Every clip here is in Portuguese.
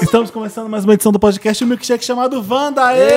Estamos começando mais uma edição do podcast, o um milkshake chamado Wanda. Aê!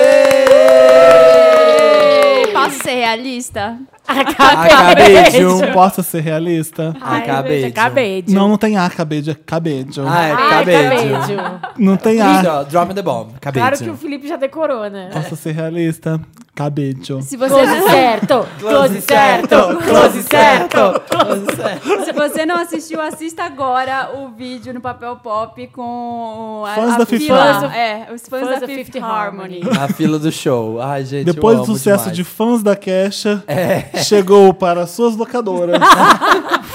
Posso ser realista? Acabei de um. Posso ser realista? Acabei de um. Acabei de um. Não, não tem A, cabejo, é cabejo. Ai, acabei de um. Não tem Isso, A. ó, Drop the bomb. Acabei Claro de que o um. Felipe já decorou, né? Posso ser realista? Cabejo. Se você, Close certo! Close certo! Close certo! Close certo! se você não assistiu, assista agora o vídeo no Papel Pop com a, Fãs a da Fifth Fifth Har- É, os fãs Fãs da da Fifth, Fifth Harmony. A fila do show. Ai, gente, eu Depois do amo sucesso demais. É. de fãs da Kesha, chegou para suas locadoras.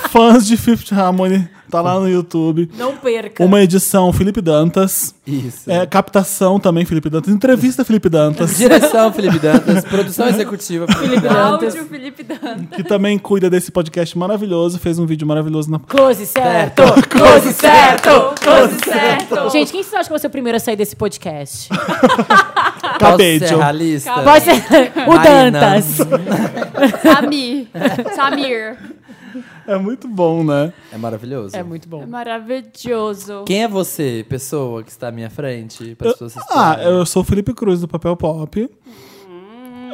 fãs de Fifth Harmony, tá lá no YouTube. Não perca! Uma edição Felipe Dantas. Isso. É, captação também, Felipe Dantas. Entrevista, Felipe Dantas. Direção, Felipe Dantas. Produção executiva, Felipe Dantas. Dantas. Áudio Felipe Dantas. que também cuida desse podcast maravilhoso. Fez um vídeo maravilhoso na Close certo! Close certo! Close certo! Gente, quem você acha que vai ser o primeiro a sair desse podcast? É. Posso cabejo. ser realista? Pode ser o Marina. Dantas. Samir. Samir. É muito bom, né? É maravilhoso. É muito bom. Maravilhoso. Quem é você, pessoa que está à minha frente? Para as pessoas se Ah, situarem? eu sou o Felipe Cruz do Papel Pop.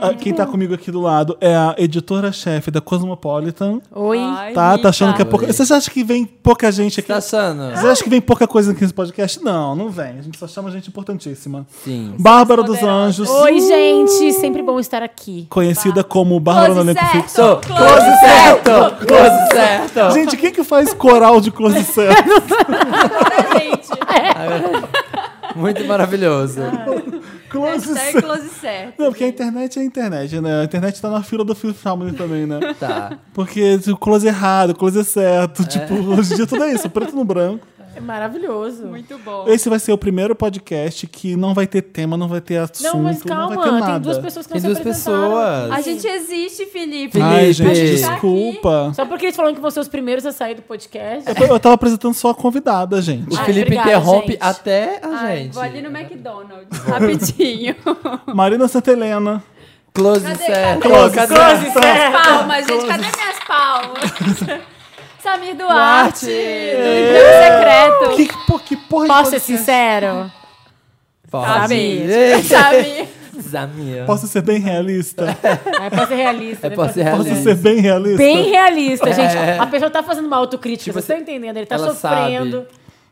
Ah, Quem tá comigo aqui do lado é a editora-chefe da Cosmopolitan. Oi. Ai, Tá, tá Rita. achando que é pouca. Oi. Vocês acham que vem pouca gente aqui? Tá achando? Vocês acham que vem pouca coisa aqui nesse podcast? Não, não vem. A gente só chama gente importantíssima. Sim. Bárbara dos Poderosa. Anjos, Oi, gente. Sempre bom estar aqui. conhecida como Bárbara no Close Elenco Fixo. certo. Sou Close close certo! Close certo! Gente, quem que faz coral de close certo? certo, gente. Muito maravilhoso. Close Hashtag certo. close certo. Não, porque a internet é a internet, né? A internet tá na fila do Fifth Harmony também, né? Tá. Porque o close errado, o close certo. Tipo, hoje em dia tudo é isso, preto no branco. É maravilhoso. Muito bom. Esse vai ser o primeiro podcast que não vai ter tema, não vai ter assunto, Não, não, mas vai ter calma. nada. Tem duas pessoas que Tem não se duas apresentaram. pessoas. A gente existe, Felipe. Felipe. Ai, gente, A gente tá desculpa. Só porque eles falaram que vão ser os primeiros a sair do podcast. Eu- Eu tava apresentando só a convidada, gente. O Ai, Felipe obrigada, interrompe gente. até a Ai, gente. Vou ali no McDonald's, rapidinho. Ah. Marina Santelena. Close Cadê? certo! Close, Cadê? close É. Minhas palmas, gente, cadê minhas palmas? Samir Duarte, Duarte. É. do Emprego Secreto. Que, pô, que porra Posso ser de podcast? sincero? Pode. é Samir. Zamia. Posso ser bem realista? É, pode ser realista. É, né? pode ser Posso realista. ser bem realista? Bem realista, gente. É. A pessoa tá fazendo uma autocrítica, Tipo, vocês estão entendendo? Ele tá ela sofrendo. sabe.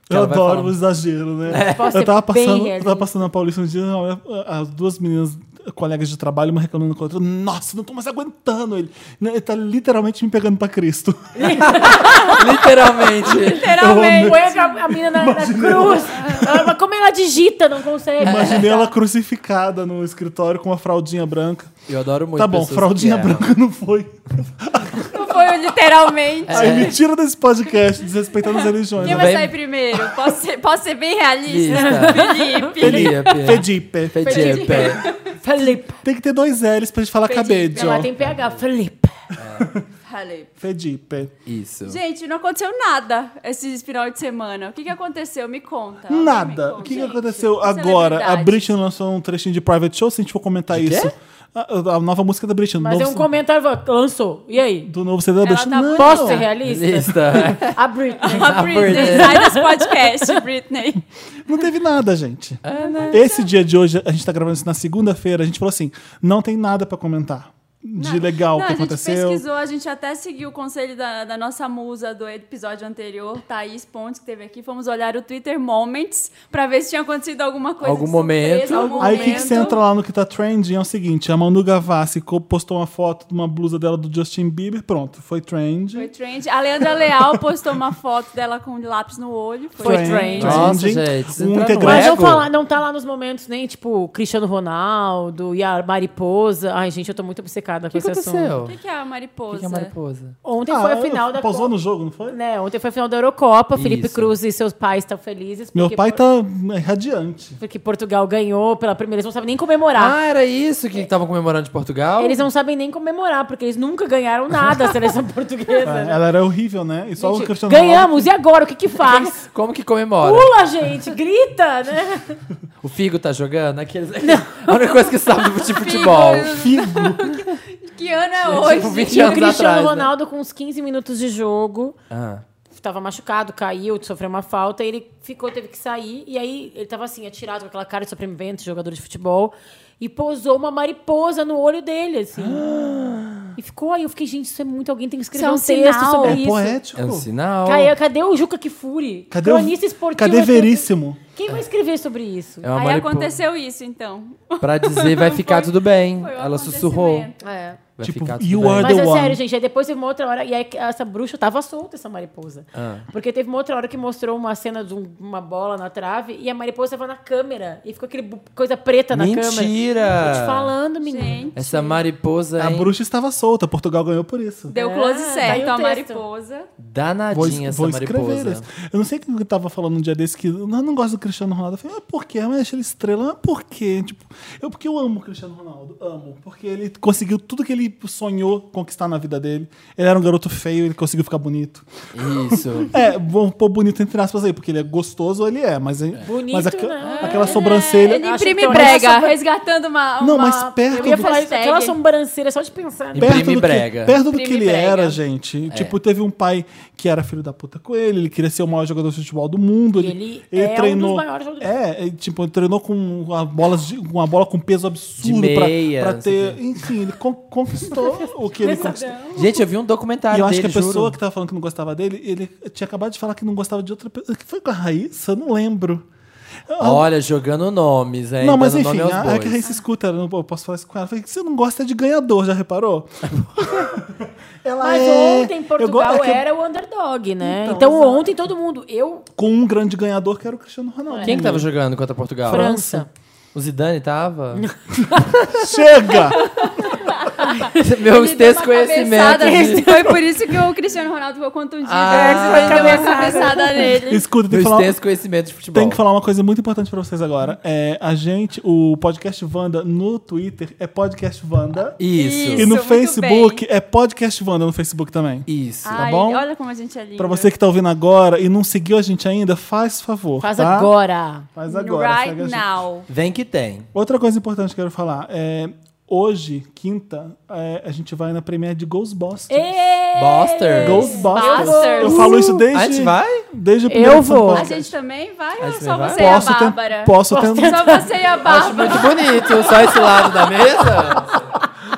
Eu Ela vai adoro falando. o exagero, né? É. Posso Eu ser tava bem passando, eu realista. tava passando na Paulista um dia, olha, as duas meninas, colegas de trabalho, uma reclamando com a outra. Nossa, não tô mais aguentando ele. Ele tá literalmente me pegando pra Cristo. Literalmente. Literalmente. Põe a, a mina na, na cruz. Ela- mas como ela digita, não consegue. Imaginei ela Tá. crucificada no escritório com uma fraldinha branca. Eu adoro muito tá bom, pessoas que fraldinha erram. branca não foi. Não foi o literalmente. Aí me tira desse podcast, desrespeitando as religiões. Quem né? vai É, Bem- sair primeiro? Posso ser, posso ser bem realista? Lista. Felipe. Felipe. é. Fedipe. Felipe. Felipe. Tem que ter dois L's pra gente falar Fedipe. cabejo. Ela tem PH. Felipe. Falei. Fedipe. Isso. Gente, não aconteceu nada esse final de semana. O que, que aconteceu? Me conta. Alguém me é Nada. O conta. que, que Gente, aconteceu agora? A celebridade. Britney lançou um trechinho de private show, se a gente for comentar De quê? isso. A, a nova música da Britney. Mas é um novo, comentário. Lançou. E aí? do novo CD da Ela Britney. tá Não. Posso ser realista? Lista. A Britney. A Britney, Britney. sai desse podcast, Britney. Não teve nada, gente. É, né? Esse dia de hoje, a gente tá gravando isso na segunda-feira, a gente falou assim: não tem nada pra comentar de legal Não, que a gente aconteceu. pesquisou, a gente até seguiu o conselho da, da nossa musa do episódio anterior, Thaís Pontes, que teve aqui. Fomos olhar o Twitter Moments pra ver se tinha acontecido alguma coisa. Algum de momento. surpresa, algum Aí o que, que você momento. entra lá no que tá trending é o seguinte: a Manu Gavassi co- postou uma foto de uma blusa dela do Justin Bieber, pronto, foi trend. Foi trend. A Leandra Leal postou uma foto dela com um lápis no olho. Foi trend. Nossa, gente, você Um entra no Mas integrante. ego. não, fala- não tá lá nos momentos nem, tipo, Cristiano Ronaldo e a mariposa. Ai, gente, eu tô muito obcecada O com que esse assunto. aconteceu? O que, que é a O mariposa? que que é mariposa? Ontem foi Ah, a final da Posou Copa. no jogo, não foi? Né, ontem foi a final da Eurocopa. Felipe Isso. Cruz e seus pais estão felizes. Meu porque pai por- tá é, radiante. Porque Portugal ganhou pela primeira. Eles não sabem nem comemorar. Ah, era isso que estavam comemorando de Portugal? Eles não sabem nem comemorar, porque eles nunca ganharam nada, a seleção portuguesa. né? Ela era horrível, né? E só o Gente, Cristiano Ronaldo- ganhamos, e agora? O que que faz? Como que comemora? Pula, gente, grita, né? O Figo tá jogando? Aqueles... A única coisa que sabe de futebol. Que ano é hoje? Tipo, 20 E o anos Cristiano atrás, né? Ronaldo com uns 15 minutos de jogo. Ah, tava machucado, caiu, sofreu uma falta, e ele ficou, teve que sair, e aí ele tava assim, atirado com aquela cara de sobrevivente, jogador de futebol, e pousou uma mariposa no olho dele, assim. e ficou aí, eu fiquei, gente, isso é muito, alguém tem que escrever Isso é um, um texto sinal. sobre É isso. poético. É um sinal. Cadê, cadê o Juca Kifuri? Cadê o- Cronista esportivo. cadê Veríssimo? Quem vai escrever sobre isso? É uma Aí maripo- aconteceu isso, então. Pra dizer, vai ficar Foi- tudo bem. foi o Ela sussurrou. acontecimento. É. Vai Tipo, ficar you tudo bem. are- Mas the é one. sério, gente. Aí depois teve uma outra hora. E aí que essa bruxa tava solta, essa mariposa. Ah. Porque teve uma outra hora que mostrou uma cena de um- uma bola na trave e a mariposa tava na câmera. E ficou aquele bu- coisa preta na câmera. Mentira! Tô te falando, menino. Gente. Essa mariposa A hein? bruxa estava solta, Portugal ganhou por isso. Deu É, close daí certo o a texto. mariposa. Vou, es- danadinha essa vou escrever mariposa. isso. Eu não sei quem que tava falando um dia desse que eu não gosto do Cristiano Ronaldo. Eu falei, mas por quê? Mas eu achei ele estrela, mas por quê? Tipo, eu, porque eu amo o Cristiano Ronaldo, amo. Porque ele conseguiu tudo que ele sonhou conquistar na vida dele. Ele era um garoto feio, ele conseguiu ficar bonito. Isso. É, vamos pôr bonito entre aspas aí, porque ele é gostoso, ele é, mas, Bonito, mas aque- né? aquela sobrancelha. Ele Acho imprime que tem uma brega, relação- resgatando uma, uma. Não, mas perto Eu ia do- é falar isso, hashtag. aquela sobrancelha, só de pensar. né? Imprime do que, brega. É. perto do que Imprime ele brega. era, gente. Tipo, teve um pai que era filho da puta com ele, ele queria ser o maior jogador de futebol do mundo. E ele é um dos maiores jogadores. É, ele, tipo, ele treinou com uma bola, de- com uma bola com peso absurdo De meia, pra, pra não sei ter. Enfim, ele con- conquistou o que ele conquistou. Gente, eu vi um documentário E eu acho dele, que a pessoa juro. que tava falando que não gostava dele, ele tinha acabado de falar que não gostava de outra pessoa. Que foi com a Raíssa? Eu não lembro. Ah, Olha, jogando nomes, hein? não, mas dando enfim, nome é aos a, a que a bois. Raíssa escuta, eu não- eu posso falar isso com ela. Eu falei, você não gosta de ganhador, já reparou? ela Mas é- ontem eu Portugal go- é que- era o underdog, né? Então, Então, exato. ontem todo mundo. Eu, Com um grande ganhador que era o Cristiano Ronaldo. Quem que tava jogando contra Portugal? França. O Zidane tava? Chega! Meus Ele deu uma desconhecimentos. cabeçada. de- Foi por isso que o Cristiano Ronaldo um ficou contundido. Ah. ele deu uma cabeçada nele. Escuta, tem Meus que falar. desconhecimentos de futebol. Tem que falar uma coisa muito importante pra vocês agora. É, a gente, o podcast Wanda no Twitter é podcast Wanda. Isso. e no muito Facebook é podcast Wanda no Facebook também. Isso. tá Ai, bom? Olha como a gente é lindo. Pra você que tá ouvindo agora e não seguiu a gente ainda, faz favor. faz tá? agora. Faz agora. Right segue a gente. now. Vem que tem. Outra coisa importante que eu quero falar é. Hoje, quinta, é, a gente vai na premiere de Ghostbusters. Busters. Ghostbusters. Busters. Eu falo isso desde. A gente vai? Desde o Eu primeiro vou. A podcast. gente também vai A ou gente só vai? você Posso, e a ten- Bárbara? posso um tentar. Só você e a Acho Bárbara. muito bonito. Só esse lado da mesa.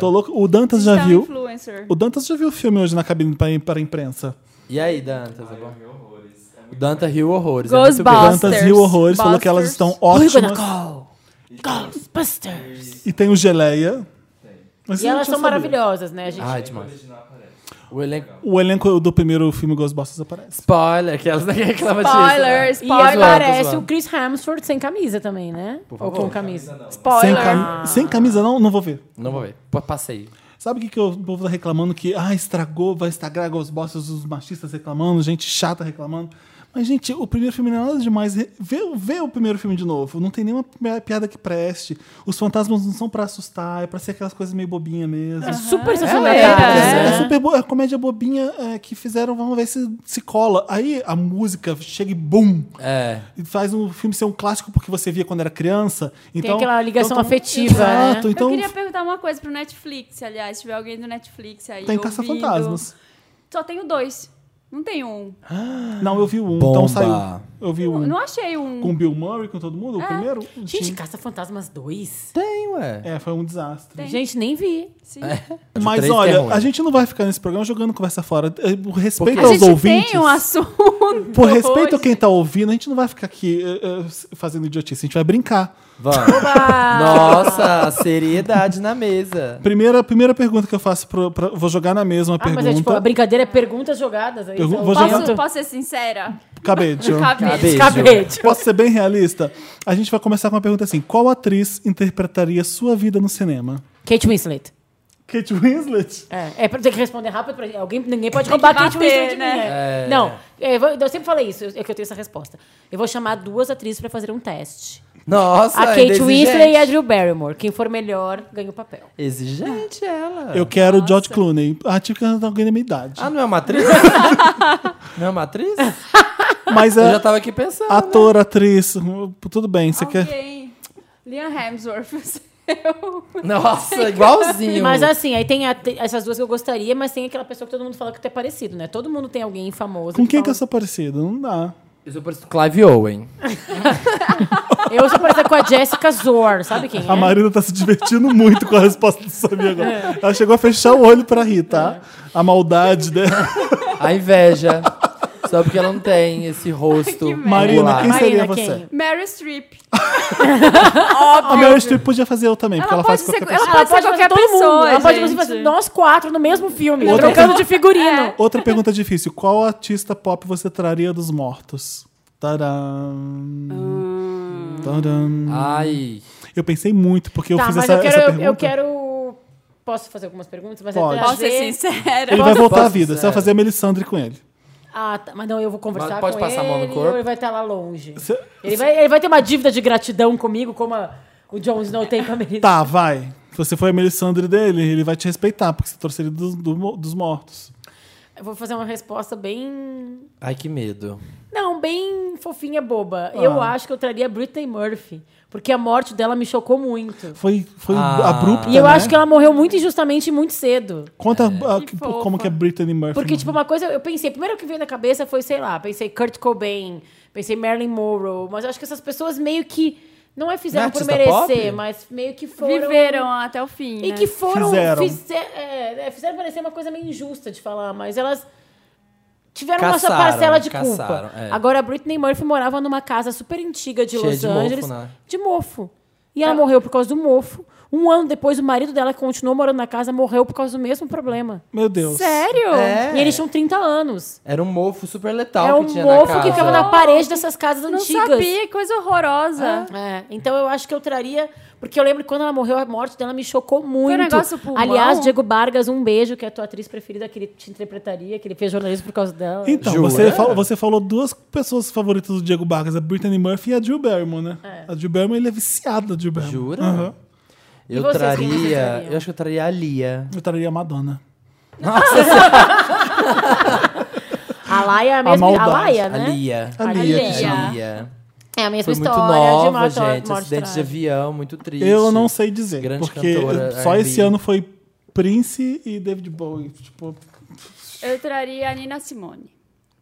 Tô louco. O Dantas já Digital viu. Influencer. O Dantas já viu o filme hoje na cabine para, para a imprensa. E aí, Dantas, tá bom? O Danta riu horrores. é muito Ghostbusters. bem. Dantas riu horrores, falou que elas Busters. estão We're gonna ótimas. call. Ghostbusters. E tem o Geleia. Mas E eu não elas tinha sabido. são maravilhosas, né, gente? Ai, Ah, demais. O elenco... O elenco do primeiro filme Ghostbusters aparece. Spoiler, que elas nem né? reclamam disso. né? Spoiler, E spoiler. zoando, aparece zoando. o Chris Hemsworth sem camisa também, né? Ou com camisa. Ah. Sem, Spoiler. cami- sem camisa não, não vou ver. Não vou ver. P- Passei. Sabe o que, que o povo tá reclamando? Que ah, estragou, vai estragar Ghostbusters, os machistas reclamando, gente chata reclamando. Mas, gente, o primeiro filme não é nada demais. Re- Vê, vê o primeiro filme de novo. Não tem nenhuma pi- piada que preste. Os fantasmas não são pra assustar, é pra ser aquelas coisas meio bobinha mesmo. É super É, sensacional. é super boa, é comédia bobinha é, que fizeram, vamos ver se se cola. Aí a música chega e bum! É. E faz o filme ser um clássico porque você via quando era criança. Então, aquela ligação então- afetiva, né? Exato, então Eu queria perguntar uma coisa pro Netflix, aliás, se tiver alguém do Netflix aí. tem ouvindo. caça-fantasmas. Só tenho dois. Não tem um. Não, eu vi o um, Bomba. então saiu. Eu vi o um. Não É. achei um. Com o Bill Murray, com todo mundo, o primeiro? Gente, Sim. Caça Fantasmas 2? Tem, ué. É, foi um desastre. Tem. Gente, nem vi. Sim. Mas três que é olha, ruim. a gente não vai ficar nesse programa jogando conversa fora. Eh, Por respeito Porque- A aos gente ouvintes. tem um assunto. Por respeito a hoje. quem tá ouvindo, a gente não vai ficar aqui eh, eh, fazendo idiotice, a gente vai brincar. Vamos. Nossa, seriedade na mesa. Primeira, primeira pergunta que eu faço, pro, pra- vou jogar na mesma Ah, pergunta. mas é tipo, a brincadeira é perguntas jogadas. Aí, Pergun- são- vou jogar- Posso, posso ser sincera? Cabedio. Cabe. Cabe. Cabete. Posso ser bem realista? A gente vai começar com uma pergunta assim: qual atriz interpretaria sua vida no cinema? Kate Winslet. Kate Winslet? É, é pra ter que responder rápido pra alguém, ninguém pode roubar que Kate bater, Winslet de né? mim, né? É. Não, eu, vou- eu sempre falei isso, é que eu tenho essa resposta. Eu vou chamar duas atrizes pra fazer um teste. Nossa, a ainda Kate exigente. Winslet e a Drew Barrymore. Quem for melhor ganha o papel. Exigente ela. Eu quero George Clooney. Ah, A típica de alguém da minha idade. Ah, não é uma atriz? não é uma atriz? Mas Eu é já tava aqui pensando. ator, atriz, tudo bem. Você quer. Alguém. Liam Hemsworth. Nossa, igualzinho. Mas assim, aí tem a- tem essas duas que eu gostaria, mas tem aquela pessoa que todo mundo fala que é parecido, né? Todo mundo tem alguém famoso. Com quem que eu fala- sou parecido? Não dá. Eu sou parecido com Clive Owen. Eu sou parecida com a Jessica Zor, sabe quem é? A Marina tá se divertindo muito com a resposta do Samir agora. Ela chegou a fechar o olho pra rir, tá? A maldade dela. A inveja. Só porque ela não tem esse rosto. merda. Marina, angular. quem seria Marina, você? quem? Mary Streep. A Meryl Streep podia fazer eu também, Ah, porque ela, Ela faz pode ser- qualquer ela pessoa. pode ser fazer qualquer pessoa, Ela pode gente. fazer nós quatro no mesmo filme, Outra trocando pessoa. de figurino. É. Outra pergunta difícil. Qual artista pop você traria dos mortos? Tadam. Tadam. Ah. Ai. Eu pensei muito, porque eu tá, fiz mas essa, eu quero, essa eu, pergunta. quero. Posso fazer algumas perguntas? Mas Pode. é Posso Posso ser trazer- sincera. Ele vai Posso- voltar à posso, vida. Você vai sério. fazer a Melisandre com ele. Ah, tá, mas não, eu vou conversar Mas pode com passar a ele. mão no corpo? ou Ele vai estar lá longe. Cê- Ele, vai, ele vai ter uma dívida de gratidão comigo, como a- o Jon Snow tem com a Melissa. Tá, vai. Se você for a Melisandre dele, ele vai te respeitar, porque você torceria dos, do- dos mortos. Eu vou fazer uma resposta bem. Ai, que medo. Não, bem fofinha, boba. Ah. Eu acho que eu traria a Britney Murphy, porque a morte dela me chocou muito. Foi, foi Ah. abrupta, E eu né? acho que ela morreu muito injustamente e muito cedo. Conta ah, Que que- fofa. como que é Brittany Murphy. Porque, tipo, uma coisa, eu pensei, primeiro que veio na cabeça foi, sei lá, pensei Kurt Cobain, pensei Marilyn Monroe, mas eu acho que essas pessoas meio que não é fizeram Não é por artista pop? merecer, mas meio que foram. Viveram até o fim. E né? que foram. Fizeram. fize- é, é, fizeram parecer uma coisa meio injusta de falar, mas elas. Tiveram uma Caçaram, parcela de caçaram, culpa. é. Agora, a Britney Murphy morava numa casa super antiga de Cheia Los de mofo, Angeles. né? De mofo. E É. ela morreu por causa do mofo. Um ano depois, o marido dela, que continuou morando na casa, morreu por causa do mesmo problema. Meu Deus. Sério? É. E eles tinham 30 anos. Era um mofo super letal é que um tinha na mofo casa. que ficava na parede dessas casas Não antigas. sabia, coisa horrorosa. É, então eu acho que eu traria. Porque eu lembro que quando ela morreu, a morte dela me chocou muito. negócio pulmão? Aliás, Diego Bargas, um beijo, que é a tua atriz preferida, que ele te interpretaria, que ele fez jornalismo por causa dela. Então, Jura? você, fal- você falou duas pessoas favoritas do Diego Bargas, a Brittany Murphy e a Jill Barrymore, né? A Jill Barrymore, ele é viciado da Jill Barrymore. Jura? Aham. Eu E vocês, quem vocês traria. trariam? Eu acho que eu traria a Lia. Eu traria a Madonna. A Laia é a mesma. A, maldade. Laia, A né? Lia. A A Lia. Lia. A Lia. É a Foi mesma muito história de nova, uma gente. morte Acidente de trágica. avião, muito triste. Eu não sei dizer, Grande porque cantora, só R&B. esse ano foi Prince e David Bowie. Tipo, É. Eu traria a Nina Simone.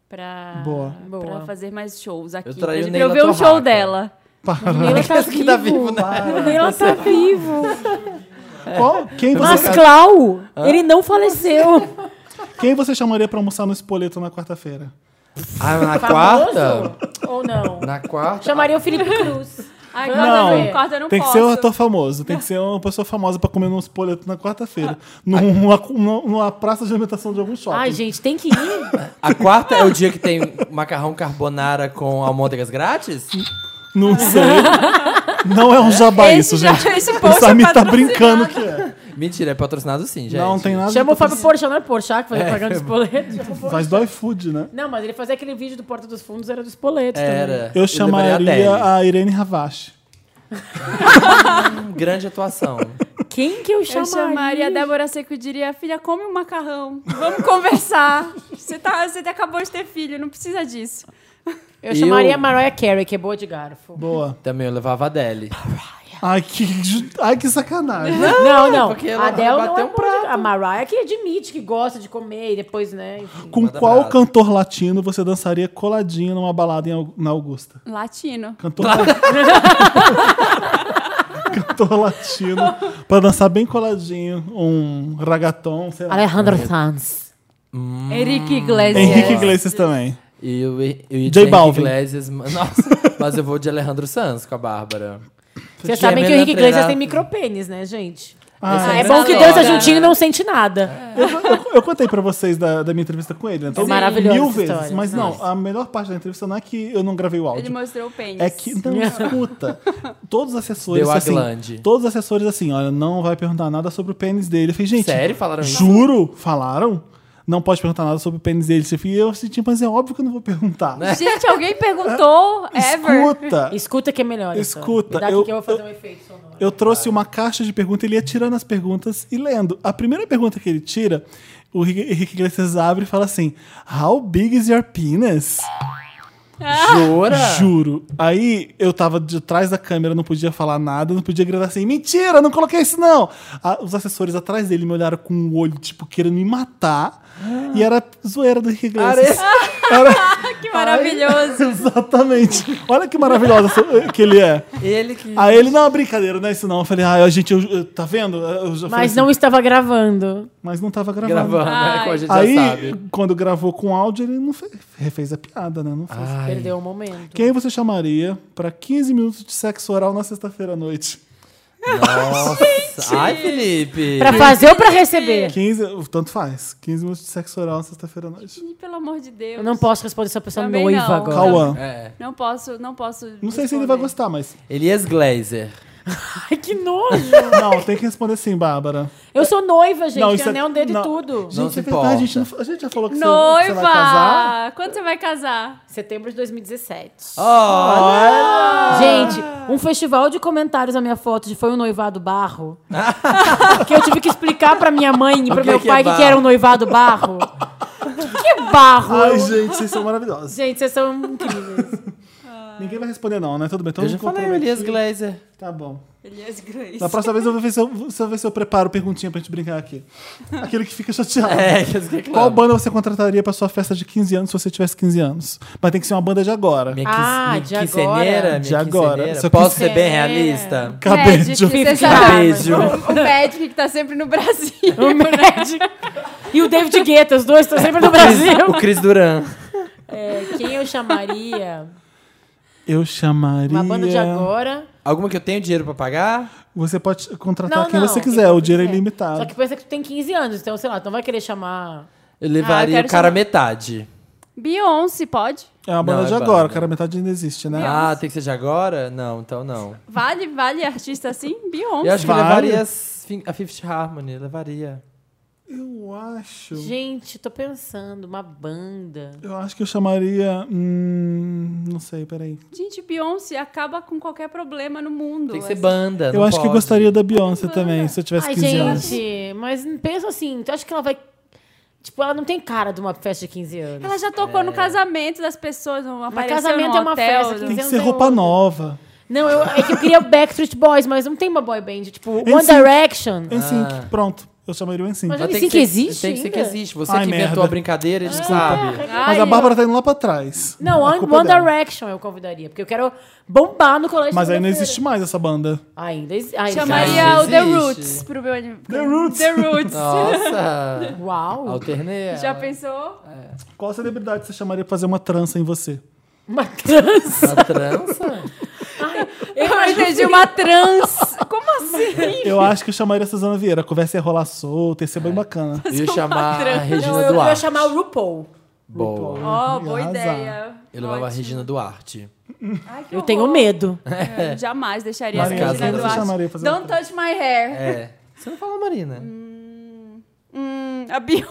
Pra, Boa. pra Boa. fazer mais shows aqui. Eu traria pra, o pra eu Neila ver o show Torraca. dela. O Neila tá vivo. tá vivo, né? O Neila tá vivo. Ah. qual- quem, Mas você, Clau, ele não faleceu. quem você chamaria pra almoçar no Espoleto na quarta-feira? Ah, na quarta? Famoso? Ou não? Na quarta? Chamaria o Felipe Cruz. Ai, Não. corta não, Não. corta, eu não tem que posso. ser um ator famoso, tem que ser uma pessoa famosa pra comer num Espoleto na quarta-feira, num- numa, numa praça de alimentação de algum shopping. Ai, gente, tem que ir. A quarta é o dia que tem macarrão carbonara com almôndegas grátis? Não sei. Não é um jabá isso, Esse já- gente. esse o post é Samir tá patrocinado. brincando que é. Mentira, é patrocinado sim, gente. Não, tem nada Chama o de Fábio Porchat, não é Porchat que fazia propaganda dos boletos? Chama o Porchat. Faz do iFood, né? Não, mas ele fazia aquele vídeo do Porta dos Fundos, era dos boletos também. Era. Eu levaria chamaria Adele. a Irene Ravache. Hum, Grande atuação. Quem que eu Eu chamaria? chamaria a Débora Seco e diria, filha, come um macarrão. Vamos conversar. Você, tá, você acabou de ter filho, não precisa disso. Eu chamaria Eu- a Mariah Carey, que é boa de garfo. Boa. Também eu levava a Adele. Ai, que, ju- ai, que sacanagem. Não, não. porque ela A Adele não é bateu um um prato. A Mariah que admite que gosta de comer e depois, né? enfim. Com Manda qual brasa. cantor latino você dançaria coladinho numa balada em Au- na Augusta? Latino. Cantor latino. cantor latino. Pra dançar bem coladinho. Um ragaton, sei lá. Alejandro Sanz. Henrique Iglesias. Hum. Henrique Iglesias também. E eu, e- eu ia J de Henrique Balvin. Iglesias, mas- Nossa, mas eu vou de Alejandro Sanz com a Bárbara. Vocês Que é sabem que o melhor Henrique Iglesias treinar- tem micropênis, né, gente? Ah, Ah, é Essa bom que droga. dança juntinho e não sente nada. Eu, eu- eu contei pra vocês da, da minha entrevista com ele, né? Então, maravilhosa Mil É essa vezes. história. Mas não, a melhor parte da entrevista não é que eu não gravei o Ele áudio. mostrou o pênis. É que, não, escuta. Todos os assessores. Deu a assim, glande. Todos os assessores, assim, olha, não vai perguntar nada sobre o pênis dele. Eu falei, gente. Sério? Falaram isso? Juro? Falaram? Não pode perguntar nada sobre o pênis dele. Eu falei, eu senti, mas é óbvio que eu não vou perguntar. Né? Gente, alguém perguntou, ever. Escuta. Escuta que é melhor. essa. Escuta, Me dá aqui eu- que eu vou fazer um efeito sonoro. Eu trouxe uma caixa de perguntas, ele ia tirando as perguntas e lendo. A primeira pergunta que ele tira, o Henrique Iglesias abre e fala assim: How big is your penis? Jura? Juro. Aí eu tava de trás da câmera, não podia falar nada, não podia gritar assim: mentira, não coloquei isso não. Ah, os assessores atrás dele me olharam com o olho, tipo, querendo me matar. E era zoeira do Henrique Iglesias. Era- Que maravilhoso. Exatamente. Olha que maravilhosa essa- que ele é. Ele que. Aí ele, não, brincadeira, não é isso não. Eu falei, ah, a gente, eu, eu- tá vendo? Eu já falei Mas assim, não estava gravando. mas não tava gravando. Gravando, né? Como a gente Aí, já sabe. quando gravou com áudio, ele não fez, refez a piada, né? Não fez. Ai. Perdeu o momento. Quem você chamaria pra 15 minutos de sexo oral na sexta-feira à noite? Nossa. Ai, Felipe. Pra fazer ou pra receber? 15, tanto faz. 15 minutos de sexo oral na sexta-feira à noite. Ih, Pelo amor de Deus. Eu não posso responder essa pessoa é Também noiva não. agora. Cauã. É. Não posso, não posso. Não sei se ele vai gostar, mas. Elias Glazer. Ai, que nojo. Não, tem que responder sim, Bárbara. Eu sou noiva, gente. Não, Não, isso é- anel dele e não. tudo. Gente, se é verdade, a gente, importa. não- a gente já falou que você- você vai casar. Noiva! Quando você vai casar? Setembro de 2017. Olha! Gente, um festival de comentários na minha foto de foi um noivado barro. que eu tive que explicar pra minha mãe e O pra que meu que é pai o que, que barro? era um noivado barro. que barro? Ai, Eu- gente, vocês são maravilhosos. Gente, vocês são incríveis. Ninguém vai responder, não, né? Tudo bem, então Eu já me falei o comprometi. Elias Glazer. Tá bom. Elias Grace. Da próxima vez eu vou ver se eu, se eu, ver se eu preparo perguntinha pra gente brincar aqui. Aquele que fica chateado. É, que eles reclamam. Qual banda você contrataria pra sua festa de 15 anos se você tivesse 15 anos? Mas tem que ser uma banda de agora. Minha Ah, ah, de de agora. É. quinceneira, minha De agora. quinceneira. Só Posso ser bem quinceneira. realista? Acabei Magic, de um ouvir. você Tá, sabe. Beijo. O o Magic que tá sempre no Brasil. O médico e o David Guetta, os dois estão sempre no Brasil. O Cris Duran. É, quem eu chamaria? Eu chamaria. Uma banda de agora. Alguma que eu tenho dinheiro pra pagar? Você pode contratar Não, quem não, você quem quiser, você o dinheiro é quiser. ilimitado. Só que pensa que tu tem 15 anos, então, sei lá, tu não vai querer chamar. Eu levaria quero o cara chamar- metade. Beyoncé, pode? É uma banda Não, é de agora, banda. cara, metade ainda existe, né? Ah, tem que ser de agora? Não, então não. Vale, vale artista assim? Beyoncé. Eu acho que Vale. levaria as fin- a Fifth Harmony, levaria. Eu acho. Gente, tô pensando, uma banda. Eu acho que eu chamaria. Hum, não sei, peraí. Gente, Beyoncé acaba com qualquer problema no mundo. Tem que ser Assim. banda. Eu não acho que eu pode. gostaria da Beyoncé também, se eu tivesse Ai, 15 gente, anos. mas pensa assim, tu acha que ela vai. Tipo, ela não tem cara de uma festa de 15 anos. Ela já tocou É. no casamento das pessoas, não apareceu casamento num é uma hotel, assim. festa, não- Tem que 15 ser anos é roupa outra. nova. Não, eu, é que eu queria o Backstreet Boys, mas não tem uma boy band. Tipo, One NSYNC. Direction. NSYNC, pronto. Eu chamaria o NSYNC. Mas, Mas eu- Mas Tem tem que ser- Tem que ser que ainda? existe. Você Ai, que merda. inventou a brincadeira, a gente sabe. Ai, a Bárbara tá indo lá pra trás. Não, A One, culpa é One dela. Direction eu convidaria, porque eu quero bombar no colégio. Mas aí não segunda-feira. existe mais essa banda. Ainda existe. Ainda Chamaria o The existe. Roots pro meu aniversário. The Roots. The Roots. Nossa! Uau! Alternei. ela. Já pensou? Qual celebridade você chamaria pra fazer uma trança em você? Uma trans. assim. Uma trança? Eu entendi uma trans. Como assim? Eu acho que eu chamaria a Suzana Vieira. A conversa ia rolar solta, ia ser bem bacana. Eu ia chamar a Regina Não, eu, eu Duarte. ia chamar o RuPaul. Boa. Ó, Ia boa arrasar. ideia. Eu levava a Ótimo. Regina Duarte. Ai, que Eu tenho horror. medo. É, Jamais deixaria a Mas caso Regina você chamaria Duarte. pra fazer uma Don't touch my hair. É. Você não fala Marina. Hum, a Beyoncé.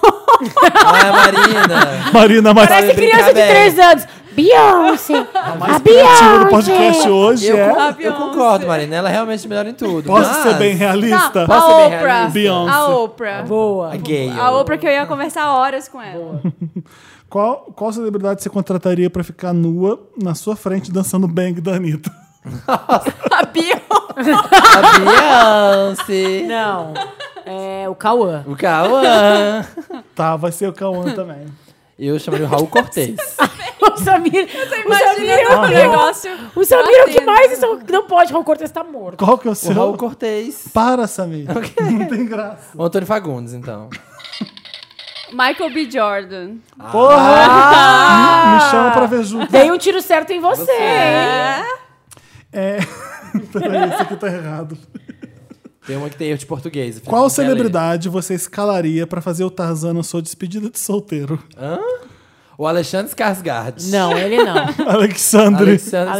Ah, é a Marina. Marina, mas Parece é criança de bem. 3 anos. Beyoncé! A o do Beyoncé! podcast hoje Eu, é... con- A eu Beyoncé. concordo, Marina. Ela é realmente melhor em tudo. Posso mas- ser bem realista? Não, Posso a ser bem Oprah. realista? Beyoncé. A Oprah. Boa! A gay. A Oprah que eu ia conversar horas com ela. Qual, qual celebridade você contrataria pra ficar nua na sua frente dançando bang da Anitta? A Beyoncé. A Beyoncé. Não. É o Cauã. O Cauã. Tá, vai ser o Cauã também. Eu chamaria o Raul Cortez. O Samir. O Samir, é Imagina o o pior. negócio. o Samir é o que batendo. mais isso- não pode. Raul Cortez tá morto. Qual que é o O seu? Raul Cortez. Para, Samir. Não tem graça. O Antônio Fagundes, então. Michael B. Jordan. Porra! Me, me chama pra ver junto. Dei Ah! um tiro certo em você. hein? É... Peraí, isso aqui tá errado. Tem uma que tem erro de português. Fica Qual com tela aí. celebridade você escalaria pra fazer o Tarzan na sua despedida de solteiro? Hã? O Alexandre Skarsgård. Não, ele não. Alexandre. Alexandre Skarsgård.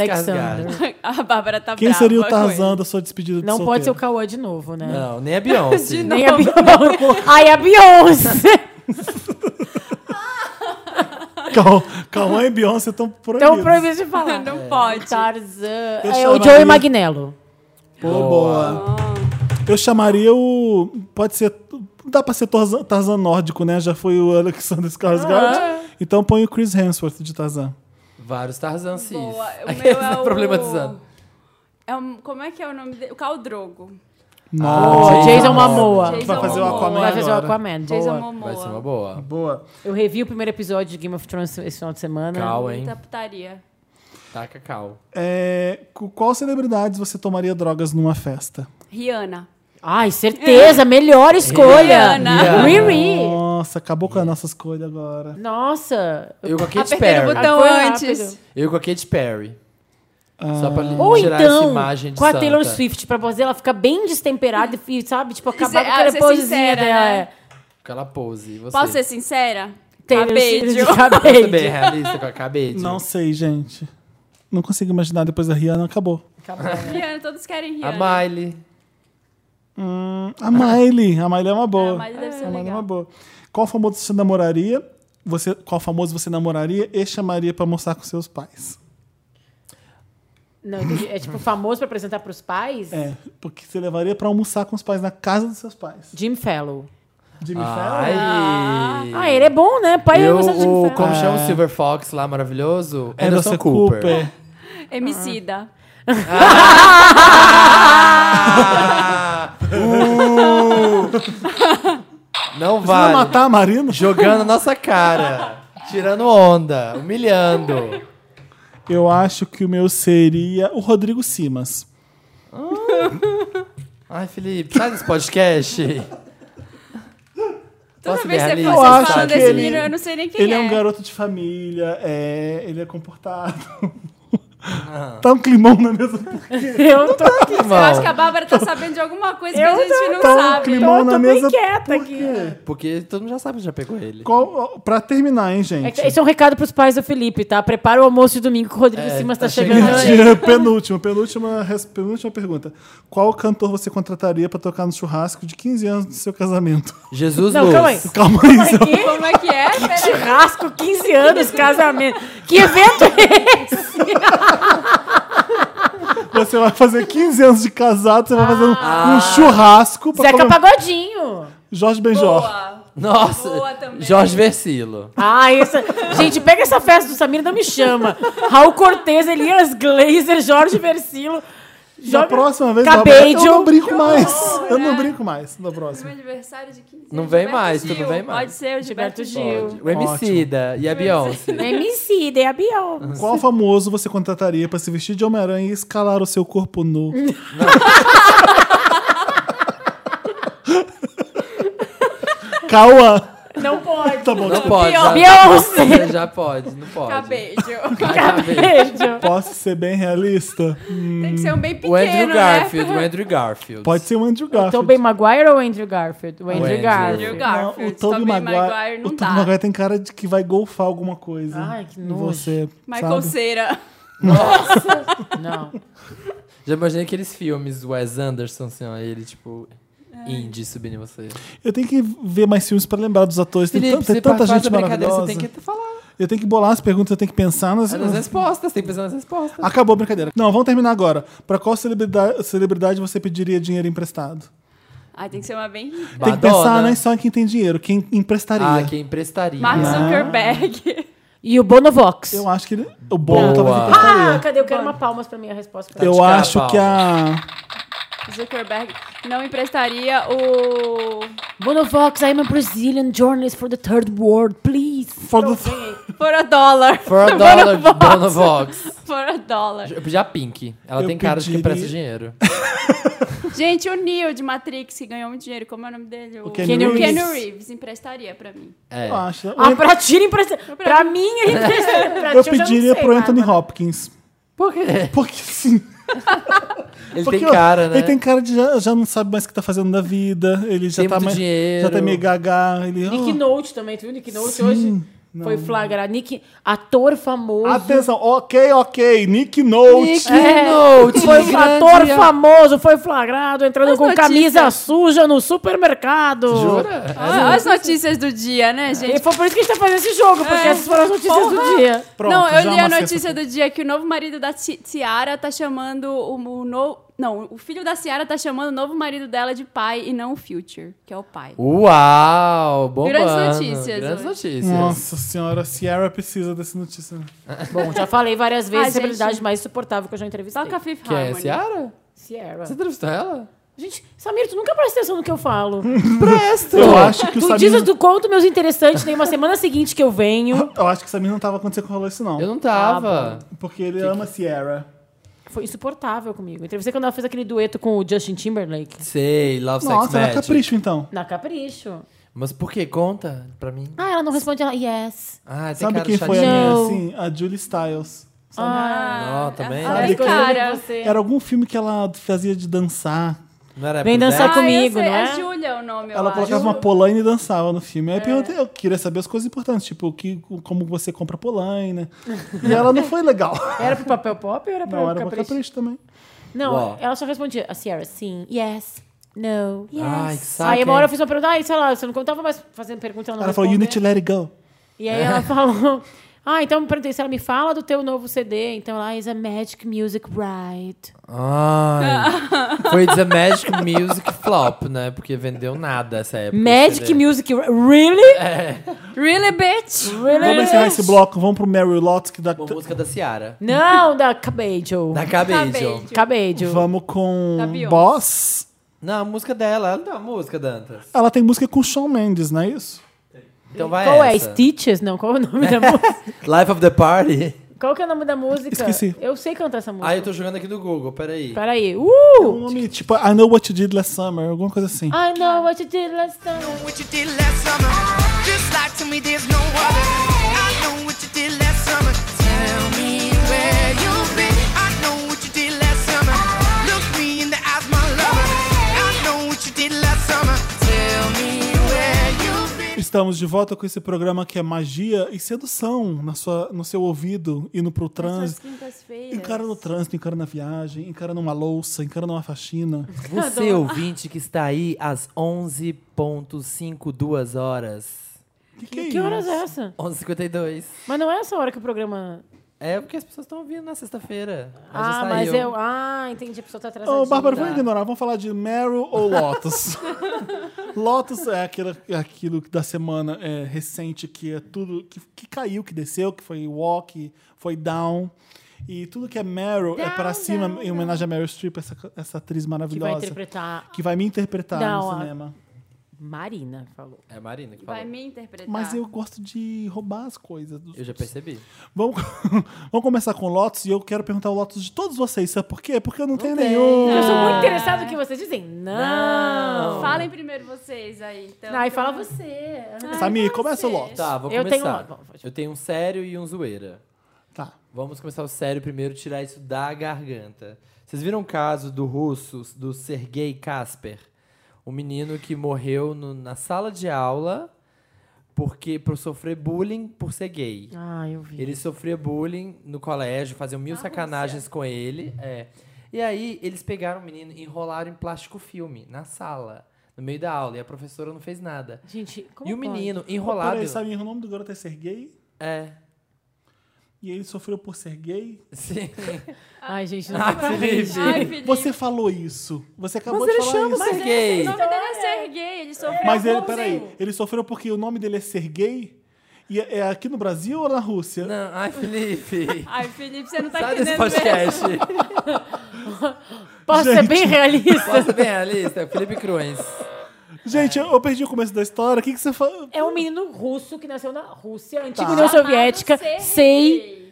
Alexandre. A Bárbara tá Quem brava seria o com Tarzan da sua despedida de é Não solteiro? pode ser o Cauã de novo, né? Não, nem a Beyoncé. De Nem a Beyoncé. Ai, a Beyoncé. Cal- Cauã e Beyoncé estão proibidos. Então proibido de falar. isso. Não pode. Tarzan. Eu É o chamaria- Joey Magnello. Pô, boa. Eu chamaria o... Pode ser... Dá pra ser Tarzan, Ah. Tarzan nórdico, né? Já foi o Alexander Skarsgård. Então põe o Chris Hemsworth de Tarzan. Vários Tarzan cis. Boa. Tipo, O Aqui, meu é o- Problematizando. É um- como é que é o nome dele? O Caldrogo. Nossa. Ah, Jason, Jason Momoa. Momoa. Jason Vai fazer o Momoa. Aquaman Vai fazer o agora. Aquaman. Jason boa. Momoa. Vai ser uma boa. Boa. Eu revi o primeiro episódio de Game of Thrones esse final de semana. Cal, hein? Muita putaria. Taca cal. É, com qual celebridades você tomaria drogas numa festa? Rihanna. Ai, certeza, melhor escolha. Rihanna. Riri. Nossa, acabou com a nossa escolha agora. Nossa. Eu com a Katy Apertei Perry. Ah, no botão Foi antes. rápido. Eu com a Katy Perry. Só pra li- Ou tirar essa então, imagem de com a santa. Taylor Swift, pra fazer ela ficar bem destemperada e, sabe, tipo, acabar Ser- com aquela ser posezinha ah, é sincera, dela. né? é. Aquela pose. E Você. Posso ser sincera? Ah, um Taylor Swift Beijo. de Você bem cabelo. realista com a cabeça. Não sei, gente. Não consigo imaginar depois da Rihanna, acabou. Rihanna, todos querem A Rihanna. Ah, Miley. Hum, a Miley. A Miley é uma boa. É, a Miley deve ser a Miley é legal. uma boa. Qual famoso você namoraria? Você, qual famoso você namoraria e chamaria pra almoçar com seus pais? Não, entendi. é tipo famoso pra apresentar pros pais? É, porque você levaria pra almoçar com os pais na casa dos seus pais. Jim Fellow. Jimmy Ai. Fallon? Ah, ele é bom, né? Pai Eu, eu gosto de Jim o, Fellow. como chama o Silver Fox lá, maravilhoso? é Anderson Cooper. Emicida. Ah! Uh! Não Você vai vale. matar a Marina? Jogando a nossa cara. Tirando onda. Humilhando. Eu acho que o meu seria o Rodrigo Simas. Ai, Felipe, sai desse podcast. Toda Posso vez ver que ali? você- Eu vocês acho falam que desse ele- menino, eu não sei nem quem ele é. é. um garoto de família, é, ele é comportado. tá um climão na mesma. Eu tô, Eu acho Irmão, que a Bárbara tá sabendo de alguma coisa que Eu a gente não Tá um sabe. climão tô na bem mesa. quieta aqui. porque todo mundo já sabe que já pegou ele. Qual, pra terminar, hein, É gente? que Esse é um recado pros pais do Felipe, tá? Prepara o almoço de domingo que o Rodrigo É, Simas tá, tá chegando. chegando. aí. Mentira, penúltima, penúltima, res- penúltima pergunta. Qual cantor você contrataria pra tocar no churrasco de 15 anos do seu casamento? Jesus Não, Luz. calma aí. Calma aí, Mas seu- que Como é que é? Peraí. Churrasco, 15 anos, casamento. Que evento é esse? você vai fazer 15 anos de casado, você vai fazer um, um churrasco pra Zeca comer- um Pagodinho. Jorge Benjor. Boa. Nossa, Boa também. Jorge Versilo. Ah, essa... Gente, pega essa festa do Samir e não me chama. Raul Cortez, Elias Glazer, Jorge Versilo. Da Joga- próxima vez, Cabelo. Bárbara, eu não brinco mais. horror, Eu não né? brinco mais na Meu próxima. aniversário é de 15 anos. Não vem Gilberto mais, tu não Gil. vem mais. Pode ser o Gilberto Gilberto Gil. Gil. O Emicida e a Beyoncé. É MC, daí a Beyoncé. Qual famoso você contrataria pra se vestir de Homem-Aranha e escalar o seu corpo nu? Cauã! Não pode. Tá bom, Não pode. Beyoncé. Já, já pode, não pode. Cabelo. Ai, acabei. Beijo. posso ser bem realista? Tem que ser um bem pequeno, O Andrew né? Garfield, o Andrew Garfield. Pode ser o Andrew O Garfield. Tobey Maguire ou Andrew Garfield? O Andrew, Andrew. Garfield. Andrew Não, Garfield. o Tobey Maguire, não o dá. Tobey Maguire tem cara de que vai golfar alguma coisa. Ai, que Em nojo. Você, Michael sabe? Cera. Não. Já imaginei aqueles filmes Wes Anderson, assim, ó, ele, tipo, É. indie subindo em você. Eu tenho que ver mais filmes pra lembrar dos atores. Tem, Felipe, tan- tem você tanta faz a gente brincadeira, maravilhosa. você tem que falar. Eu tenho que bolar as perguntas, eu tenho que pensar nas, É nas respostas, tem que pensar nas respostas. Tá. Acabou a brincadeira. Não, vamos terminar agora. Pra qual celebridade, celebridade você pediria dinheiro emprestado? Ai, tem que ser uma bem rica. Tem que pensar não é só em quem tem dinheiro, quem emprestaria. Ah, quem emprestaria. Mark Zuckerberg. E o Bonovox. Eu acho que ele- o Bono Boa. talvez Ah, emprestaria. cadê? Eu quero uma palmas pra minha resposta. Eu Tá de acho cavalo. que a. Zuckerberg não emprestaria o... Bonovox, I'm a Brazilian journalist for the third world, please. For the- For a dollar. For a dollar de Bonovox. For a dollar. Eu pedi a Pink. Ela Eu tem cara de que pediria- empresta dinheiro. Gente, o Neo de Matrix, que ganhou muito dinheiro. Como é o nome dele? O, Keanu O Reeves. Keanu Reeves emprestaria pra mim. É. Eu acho. Eu, Ah, pra Tira empresta. Pra mim, ele empresta. Pra ti, eu já não pediria sei, pro Anthony Bárbara. Hopkins. Por quê? Porque sim. Ele Porque, tem ó, cara, né? Ele tem cara de já, já não sabe mais o que tá fazendo da vida. Ele já Tem tá muito mais. dinheiro. Já tá meio gaga. Ele. Nick Oh. Note também, tu viu? Nick Note hoje foi flagrado. Nick, ator famoso. Atenção, ok, ok. Nick Note. Nick É. Note, tipo, Foi um grande é. ator a- famoso, foi flagrado, entrando As com notícias. camisa suja no supermercado. Jura? Olha olha as notícias do dia, né, gente? E foi por isso que a gente tá fazendo esse jogo, porque É. essas foram as notícias do Porra. dia. Pronto, não, já eu li a amassei notícia essa- do dia que o novo marido da Ti- Tiara tá chamando o, o no- Não, o filho da Ciara tá chamando o novo marido dela de pai e não o Future, que é o pai. Uau! Bombando. Grandes notícias Grandes hoje. notícias. Nossa senhora, a Sierra precisa dessa notícia. Bom, já falei várias vezes, Ah, a celebridade gente. mais insuportável que eu já entrevistei. Toca Fifth Quem é? Harmony. Ah, Ciara? Sierra. Você entrevistou ela? Gente, Samir, tu nunca presta atenção no que eu falo. Presto! Eu acho que o tu Samir. dizes do conto meus interessantes, tem uma semana seguinte que eu venho. Eu acho que o Samir não tava quando você rolou isso, não. Eu não tava. Porque ele ama Sierra. Foi insuportável comigo. Entrevistei quando ela fez aquele dueto com o Justin Timberlake. Sei, Love Sex Nossa, era Magic. capricho, então. Na Capricho. Mas por que? Conta pra mim. Ah, ela não responde, ela, yes. Ah, tem Sabe cara quem foi a chatinha. minha, Não. assim? A Julie Styles. Não, também. Ah, Sabe que- é, cara. Era algum filme que ela fazia de dançar. Não era Vem Apple dançar Dance? eu comigo, sei, não é? A Júlia é o nome, eu Ela acho. colocava uma polaina e dançava no filme. Aí eu perguntei, eu queria saber as coisas importantes, tipo, o que, como você compra polaina. E ela não foi legal. Era pro papel pop ou era pra Não, era pra um Capricho? capricho também. Não, Uau. ela só respondia, a Sierra, sim, yes, no, yes. Ai, que saco, aí uma hora eu hein? fiz uma pergunta, ai, sei lá, você não tava mais fazendo pergunta, ela não Ela falou, you respondeu. need to let it go. E aí ela falou. Ah, então eu perguntei se ela me fala do teu novo CD. Então lá is a Magic Music Ride. Ai. Foi The Magic Music Flop, né? Porque vendeu nada essa época. Magic CD. Music Ride. Really? Really, bitch? Vamos encerrar esse bloco, vamos pro Mary Lots, que dá... Uma música da Ciara. Não, da Cabejo. Da Cabejo. Cabejo. Cabejo. Vamos com Da Beyoncé. Boss. Não, a música dela. Ela não tem uma música, Dantas. Ela tem música com o Shawn Mendes, não é isso? Então vai Qual é? essa. Stitches? Não, qual é o nome da música? Life of the Party. Qual que é o nome da música? Esqueci. Eu sei cantar essa música. Ah, eu tô jogando aqui no Google, peraí. Peraí. É um Uh! nome tipo I Know What You Did Last Summer, alguma coisa assim. I know what you did last time. what you did last summer. Just like to me, there's no other. I know what you did last summer. Tell me where you've been. I know what you did last summer. Look me in the eyes, my lover. I know what you did last summer. Tell me where you've been. Estamos de volta com esse programa que é magia e sedução na sua, no seu ouvido, indo pro Essas trânsito. quintas-feiras. Encara no trânsito, encara na viagem, encara numa louça, encara numa faxina. Você ouvinte que está aí às 11.52 horas. Que, que, é Que horas isso? é essa? 11h52. Mas não é essa hora que o programa. É porque as pessoas estão ouvindo na sexta-feira. Aí já Ah, mas saiu. eu. Ah, entendi. A pessoa tá atrasada. Ô, Bárbara, Tá. vamos ignorar, vamos falar de Meryl ou Lotus. Lotus é aquilo, é aquilo que da semana é, recente que é tudo que, que caiu, que desceu, que foi walk, foi down. E tudo que é Meryl é pra cima, em homenagem a Meryl Streep, essa, essa atriz Que vai maravilhosa. interpretar. que vai me interpretar Não, no a- cinema. Marina falou. É a Marina que Vai falou. me interpretar. tá. Mas eu gosto de roubar as coisas. dos Eu já outros. percebi. Vamos, vamos começar com o Lotus e eu quero perguntar o Lotus de todos vocês. Sabe por quê? Porque eu não, tenho tem. nenhum. Eu sou muito interessado no que vocês dizem. Não. Falem primeiro vocês aí. Então, Não, e que fala eu- você. Samir, começa o Lotus. Tá, vou Eu começar. tenho uma- bom, pode- Eu tenho um sério e um zoeira. Tá. Vamos começar o sério primeiro, tirar isso da garganta. Vocês viram o caso do russo, do Sergei Kasper? Um menino que morreu no- na sala de aula porque por sofrer bullying por ser gay. Ah, eu vi. Ah, Ele sofria bullying no colégio, faziam mil sacanagens com ele. é. E aí, eles pegaram o menino e enrolaram em plástico filme na sala, no meio da aula. E a professora não fez nada. Gente, como e o pode? menino Enrolado. enrolado. Peraí, Samir, o nome do garoto é ser gay? é. E ele sofreu por ser gay? Sim. Ai, gente, não Ah, Felipe. Ai, Felipe. Você falou isso. Você acabou Mas de ele falar chama isso. ser gay. O nome dele é ser gay, ele sofreu Mas ele, bullying. peraí, ele sofreu porque o nome dele é ser gay? E é é aqui no Brasil ou na Rússia? Não, ai, Felipe. Ai, Felipe, você não tá Sai desse entendendo mesmo. podcast. Posso ser bem realista? Posso bem a lista? Felipe Cruens. Gente, eu, eu perdi o começo da história. O que, que você falou? É um menino russo que nasceu na Rússia, antiga Tá. União Soviética, Chamado ser sei. gay.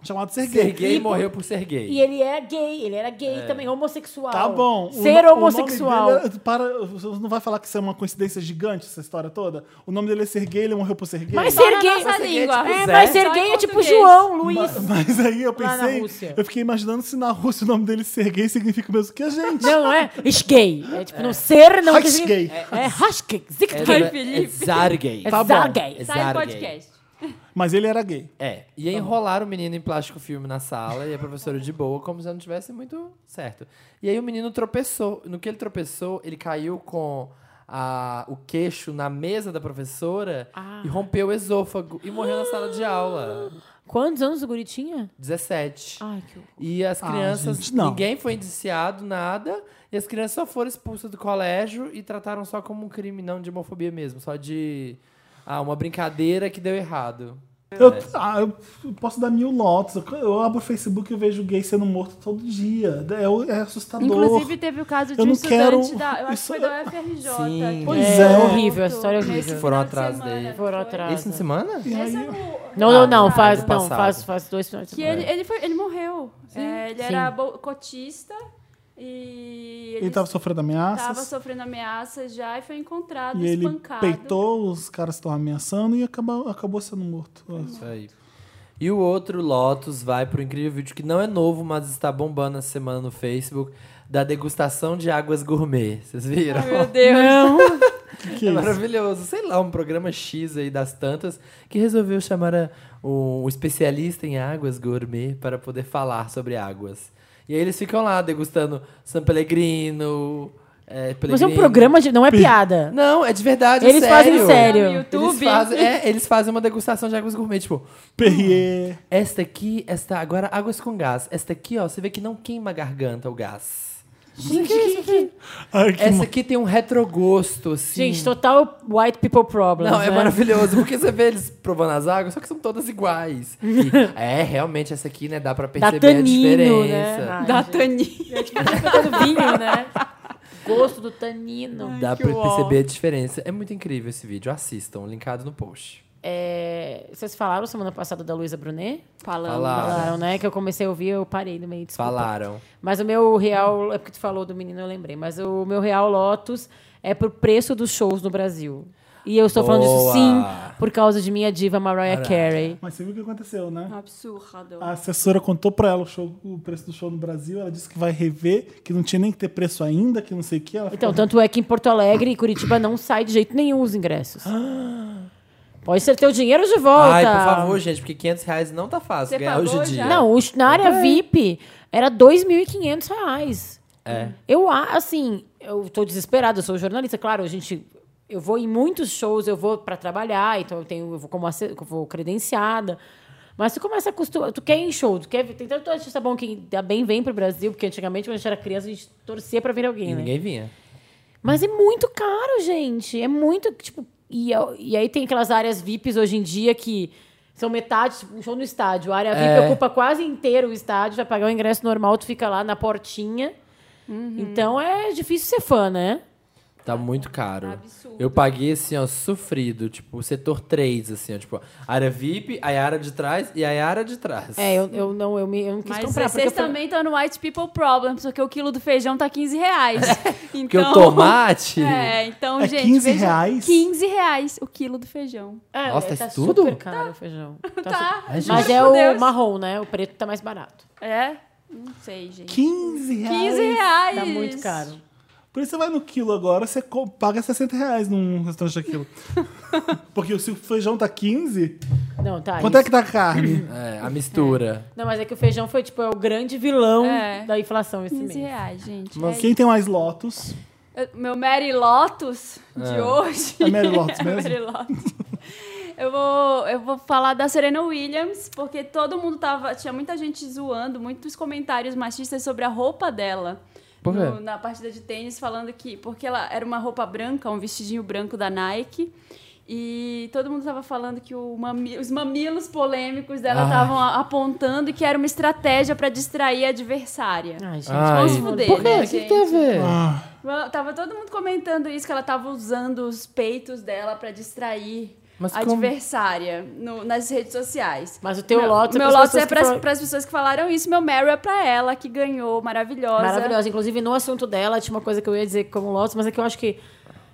Chamado ser gay. Ser gay morreu por ser gay. E ele é gay, ele era gay também, homossexual. Tá bom. O Ser no- o homossexual. nome dele é- para, você não vai falar que isso é uma coincidência gigante, essa história toda? O nome dele é ser gay, ele morreu por ser gay? Mas Só ser na gay- nossa ser gay é língua. tipo É, Zé. mas ser Só gay em é tipo português. João, Luiz. Mas aí eu Lá na pensei, Rússia. eu fiquei imaginando se na Rússia o nome dele é ser gay significa o mesmo que a gente. Não, não é? Esgay. É tipo, não ser, não... Hashtag. É hashtag. Ai, Zikgay. Felipe. É Zargay. É Tá bom. zargay. Sai Zara do gay. podcast. Tá Mas ele era gay. É. E aí enrolaram o menino em plástico filme na sala e a professora de boa, como se não tivesse muito certo. E aí o menino tropeçou. No que ele tropeçou, ele caiu com a- o Ah. queixo na mesa da professora e rompeu o esôfago e morreu na sala de aula. Quantos anos o guri tinha? 17. Ai, que horror. E as Ah, crianças, gente, não. ninguém foi indiciado, nada. E as crianças só foram expulsas do colégio e trataram só como um crime, não de homofobia mesmo, só de ah, uma brincadeira que deu errado. Eu, ah, eu posso dar mil lotes. Eu, eu abro o Facebook e eu vejo gay sendo morto todo dia. É, o- é assustador. Inclusive, teve o caso de Eu um não estudante quero- da. Eu acho isso- que foi da UFRJ. Sim. que Pois foi é. morto Horrível, a história nesse horrível. final Foram de atrás semana, dele. não Foram foi? atrás. Esse fim de semana? E aí, Esse é o- Não, não, Ah, não, do faz, ano não, passado. faz, faz dois finais de Que semana. ele, ele, foi, ele morreu. É, ele Sim. era bo- cotista e ele ele tava sofrendo ameaças. tava sofrendo ameaças já e foi encontrado E ele espancado. peitou, os caras estão ameaçando e acabou, acabou sendo morto. É. Isso aí. E o outro Lotus vai pro incrível vídeo que não é novo, mas está bombando essa semana no Facebook, da degustação de águas gourmet. Vocês viram? Meu Deus. Que que é É isso? maravilhoso. Sei lá, um programa X aí das tantas que resolveu chamar a- um especialista em águas gourmet para poder falar sobre águas. E aí eles ficam lá degustando San Pellegrino. É, Mas é um Pellegrino. programa de. Não é piada. Não, é de verdade, é Eles fazem sério. No Eles YouTube. fazem, é, eles fazem uma degustação de águas gourmet, tipo, Perrier. esta aqui, esta agora águas com gás. Esta aqui, ó, você vê que não queima a garganta o gás. Ai, que Essa mo- aqui tem um retrogosto assim. Gente, total white people problem. Não, é né? maravilhoso, porque você vê eles provando as águas, só que são todas iguais. E, é, realmente, essa aqui, né, dá pra perceber tanino, a né? diferença. Ai, Da gente. Tani. É tipo do vinho, né? Gosto do tanino. Dá que pra uó. perceber a diferença. É muito incrível esse vídeo, assistam, linkado no post. É, vocês falaram semana passada da Luísa Brunet? Falando. Falaram. Falaram, né? Que eu comecei a ouvir, eu parei no meio. Desculpa. Falaram. Mas o meu real. É porque tu falou do menino, eu lembrei. Mas o meu real Lotus é pro preço dos shows no Brasil. E eu estou falando disso Boa. sim por causa de minha diva Mariah Maravilha. Carey. Mas você viu o que aconteceu, né? Absurdo. A assessora contou pra ela o, show- o preço do show no Brasil. Ela disse que vai rever, que não tinha nem que ter preço ainda, que não sei o que. Ela Então, ficou- tanto é que em Porto Alegre e Curitiba não sai de jeito nenhum os ingressos. Pode ser teu dinheiro de volta. Ai, por favor, gente, porque 500 reais não tá fácil Você ganhar pagou hoje em já? dia. Não, os- na área VIP era R$ 2.500. reais. É. Eu, a- assim, eu tô desesperada, eu sou jornalista, claro, a gente. Eu vou em muitos shows, eu vou para trabalhar, então eu tenho, eu vou como ace- eu vou credenciada. Mas tu começa a acostumar, tu quer ir em show, tu quer ver- tem tanto artista bom que ainda bem vem pro Brasil, porque antigamente quando a gente era criança a gente torcia para ver alguém, E né? ninguém vinha. Mas é muito caro, gente. É muito, tipo... E, eu- e aí tem aquelas áreas VIPs hoje em dia que são metade, tipo, um show no estádio. A área VIP É. ocupa quase inteiro o estádio, vai pagar o ingresso normal, tu fica lá na portinha. Então é difícil ser fã, né? Tá muito caro. Absurdo. Eu paguei assim, ó, sofrido, tipo, setor 3, assim, ó, tipo, área VIP, aí a área de trás e aí a área de trás. É, eu, eu não, eu, me, eu não quis Mas comprar. porque vocês eu falei- também estão no White People Problem, só que o quilo do feijão tá 15 reais. então... Porque o tomate. É, então, É gente. 15 veja, reais? 15 reais o quilo do feijão. É, Nossa, tá tá tudo? super caro o feijão. Tá Tá. super- Ai, gente. Mas é Meu o Deus. marrom, né? O preto tá mais barato. É? Não sei, gente. 15 reais. 15 reais. Tá muito caro. Por isso você vai no quilo agora, você co- paga 60 reais num restaurante daquilo. Porque se o feijão tá 15, Não, tá. quanto é que tá a carne? É, a mistura. Não, mas é que o feijão foi, tipo, é o grande vilão É. da inflação esse 15 mês. reais, gente. Mas É quem tem mais lotos? Eu- Meu Mary Lotus de hoje. É Mary Lotus É mesmo? Mary Lotus. Eu vou, eu vou falar da Serena Williams, porque todo mundo tava. Tinha muita gente zoando, muitos comentários machistas sobre a roupa dela. Por quê? No- na partida de tênis, falando que. Porque ela era uma roupa branca, um vestidinho branco da Nike. E todo mundo tava falando que o mami- os mamilos polêmicos dela Ai. estavam a- apontando e que era uma estratégia para distrair a adversária. Ai, gente. Ai. vamos fuder, Por quê? né, O que que gente? tem a É. ver? Ah, Well, Tava todo mundo comentando isso, que ela tava usando os peitos dela pra distrair Mas a como? adversária no- nas redes sociais. Mas o teu Lotus é meu pras Lotus pessoas é que pras, falam- pras pessoas que falaram isso. Meu Mary é pra ela, que ganhou, maravilhosa. Maravilhosa. Inclusive, no assunto dela, tinha uma coisa que eu ia dizer como Lotus, mas é que eu acho que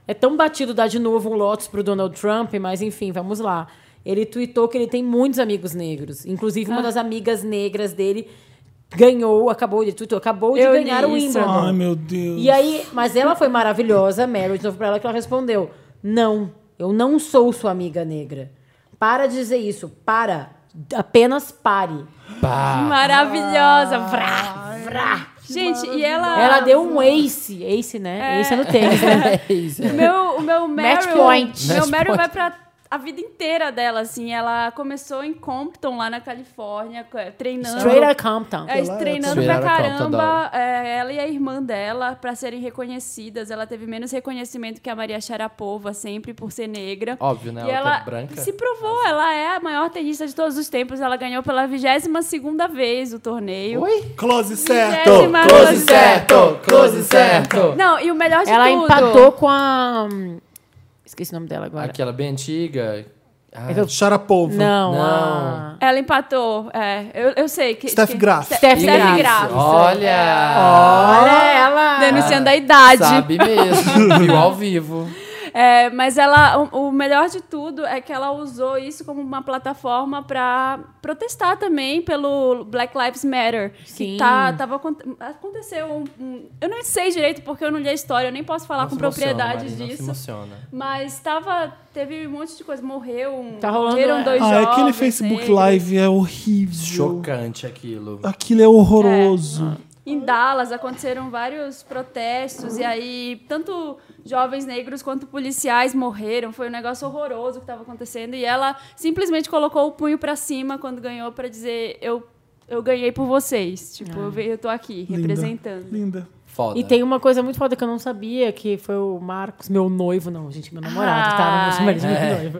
é tão batido dar de novo um Lotus pro Donald Trump, mas enfim, vamos lá. Ele tweetou que ele tem muitos amigos negros. Inclusive, Ah. uma das amigas negras dele ganhou, acabou, ele tweetou, acabou de Eu li ganhar o isso. Wimbledon. ai, meu Deus. E aí, mas ela foi maravilhosa, Mary, de novo pra ela, que ela respondeu: Não, eu não sou sua amiga negra. Para de dizer isso, para. Apenas pare. Pá. Maravilhosa. Vrá, vrá. Gente, e ela... Ela deu um ace. Ace, né? Ace é no tênis, né? É isso, é. O meu, o meu Meryl... point. Meu Match Meryl point. vai pra a vida inteira dela, assim. Ela começou em Compton, lá na Califórnia, co- treinando. Straight Outta Compton. É, Ela é treinando Straight pra Outta Compton, caramba é, ela e a irmã dela pra serem reconhecidas. Ela teve menos reconhecimento que a Maria Sharapova, sempre por ser negra. Óbvio, né? E Ela que ela é branca. se provou, ela é a maior tenista de todos os tempos. Ela ganhou pela 22 segunda vez o torneio. Close certo! Vigésima close certo, close certo. Não, e o melhor de Ela tudo. empatou com a. hum, Esqueci o nome dela agora. Aquela bem antiga. Ah, É que eu- Sharapova. Não, Não. a- Ela empatou, é. Eu, eu sei que. Steph que- Graf. Ste- Steph Steph Graf. Graf. Olha! Olha ela! Denunciando a idade. Ah, Sabe mesmo. Viu ao vivo. É, mas ela, o, o melhor de tudo é que ela usou isso como uma plataforma para protestar também pelo Black Lives Matter. que Sim. tá- tava, acon- aconteceu um, um- Eu não sei direito porque eu não li a história, eu nem posso falar Não com se emociona, propriedade Marina, disso. Não se emociona. Mas tava, teve um monte de coisa. Morreu um. Tá rolando, morreram é. dois Ah, jovens, assim. aquele Facebook negros. Live é horrível. Chocante aquilo. Aquilo é horroroso. Em Dallas aconteceram vários protestos e aí tanto jovens negros quanto policiais morreram. Foi um negócio horroroso que estava acontecendo e ela simplesmente colocou o punho pra cima quando ganhou pra dizer eu eu ganhei por vocês. Tipo, eu, ve- eu tô aqui Linda. representando. Linda. Foda. E tem uma coisa muito foda que eu não sabia, que foi o Marcos, meu noivo, não, gente, meu namorado, tá? Não meu Ai. marido, meu É. noivo.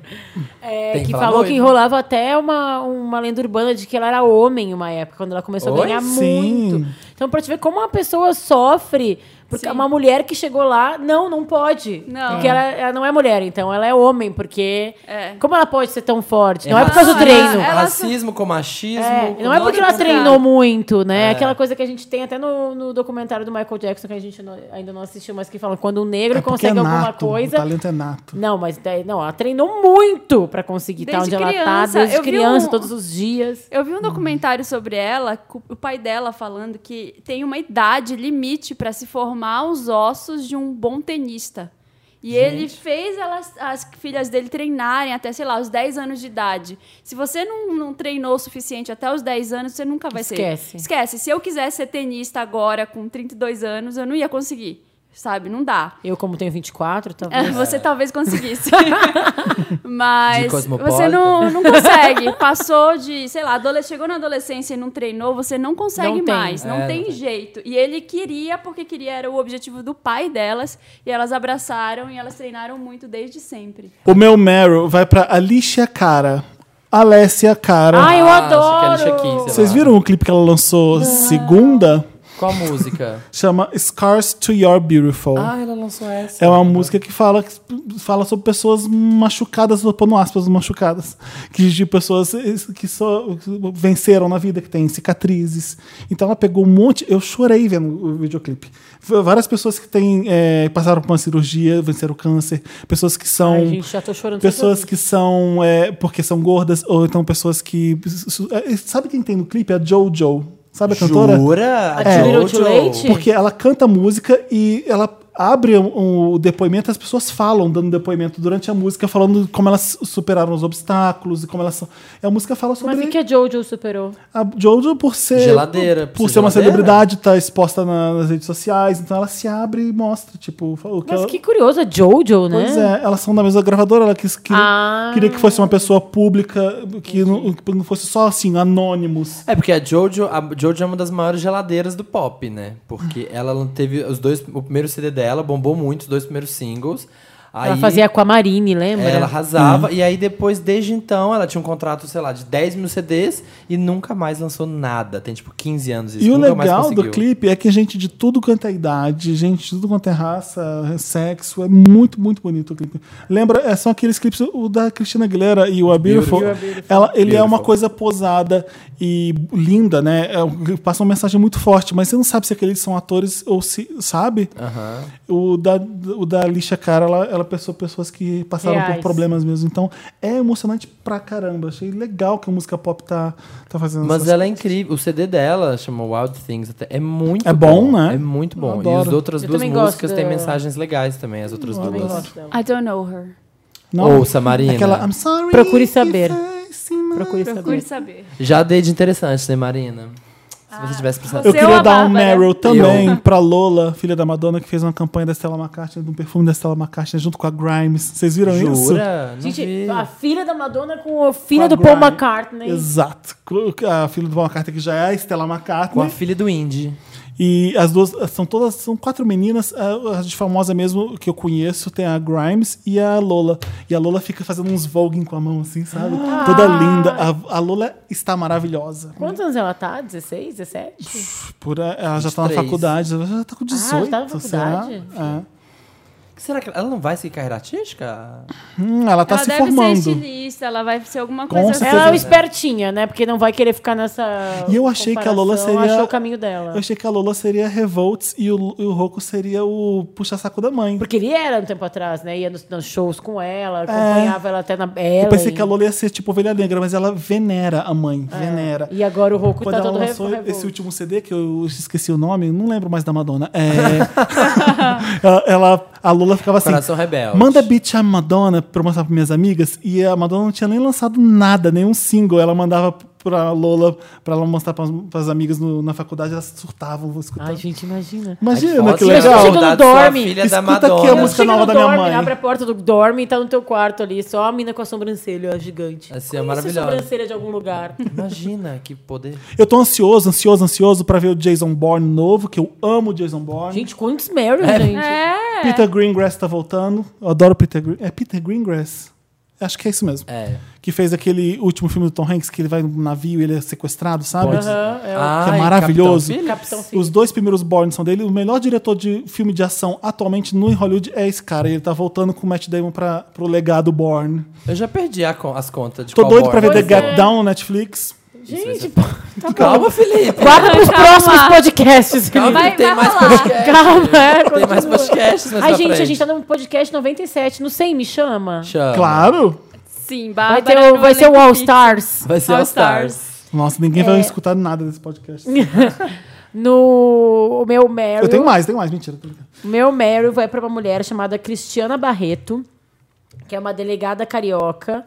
É, Tem que que falar falou que noivo. enrolava até uma, uma lenda urbana de que ela era homem uma época, quando ela começou Oi? a ganhar Sim. muito. Então, pra te ver como uma pessoa sofre, porque Sim. uma mulher que chegou lá, não, não pode. Não. Porque ela, ela não é mulher, então ela é homem, porque. É. Como ela pode ser tão forte? Não é, É por causa do raci- treino. ela- Racismo com machismo. É, com um não é porque ela nada contra- treinou muito, É. né? Aquela coisa que a gente tem até no, no documentário do Michael Jackson, que a gente não- ainda não assistiu, mas que fala quando um negro É porque é consegue alguma nato. O coisa. talento é nato. Não, mas daí, não, ela treinou muito pra conseguir estar Desde onde ela tá, criança. desde Eu vi criança, um- todos os dias. Eu vi um documentário sobre ela, com o pai dela falando que tem uma idade limite para se formar os ossos de um bom tenista. E ele fez elas, as filhas dele treinarem até, sei lá, os 10 anos de idade. Se você não, não treinou o suficiente até os 10 anos, você nunca vai Esquece. ser. Esquece. Se eu quisesse ser tenista agora, com 32 anos, eu não ia conseguir. Sabe? Não dá. Eu, como tenho 24, É, talvez. você talvez conseguisse. De Mas cosmopolita. você não, não consegue. Passou de, sei lá, adole- chegou na adolescência e não treinou, você não consegue Não tem. mais. Não É, tem não tem. jeito. E ele queria, porque queria, era o objetivo do pai delas. E elas abraçaram e elas treinaram muito desde sempre. O meu Meryl vai pra Alicia Cara. Alessia Cara. Ai, eu Ah, adoro! acho que é lixo aqui, sei Vocês lá. viram o clipe que ela lançou segunda? Qual a música? Chama Scars to Your Beautiful. ah, ela lançou essa. É uma música que fala, que fala sobre pessoas machucadas, vou pôr no aspas machucadas, que de pessoas que só venceram na vida, que têm cicatrizes. Então ela pegou um monte. Eu chorei vendo o videoclipe. V- Várias pessoas que têm, eh, passaram por uma cirurgia, venceram câncer, pessoas que são. Ai, gente, já tô chorando. só de Então, Pessoas ouvir. que são é, porque são gordas, ou então pessoas que. su- é, Sabe quem tem no clipe? A Jojo. Sabe a cantora? Jura? É. A Julia de Leite? Porque ela canta música e ela abre um- o depoimento, as pessoas falam, dando depoimento durante a música, falando como elas superaram os obstáculos e como elas são. E a música fala sobre Mas o que a Jojo superou? a Jojo por ser. Geladeira, Por, por ser ser uma geladeira? celebridade, tá exposta na- nas redes sociais, então ela se abre e mostra, tipo, o que Mas ela- que curioso, a Jojo, né? Pois é, elas são da mesma gravadora, ela quis que Ah. queria que fosse uma pessoa pública, que não, que não fosse só assim, anônimos. É porque a Jojo, a Jojo é uma das maiores geladeiras do pop, né? Porque ela teve os dois, o primeiro CD dela bombou muito, os dois primeiros singles. Aí, é, Ela fazia com a Marine, lembra? Ela arrasava. Uhum. E aí, depois, desde então, ela tinha um contrato, sei lá, de 10 mil CDs e nunca mais lançou nada. Tem, tipo, 15 anos isso. E o nunca mais legal do conseguiu. clipe é que gente de tudo quanto é idade, gente de tudo quanto é raça, sexo, é muito, muito bonito o clipe. Lembra, é, são aqueles clipes, o da Cristina Aguilera e o A Beautiful. Ela, ele é uma Beautiful. coisa posada e linda, né? É, um- passa uma mensagem muito forte, mas você não sabe se aqueles são atores ou se. Sabe? Aham. O da, o da lixa cara, ela, ela pensou pessoas que passaram Reais. por problemas mesmo. Então é emocionante pra caramba. Achei legal que a música pop tá, tá fazendo Mas essas- ela é incrível. O CD dela, chama Wild Things, até, é muito É bom, né? É muito bom. E adoro. as outras Eu duas também gosto músicas têm da- mensagens legais também, as outras Eu também duas. gosto dela. I don't know her. Ouça, Marina. Aquela I'm sorry Procure if saber. I seem- Procure Procure saber. saber. Já dei de interessante, né, Marina? Se Ah. você tivesse precisado. Eu Seu queria a dar um Bárbara. Meryl também pra Lola, filha da Madonna, que fez uma campanha da Stella McCartney, de um perfume da Stella McCartney junto com a Grimes. Vocês viram isso? Jura? Não vi. Gente, a filha da Madonna com a filha Com a do Paul Brian. McCartney. Exato. A filha do Paul McCartney, que já é a Stella Com a McCartney. filha do Indy. E as duas são todas, são quatro meninas. A, a gente famosa mesmo que eu conheço tem a Grimes e a Lola. E a Lola fica fazendo uns voguing com a mão, assim, sabe? Toda linda. A, a Lola está maravilhosa. Quantos anos ela tá? 16, 17? Por, eh, ela já está na 23. faculdade, ela já está com já tá 18. na será? faculdade? É. Será que ela não vai seguir carreira artística? Hum, ela Tá está ela se deve formando. ser estilista, ela vai ser alguma Com coisa assim. certeza. Ela é Fez- uma espertinha, né? Porque não vai querer ficar nessa. E eu achei que a Lola comparação, seria- achou o caminho dela. Eu achei que a Lola seria Revolts e o, e o Roku seria o puxa-saco da mãe. Porque ele era um tempo atrás, né? Ia nos, nos shows com ela, acompanhava ela é até na É. Eu Ellen. pensei que a Lola ia ser tipo ovelha negra, mas ela venera a mãe. Venera. É. E agora o Roku Quando tá ela todo lançou revolto. esse último CD, que eu esqueci o nome, não lembro mais da Madonna. é, ela, ela- a Lula ficava assim. Coração rebelde. Manda beat a Madonna pra eu mostrar pra minhas amigas. E a Madonna não tinha nem lançado nada, nenhum single. Ela mandava pra Lola, pra ela mostrar pras, pras amigas no- na faculdade. Elas surtavam, escutando. Ai, gente, imagina. Imagina que Foda, legal. eu chego no saudade de sua dorme. Filha da Escuta aqui a Madonna. música Chega nova no da minha dorme, mãe. Abre a porta do dorme e tá no teu quarto ali, só a mina com a sobrancelha gigante. Assim, é Conhece maravilhosa. a sobrancelha de algum lugar. Imagina que poder. Eu tô ansioso, ansioso, ansioso pra ver o Jason Bourne novo, que eu amo o Jason Bourne. gente, quantos Meryl, gente. É. Peter Greengrass tá voltando. Eu adoro Peter Greengrass. É Peter Greengrass? Acho que é isso mesmo. É. Que fez aquele último filme do Tom Hanks, que ele vai num navio e ele é sequestrado, sabe? Aham, é. Que é maravilhoso. Capitão Phillips. Os dois primeiros Bourne são dele. O melhor diretor de filme de ação atualmente no Hollywood é esse cara. E ele tá voltando com o Matt Damon pra, pro legado Bourne. Eu já perdi a con- as contas de Tô qual doido pra ver board. The Pois Get é. Down na Netflix. Gente, tá Calma, Felipe. guarda pros Calma. próximos podcasts. Calma, Vai- Felipe. tem vai mais rolar. podcast. Calma, é. Tem mais continua. podcasts. mais Ai, pra gente, a frente. gente tá no podcast 97. Não sei, me chama. Chama. Claro! Sim, Vai Bárbara. ter o, no vai ser o elenco All fixo. Stars. Vai ser All All Stars. Nossa, ninguém vai escutar nada desse podcast. No o meu Meryl. Eu tenho mais, tenho mais. Mentira. tô brincando. O meu Meryl vai pra uma mulher chamada Cristiana Barreto, que é uma delegada carioca,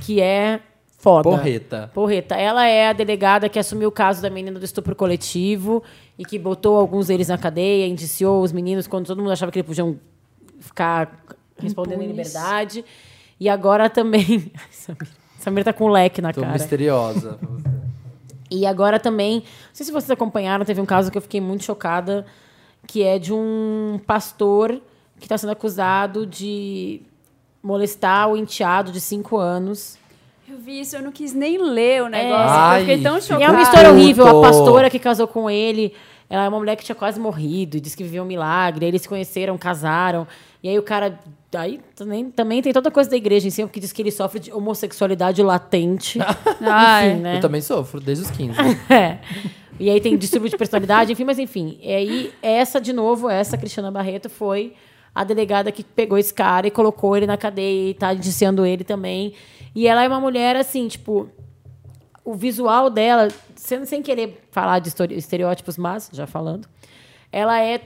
que é foda. Porreta. Porreta. Ela é a delegada que assumiu o caso da menina do estupro coletivo e que botou alguns deles na cadeia, indiciou os meninos quando todo mundo achava que eles podiam ficar respondendo em Impunes. liberdade. E agora também. Ai, Samir. Samir tá com um leque na Tô cara. misteriosa. E agora também, não sei se vocês acompanharam, teve um caso que eu fiquei muito chocada, que é de um pastor que está sendo acusado de molestar o enteado de 5 anos. Eu vi isso, eu não quis nem ler o negócio. Ai, eu fiquei tão fica E chocada. é uma história Puto. horrível. A pastora que casou com ele, ela é uma mulher que tinha quase morrido e disse que viveu um milagre. Aí Eles se conheceram, casaram. E aí o cara. Aí também, também tem toda coisa da igreja em cima que diz que ele sofre de homossexualidade latente. Ai. Enfim, né? Eu também sofro, desde os 15. É. E aí tem distúrbio de personalidade, enfim, mas enfim. E aí, essa, de novo, essa Cristiana Barreto foi a delegada que pegou esse cara e colocou ele na cadeia e tá indiciando ele também. E ela é uma mulher, assim, tipo. O visual dela, sem, sem querer falar de estere- estereótipos, mas já falando, ela é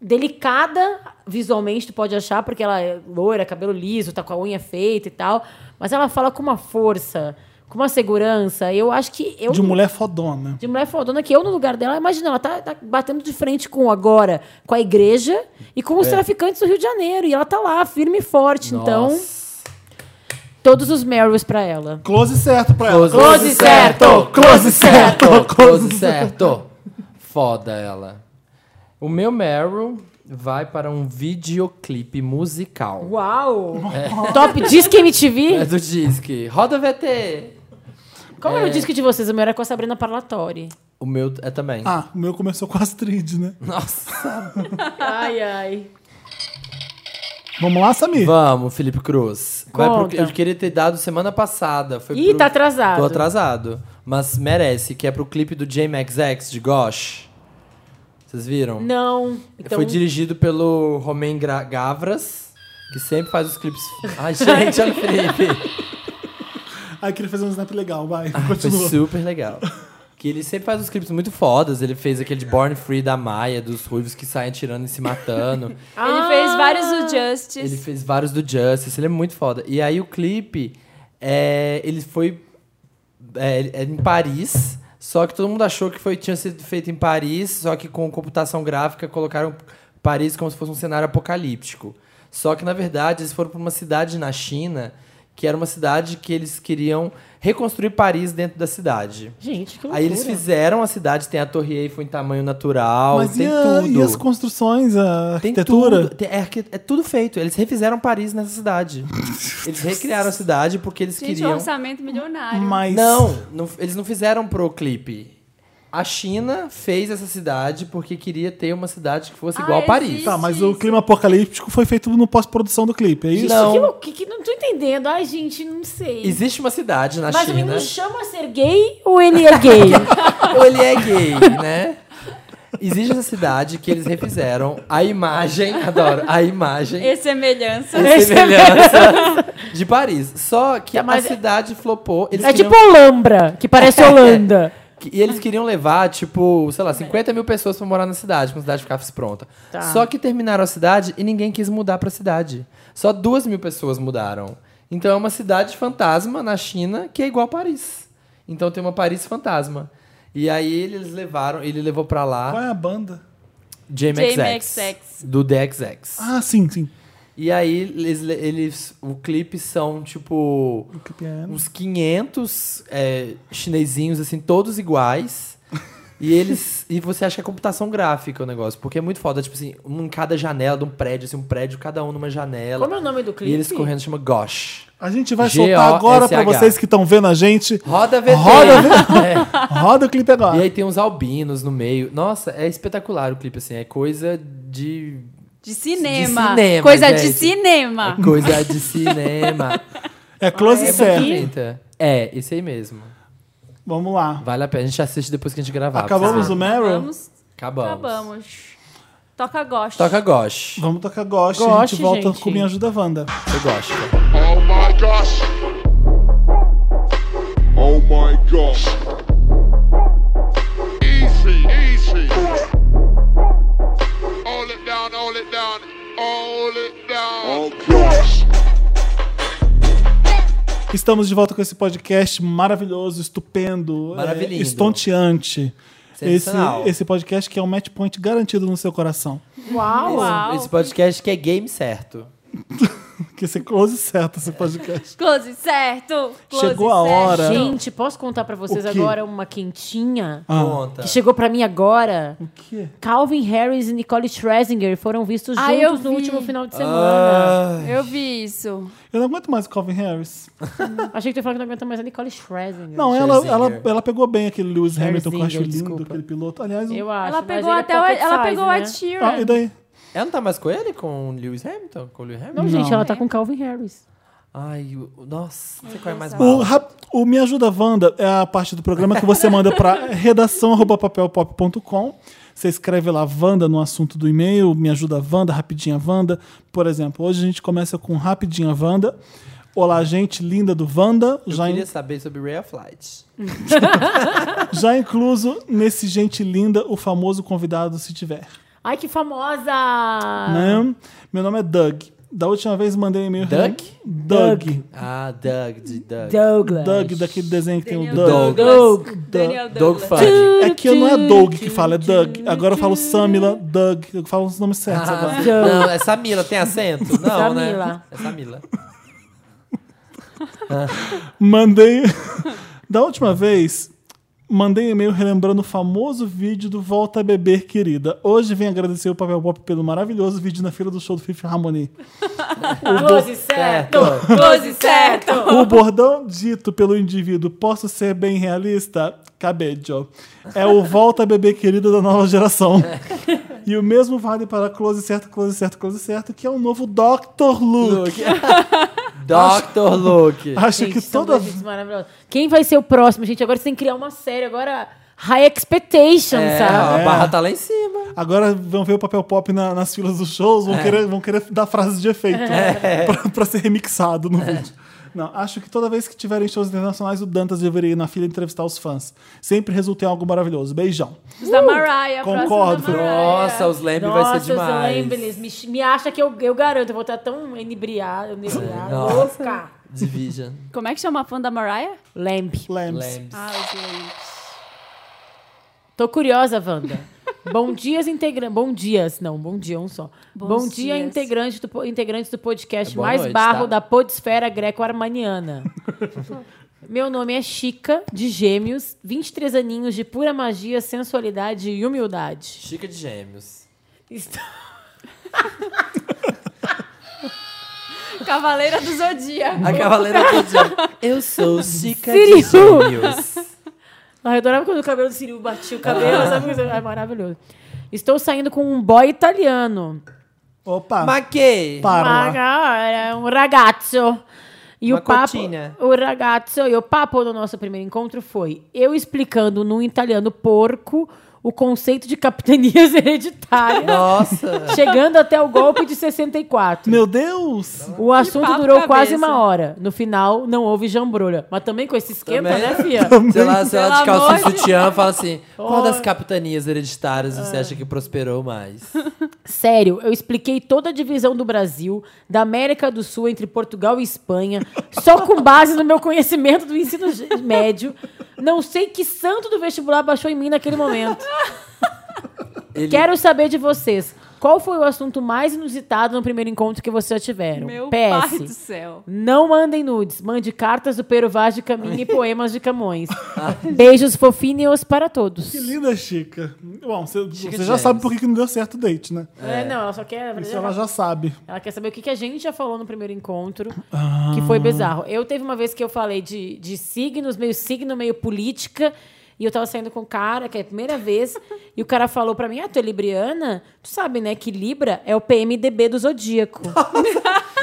delicada visualmente, tu pode achar, porque ela é loira, cabelo liso, tá com a unha feita e tal. Mas ela fala com uma força, com uma segurança. Eu acho que. Eu De um mulher fodona. de mulher fodona que eu, no lugar dela, imagina, ela tá, tá batendo de frente com agora, com a igreja e com os É. traficantes do Rio de Janeiro. E ela tá lá, firme e forte. Então, Nossa. todos os Meryls pra ela. Close certo pra ela. Close certo! Close certo! Close certo. Foda ela. O meu Meryl vai para um videoclipe musical. Uau! Top Disque É MTV? do Disque. Roda VT. Qual É. era o disco de vocês? O meu era com a Sabrina Parlatori. O meu é também. Ah, o meu começou com a Astrid, né? Nossa. Ai, ai. Vamos lá, Samir? Vamos, Felipe Cruz. Vai pro- Conta. eu queria ter dado semana passada. Foi Ih, pro- tá atrasado. Tô atrasado. Mas merece, que é pro clipe do JMXX de Gosh. Vocês viram? Não. Então, Foi dirigido pelo Romain Gra- Gavras, que sempre faz os clipes. Ai, gente, olha o Felipe. Ai, queria fazer um snap legal, vai. Foi Continua. super legal. Que ele sempre faz uns clipes muito fodas. Ele fez aquele de Born Free da Maia, dos ruivos que saem atirando e se matando. Ele fez vários Ah. do Justice. Ele fez vários do Justice, ele é muito foda. E aí o clipe, é, ele foi é, é em Paris, Só que todo mundo achou que foi, tinha sido feito em Paris, só que com computação gráfica colocaram Paris como se fosse um cenário apocalíptico. Só que, na verdade, eles foram para uma cidade na China, que era uma cidade que eles queriam reconstruir Paris dentro da cidade. Gente, que loucura. Aí eles fizeram a cidade, tem a Torre Eiffel em tamanho natural, Mas tem e, a- tudo. e as construções, a Tem arquitetura? tudo, tem- é, arqui- é tudo feito. Eles refizeram Paris nessa cidade. Eles recriaram a cidade porque eles Gente, um queriam. orçamento milionário. Mas Não, não- eles não fizeram pro clipe. A China fez essa cidade porque queria ter uma cidade que fosse Ah, igual a Paris. existe. Tá, mas o isso. clima apocalíptico foi feito no pós-produção do clipe, é isso? Gente, Não. que lou- que, que, não tô entendendo. Ai, gente, não sei. Existe uma cidade na Mas o China. menino chama a ser gay ou ele é gay? Ou ele é gay, né? Existe essa cidade que eles refizeram a imagem, adoro, a imagem. E semelhança. e semelhança de Paris. Só que a Mas é- cidade flopou. Eles é queriam- tipo Olambra, que parece É. Holanda. Que- E eles queriam levar, tipo, sei lá, 50 mil pessoas pra morar na cidade, pra cidade ficasse pronta. Tá. Só que terminaram a cidade e ninguém quis mudar pra cidade. Só duas mil pessoas mudaram. Então é uma cidade fantasma na China que é igual a Paris. Então tem uma Paris fantasma. E aí eles levaram, ele levou pra Qual lá é a banda? JMXX. JMXX. Do DXX. Ah, sim, sim. E aí eles, eles, o clipe são, tipo, O clipe é- uns 500 é, chinesinhos, assim, todos iguais. E eles. E você acha que é computação gráfica o negócio, porque é muito foda. Tipo assim, um em cada janela de um prédio, assim, um prédio, cada um numa janela. Como é o nome do clipe? e eles correndo chama Gosh. A gente vai G-O-S-H. soltar agora pra vocês que estão vendo a gente. Roda VT. Roda Roda o clipe agora. E aí tem uns albinos no meio. Nossa, é espetacular o clipe, assim. É coisa de. De cinema. De cinema, Coisa de gente. cinema. É coisa de cinema. é close é certo. bonita. É, esse aí mesmo. Vamos lá. Vale a pena. A gente assiste depois que a gente gravar. pra Acabamos vocês o Meryl? Vamos, Vamos, verem. Acabamos. acabamos. Toca gosto. Toca Gosh. tocar Ghost, a Ghost, gente volta gente. com Me Ajuda Wanda. Eu gosto. Oh my gosh. Oh my gosh. Easy, easy. Hold it down, hold it down, hold it down. Oh gosh. Estamos de volta com esse podcast maravilhoso, estupendo, Maravilhindo. é, estonteante. Esse, Sensacional. esse podcast que é um match point garantido no seu coração. Uau! Uau. Esse podcast que é game certo. Que esse close certo, esse podcast. Close certo. Close Chegou a hora. certo. Gente, posso contar pra vocês O quê? agora uma quentinha? Ah, Conta. Que chegou pra mim agora. O quê? Calvin Harris e Nicole Scherzinger foram vistos Ah, eu juntos vi. no último final de Ah. semana. Eu vi isso. Eu não aguento mais o Calvin Harris. Achei que tu ia falar que não aguenta mais a Nicole Scherzinger. Não, ela, Scherzinger. ela, ela pegou bem aquele Lewis Scherzinger, Hamilton, que eu acho lindo, desculpa. aquele piloto. Aliás, o- eu acho. ela mas pegou ele é até o, pocket ela size, pegou né? a Tira. ah, e daí? Ela não tá mais com ele? Com o Lewis Hamilton? Com o Lewis Hamilton? Não, gente, ela tá com Calvin Harris. Ai, o- o- nossa, você qual é mais O, mal. rap- o Me Ajuda Wanda é a parte do programa que você manda para redação@papelpop.com. Você escreve lá Wanda no assunto do e-mail, Me Ajuda Wanda, Rapidinha Wanda. Por exemplo, hoje a gente começa com Rapidinha Wanda. Olá, gente linda do Wanda. Eu Já, in- queria saber sobre Ray of Light. já incluso nesse gente linda, o famoso convidado, se tiver. Ai, que famosa! Ah. Né? Meu nome é Doug. Da última vez mandei um e-mail. Doug? Doug. Ah, Doug, de Doug. Douglas. Doug, daquele desenho que tem o Daniel Doug. Douglas. Daniel Doug Douglas. Fudge. É que eu não é Doug que fala, é Doug. Agora eu falo Samila, Doug. Eu falo os nomes certos Ah, agora. não, é Samila, tem acento? Não, né? Samila. É Samila. Mandei. da última vez, mandei um e-mail relembrando o famoso vídeo do Volta a Beber, querida. Hoje vem agradecer o Papel Pop pelo maravilhoso vídeo na fila do show do Fifth Harmony. Close É, certo! Certo. Close certo. O bordão dito pelo indivíduo, posso ser bem realista? Cabedio. É o volta bebê querido da nova geração. E o mesmo vale para Close Certo, Close Certo, Close Certo, que é o novo Dr. Luke. Luke. Dr. Luke. Acho Gente, que são toda. dois vídeos maravilhosos. Quem vai ser o próximo, gente? Agora você tem que criar uma série, agora High Expectations, É, ó, sabe? a barra tá lá em cima. Agora vão ver o papel pop na- nas filas dos shows, vão, querer, vão querer dar frases de efeito pra, pra ser remixado no vídeo. Não, acho que toda vez que tiverem shows internacionais, o Dantas deveria ir na fila entrevistar os fãs. Sempre resulta em algo maravilhoso. Beijão. Os da Mariah. a Concordo. próxima da Mariah. Nossa, os Lamb vai é. Nossa, ser os demais. Lambeles, me, me acha que eu, eu garanto, eu vou estar tão inebriada, inebriada, Nossa. louca. Division. Como é que chama a fã da Mariah? Lamb. Lambs. Lambs. Ah, os Lambs. Tô curiosa, Wanda. Bom dias, integrante. Bom dias, não, bom dia, um só. Bons bom dia, dias. integrante do po- integrantes do podcast É boa mais noite, barro tá? da podesfera greco-armaniana. Meu nome é Chica, de Gêmeos, 23 aninhos de pura magia, sensualidade e humildade. Chica de gêmeos. Estou- Cavaleira do Zodíaco. A cavaleira podia. Eu sou Chica Siriu. de gêmeos. Ai, eu adorava quando o cabelo do Cirilo batia o cabelo, sabe? É maravilhoso. Estou saindo com um boy italiano. Opa! Maquei. Ma Parla. cara, um ragazzo. E Uma o papo, cotinha. o ragazzo e o papo do nosso primeiro encontro foi eu explicando num italiano porco o conceito de capitanias hereditárias, Nossa. chegando até o golpe de 64. Meu Deus! O assunto papo durou cabeça. quase uma hora. No final, não houve jambrulha. Mas também com esse esquema, Também. né, Fia? Sei lá, sei lá, de Pelo amor calcinha de sutiã, fala assim: qual das capitanias hereditárias você acha que prosperou mais? Sério, eu expliquei toda a divisão do Brasil, da América do Sul entre Portugal e Espanha, só com base no meu conhecimento do ensino ge- médio. Não sei que santo do vestibular baixou em mim naquele momento. Ele- Quero saber de vocês. Qual foi o assunto mais inusitado no primeiro encontro que vocês já tiveram? Meu PS. pai do céu. Não mandem nudes, mande cartas do Pero Vaz de Caminha e poemas de Camões. Beijos fofinhos para todos. Que linda, Chica. Bom, você, Chica você já James. sabe por que que não deu certo o date, né? É, não, ela só quer. Isso ela já sabe. Ela quer saber o que, que a gente já falou no primeiro encontro, que Ah. foi bizarro. Eu teve uma vez que eu falei de, de signos, meio signo, meio política, e eu tava saindo com o cara, que é a primeira vez, e o cara falou pra mim, ah, tu é libriana? Tu sabe, né, que Libra é o PMDB do Zodíaco.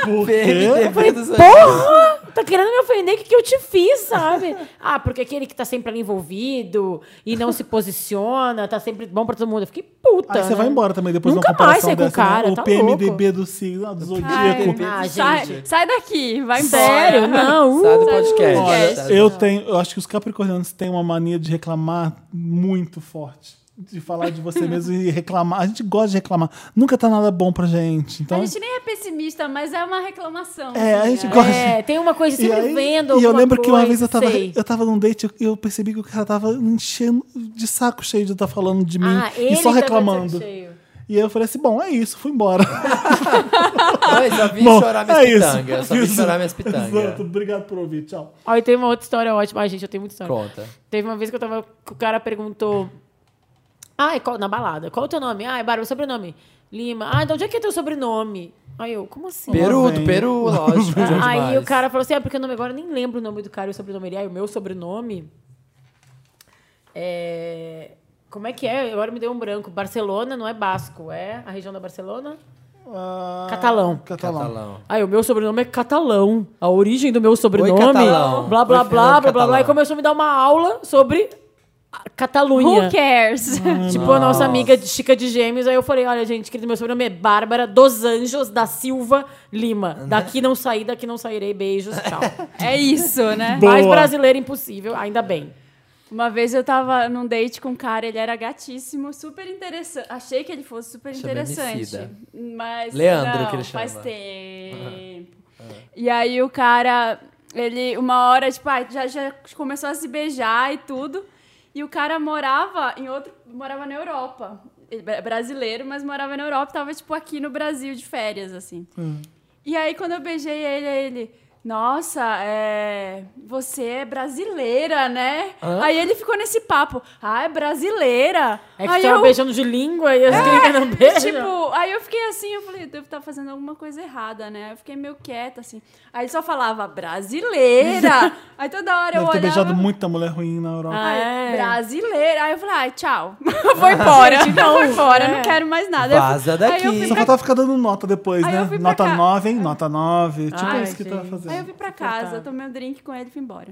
Por quê? PMDB dos Porra! Tá querendo me ofender? O que, que eu te fiz, sabe? Ah, porque aquele que tá sempre ali envolvido e não se posiciona, tá sempre bom pra todo mundo. Eu fiquei puta. Aí você né? vai embora também depois Nunca de uma comparação mais saí com o dessa, né? cara, O tá PMDB do signo, ah, do Zodíaco. Ai, Ah, gente. Sai, sai daqui, vai embora. Sério? Não. Sai do podcast. Olha, Sai do- eu tenho, eu acho que os capricornianos têm uma mania de reclamar muito forte. De falar de você mesmo e reclamar. A gente gosta de reclamar. Nunca tá nada bom pra gente. Então, A gente nem é pessimista, mas é uma reclamação. É, a gente né? gosta. É, tem uma coisa E, sempre aí- vendo e eu alguma lembro que uma coisa, vez eu tava, sei. eu tava num date e eu percebi que o cara tava enchendo de saco cheio de estar falando de mim Ah, ele e só tava de reclamando. saco cheio. E aí eu falei assim: bom, é isso, fui embora. Ai, só vim bom, Ah, é chorar minhas pitangas. Só vim chorar minhas Exato, pitangas. obrigado por ouvir, tchau. Ó, e tem uma outra história ótima. Ai, gente, eu tenho muita história. Conta. Teve uma vez que eu tava. que o cara perguntou. Ai, qual, na balada, qual o teu nome? Ai, Bárbara, sobrenome. Lima. Ah, de onde é que é teu sobrenome? Aí eu, como assim? Peru, vem. do Peru, lógico. de onde aí mais? o cara falou assim: é porque o nome agora eu nem lembro o nome do cara e o sobrenome. Ele, ah, o meu sobrenome. É. Como é que é? Agora me deu um branco. Barcelona não é basco, é a região da Barcelona? Ah, Catalão. Catalão. Catalão. Aí o meu sobrenome é catalão. A origem do meu sobrenome. Oi, catalão. Blá, blá, Oi, blá, blá, Fernando blá, blá, Catalão. E começou a me dar uma aula sobre a Catalunha. Who é cares? Hum. Tipo, a nossa amiga de Chica de Gêmeos. Aí eu falei, olha, gente, querido, meu sobrenome é Bárbara dos Anjos da Silva Lima. Daqui não saí, daqui não sairei. Beijos, tchau. É isso, né? Boa. Mais brasileiro impossível, ainda bem. Uma vez eu tava num date com um cara, ele era gatíssimo, super interessante. Achei que ele fosse super Chama interessante. Emicida. Mas. Leandro não, que ele Faz chama. Ah. tempo. E aí o cara, ele, uma hora, tipo, ah, já, já começou a se beijar e tudo. E o cara morava em outro. morava na Europa. Ele é brasileiro, mas morava na Europa, tava, tipo, aqui no Brasil de férias, assim. E aí, quando eu beijei ele, aí ele. Nossa, é... você é brasileira, né? Aí ele ficou nesse papo. Ah, é brasileira. É que aí você tava beijando de língua e as gringas não beijam. Tipo, aí eu fiquei assim, eu falei, eu devo estar fazendo alguma coisa errada, né? Eu fiquei meio quieta, assim. Aí ele só falava, brasileira. aí toda hora eu Deve ter olhava... beijado muita mulher ruim na Europa. Ah, Aí, É. brasileira. Aí eu falei, ai, tchau. Vou embora. Vou embora, é. não quero mais nada. Aí eu Vaza fui- Aí eu daqui. Só fui pra faltava ficar dando nota depois, Aí eu né? fui pra Nota cá. 9, hein? Nota 9. Tipo Ai, isso que tava gente. Aí eu vim fazendo. pra casa, tomei um drink com ele e fui embora.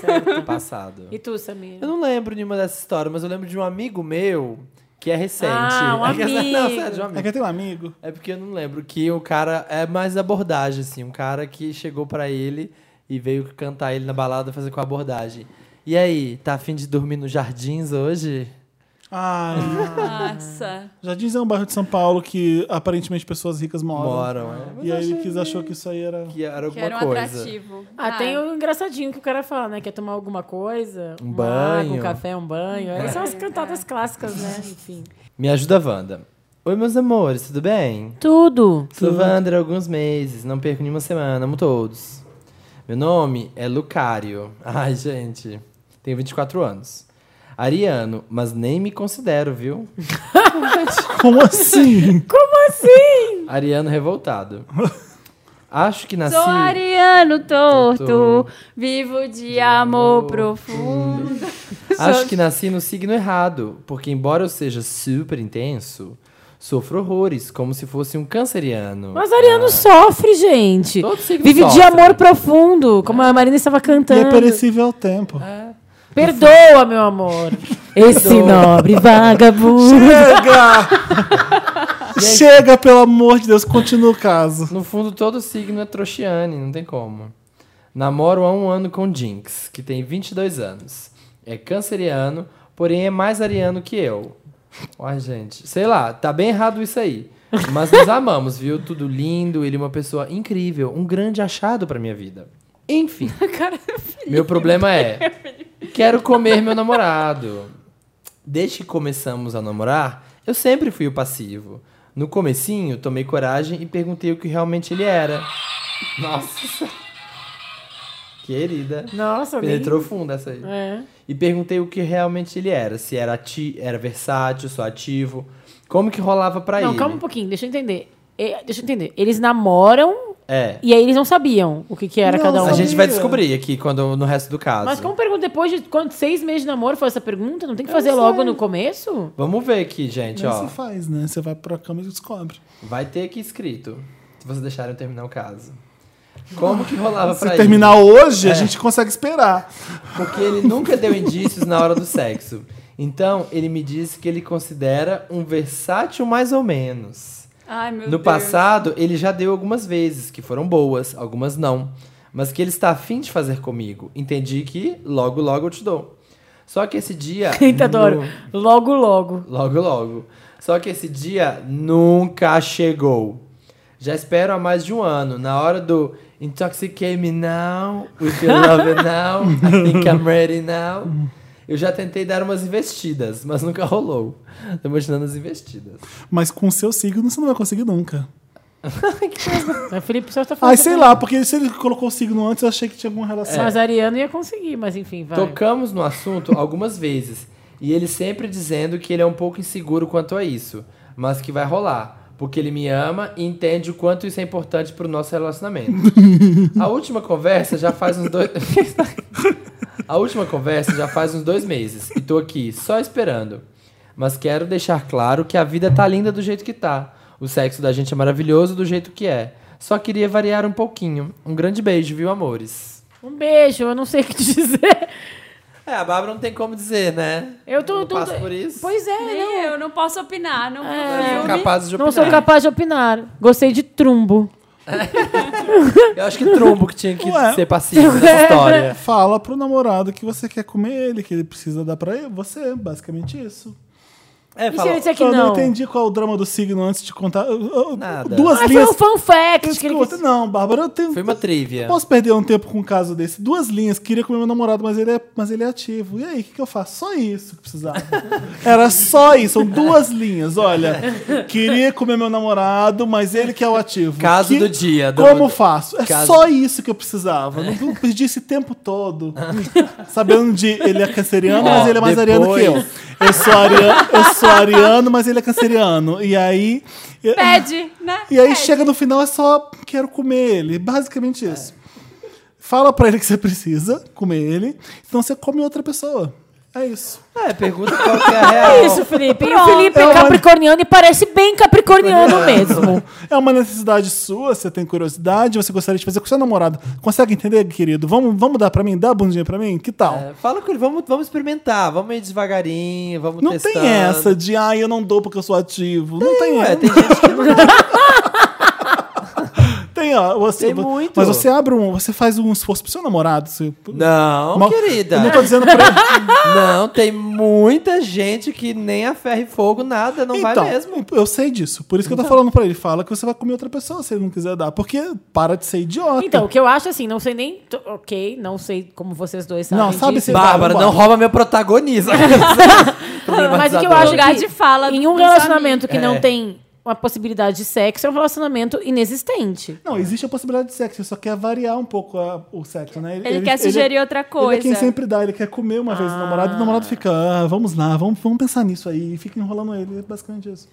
tá Passado. E tu, Samir? Eu não lembro nenhuma dessa história, mas eu lembro de um amigo meu que é recente. Ah, um Não, amigo. sério, de um É amigo. que eu tenho um amigo. É porque eu não lembro que o cara é mais abordagem, assim, um cara que chegou pra ele e veio cantar ele na balada fazer com a abordagem. E aí, tá afim de dormir nos jardins hoje? Ai, Ah. Nossa. Ah, Jardins é um bairro de São Paulo que aparentemente pessoas ricas moram. Moram, é. Mas E eu aí ele achei quis, achou que isso aí era. que era Que alguma era um coisa. atrativo. Ah, tem o engraçadinho que o cara fala, né? Quer tomar alguma coisa? Um uma banho. água, um café, um banho. Essas são as cantadas clássicas, né? Enfim. Me ajuda, Wanda. Oi, meus amores, tudo bem? Tudo. Sou Wanda há alguns meses, não perco nenhuma semana, amo todos. Meu nome é Lucário. Ai, gente, tenho 24 anos. Ariano, mas nem me considero, viu? Como assim? Ariano revoltado. Acho que nasci. Sou ariano torto, Ah, Torto. vivo de amor amor profundo. Acho que nasci no signo errado, porque embora eu seja super intenso, sofro horrores, como se fosse um canceriano. Mas Ariano sofre, gente. Todo signo Vive de sofre. amor profundo, como a Marina estava E é cantando. perecível ao tempo. É. Perdoa, meu amor. Esse Perdoa. nobre vagabundo. Chega! Chega, pelo amor de Deus, continua o caso. No fundo, todo signo é trouxiane, não tem como. Namoro há um ano com Jinx, que tem 22 anos. É canceriano, porém é mais ariano que eu. Ai, gente. Sei lá, tá bem errado isso aí. Mas nos amamos, viu? Tudo lindo, ele é uma pessoa incrível, um grande achado pra minha vida. Enfim. meu problema é: quero comer meu namorado. Desde que começamos a namorar, eu sempre fui o passivo. No comecinho, tomei coragem e perguntei o que realmente ele era. Nossa. Querida. Nossa, alguém- Penetrou fundo essa aí. É. E perguntei o que realmente ele era. Se era, ati era versátil, só ativo. Como que rolava pra Não, ele? calma um pouquinho, deixa eu entender. E- Deixa eu entender. Eles namoram É. e aí eles não sabiam o que, que era Não, cada um. A Sabia. gente vai descobrir aqui quando, no resto do caso. Mas como pergunta depois de quanto, seis meses de namoro foi essa pergunta? Não tem que fazer logo no começo? Vamos ver aqui, gente, Não ó. se faz, né? Você vai pra cama e descobre. Vai ter aqui escrito. Se vocês deixarem eu terminar o caso. Como que rolava pra Se ele? terminar hoje, a gente consegue esperar. Porque ele nunca deu indícios na hora do sexo. Então, ele me disse que ele considera um versátil mais ou menos. Ai, meu no Deus. passado, ele já deu algumas vezes, que foram boas, algumas não. Mas que ele está afim de fazer comigo. Entendi que logo, logo eu te dou. Só que esse dia. Eita, adoro. nu- Logo, logo. Logo, logo. Só que esse dia nunca chegou. Já espero há mais de um ano. Na hora do Intoxicate Me Now, With Your Love Now, I Think I'm Ready Now. Eu já tentei dar umas investidas, mas nunca rolou. Tô imaginando as investidas. Mas com o seu signo, você não vai conseguir nunca. Mas Felipe só tá falando. Ai, sei que- lá, porque se ele colocou o signo antes, eu achei que tinha alguma É. relação. Mas Ariano ia conseguir, mas enfim, vai. Tocamos no assunto algumas vezes. E ele sempre dizendo que ele é um pouco inseguro quanto a isso. Mas que vai rolar. Porque ele me ama e entende o quanto isso é importante pro nosso relacionamento. a última conversa já faz uns dois. a última conversa já faz uns dois meses. E tô aqui, só esperando. Mas quero deixar claro que a vida tá linda do jeito que tá. O sexo da gente é maravilhoso do jeito que é. Só queria variar um pouquinho. Um grande beijo, viu, amores? Um beijo, eu não sei o que te dizer. É, a Bárbara não tem como dizer, né? Eu tô. Não tô- passa tô- por isso. Pois é, Nem não. eu não posso opinar, não vi o Não sou filme. capaz de Não sou opinar. capaz de opinar. Gostei de trumbo. Eu acho que trombo que tinha que Ué. ser passivo nessa história. Fala pro namorado que você quer comer ele, que ele precisa dar pra ele- você. Basicamente isso. É, E se ele fala, disser que eu não? entendi qual é o drama do signo antes de contar. Eu- eu- Nada. Duas Mas foi linhas. um fan fact que ele Escuta, Não, Bárbara, eu tenho. foi uma trivia. Eu Posso perder um tempo com um caso desse? Duas linhas, queria comer meu namorado, mas ele é, mas ele é ativo. E aí, o que, que eu faço? Só isso que precisava. Era só isso, são duas linhas. Olha, queria comer meu namorado, mas ele que é o ativo. Caso Que- do dia, do- Como faço? É caso- só isso que eu precisava. Não, não perdi esse tempo todo sabendo de ele é canceriano, Ó, mas ele é mais ariano que eu. depois- Eu sou ariano, eu sou ariano, mas ele é canceriano. E aí. eu- Pede, né? e aí Pede. chega no final, é só quero comer ele. É. Basicamente isso. Fala pra ele que você precisa comer ele, senão você come outra pessoa. É isso. É, pergunta qual que é a É real. Isso, Felipe. E o Felipe Eu é olho- capricorniano e parece bem capricorniano mesmo. É uma necessidade sua, você tem curiosidade, você gostaria de fazer com seu namorado. Consegue entender, querido? Vamos, vamos dar pra mim? Dá a bundinha pra mim? Que tal? É, fala com ele, vamos, vamos experimentar, vamos ir devagarinho, vamos não testando. tem essa de, ai, eu não é. dou porque eu sou ativo. não tem Ué, essa. tem gente que Tem tem, ó. Você, Tem vo- muito. Mas você abre um. Você faz um esforço pro seu namorado. Você, Não, Mal- querida. Eu não tô dizendo pra ele. Não, tem muita gente que nem a ferro e fogo nada, não então, vai mesmo. Eu sei disso. Por isso que eu tô falando pra ele. Fala que você vai comer outra pessoa se ele não quiser dar. Porque para de ser idiota. Então, o que eu acho assim, não sei nem. t- Ok, não sei como vocês dois sabem. Não, sabe disso. se- Bárbara, Bárbara. não rouba meu protagonismo. Mas o que eu Problematizadora. acho Lugar que de fala em do- um dos relacionamento que É. não tem uma possibilidade de sexo, é um relacionamento inexistente. Não, existe a possibilidade de sexo, ele só quer variar um pouco a- o sexo, né? Ele quer sugerir outra Ele é quem coisa. sempre dá, ele quer comer uma vez o namorado, e o namorado fica, ah, vamos lá, vamos, vamos pensar nisso aí, e fica enrolando ele, é basicamente isso.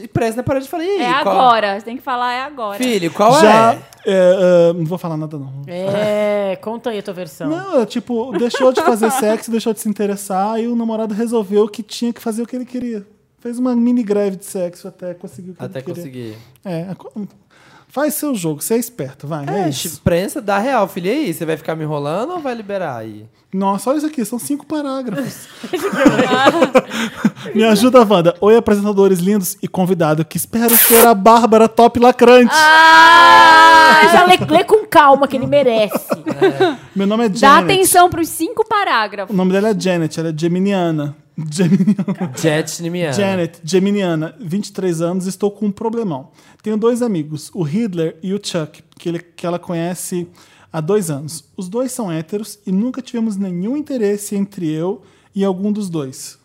E Presna parou de falar. "E aí, É qual- agora, você tem que falar é agora. Filho, qual Já, é? é, ah, não vou falar nada não. É, conta aí a tua versão. Não, é tipo, deixou de fazer sexo, deixou de se interessar, e o namorado resolveu que tinha que fazer o que ele queria. Fez uma mini greve de sexo até conseguir o que Até ele queria. conseguir. É, co- faz seu jogo, você é esperto, vai, é, É, isso. prensa, dá real, filho. E aí, você vai ficar me enrolando ou vai liberar aí? Nossa, olha isso aqui, são cinco parágrafos. Me ajuda, Wanda. Oi, apresentadores lindos e convidado, que espero ser a Bárbara Top Lacrante. Ah, Ah, já lê, lê com calma, que ele merece. Meu nome é Dá Janet. atenção pros cinco O parágrafos. nome dela é Janet, ela é geminiana. Geminiana. Jet Nimiana. Janet, geminiana, 23 anos, estou com um problemão. Tenho dois amigos, o Hitler e o Chuck, que, ele- que ela conhece há dois anos. Os dois são héteros e nunca tivemos nenhum interesse entre eu e algum dos dois.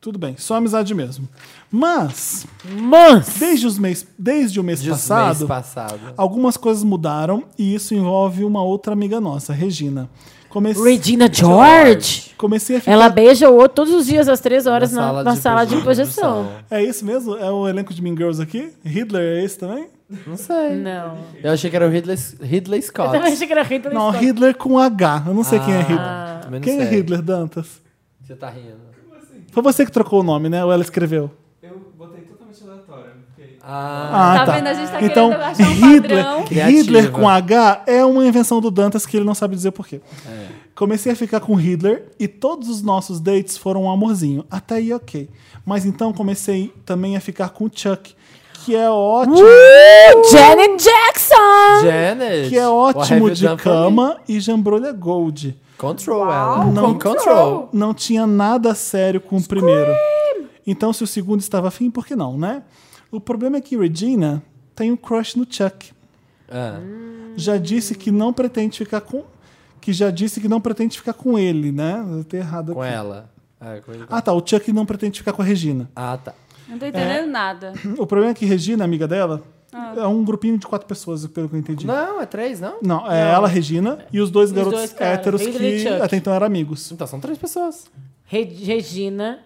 Tudo bem, só amizade mesmo. Mas, Mas. desde, os mês, desde o mês Diz passado, Mês passado. algumas coisas mudaram e isso envolve uma outra amiga nossa, Regina. Comece- Regina George. Comecei a ficar... Ela beija o outro todos os dias às três horas na, sala na de sala de projeção. projeção. É isso mesmo? É o elenco de Mean Girls aqui? Hitler é esse também? Não sei. Não. Eu achei que era o Ridley, Ridley Eu Scott. também achei que era Hitler. Não, Scott. Hitler com H. Eu não sei quem é Hitler. Ah, também não Quem é sei. Hitler, Dantas? Você tá rindo. Foi você que trocou o nome, né? Ou ela escreveu? Eu botei totalmente aleatório. porque- Ah, Ah, Tá vendo? A gente tá então, querendo achar um Hitler, padrão. Hitler Criativa. com H é uma invenção do Dantas que ele não sabe dizer porquê. É. Comecei a ficar com Hitler e todos os nossos dates foram um amorzinho. Até aí, ok. Mas então comecei também a ficar com o Chuck, que é ótimo. Uh, Janet Jackson! Janet. Que é What have ótimo you de done for me? cama e jambrolha gold. Control, ela. Não. Não, control. Não tinha nada sério com o primeiro. Então, se o segundo estava afim, por que não, né? O problema é que Regina tem um crush no Chuck. Ah. Já disse que não pretende ficar com. Que já disse que não pretende ficar com ele, né? Eu tô errado Com aqui. ela. Ah, com ele. Ah, tá. O Chuck não pretende ficar com a Regina. Ah, tá. Não tô entendendo nada. O problema é que Regina, amiga dela, é um grupinho de quatro pessoas, pelo que eu entendi. Não, é três, não? Não, é ela, Regina, e os dois garotos dois caras, héteros Hitler e que Chuck. até então eram amigos. Então são três pessoas. Re- Regina,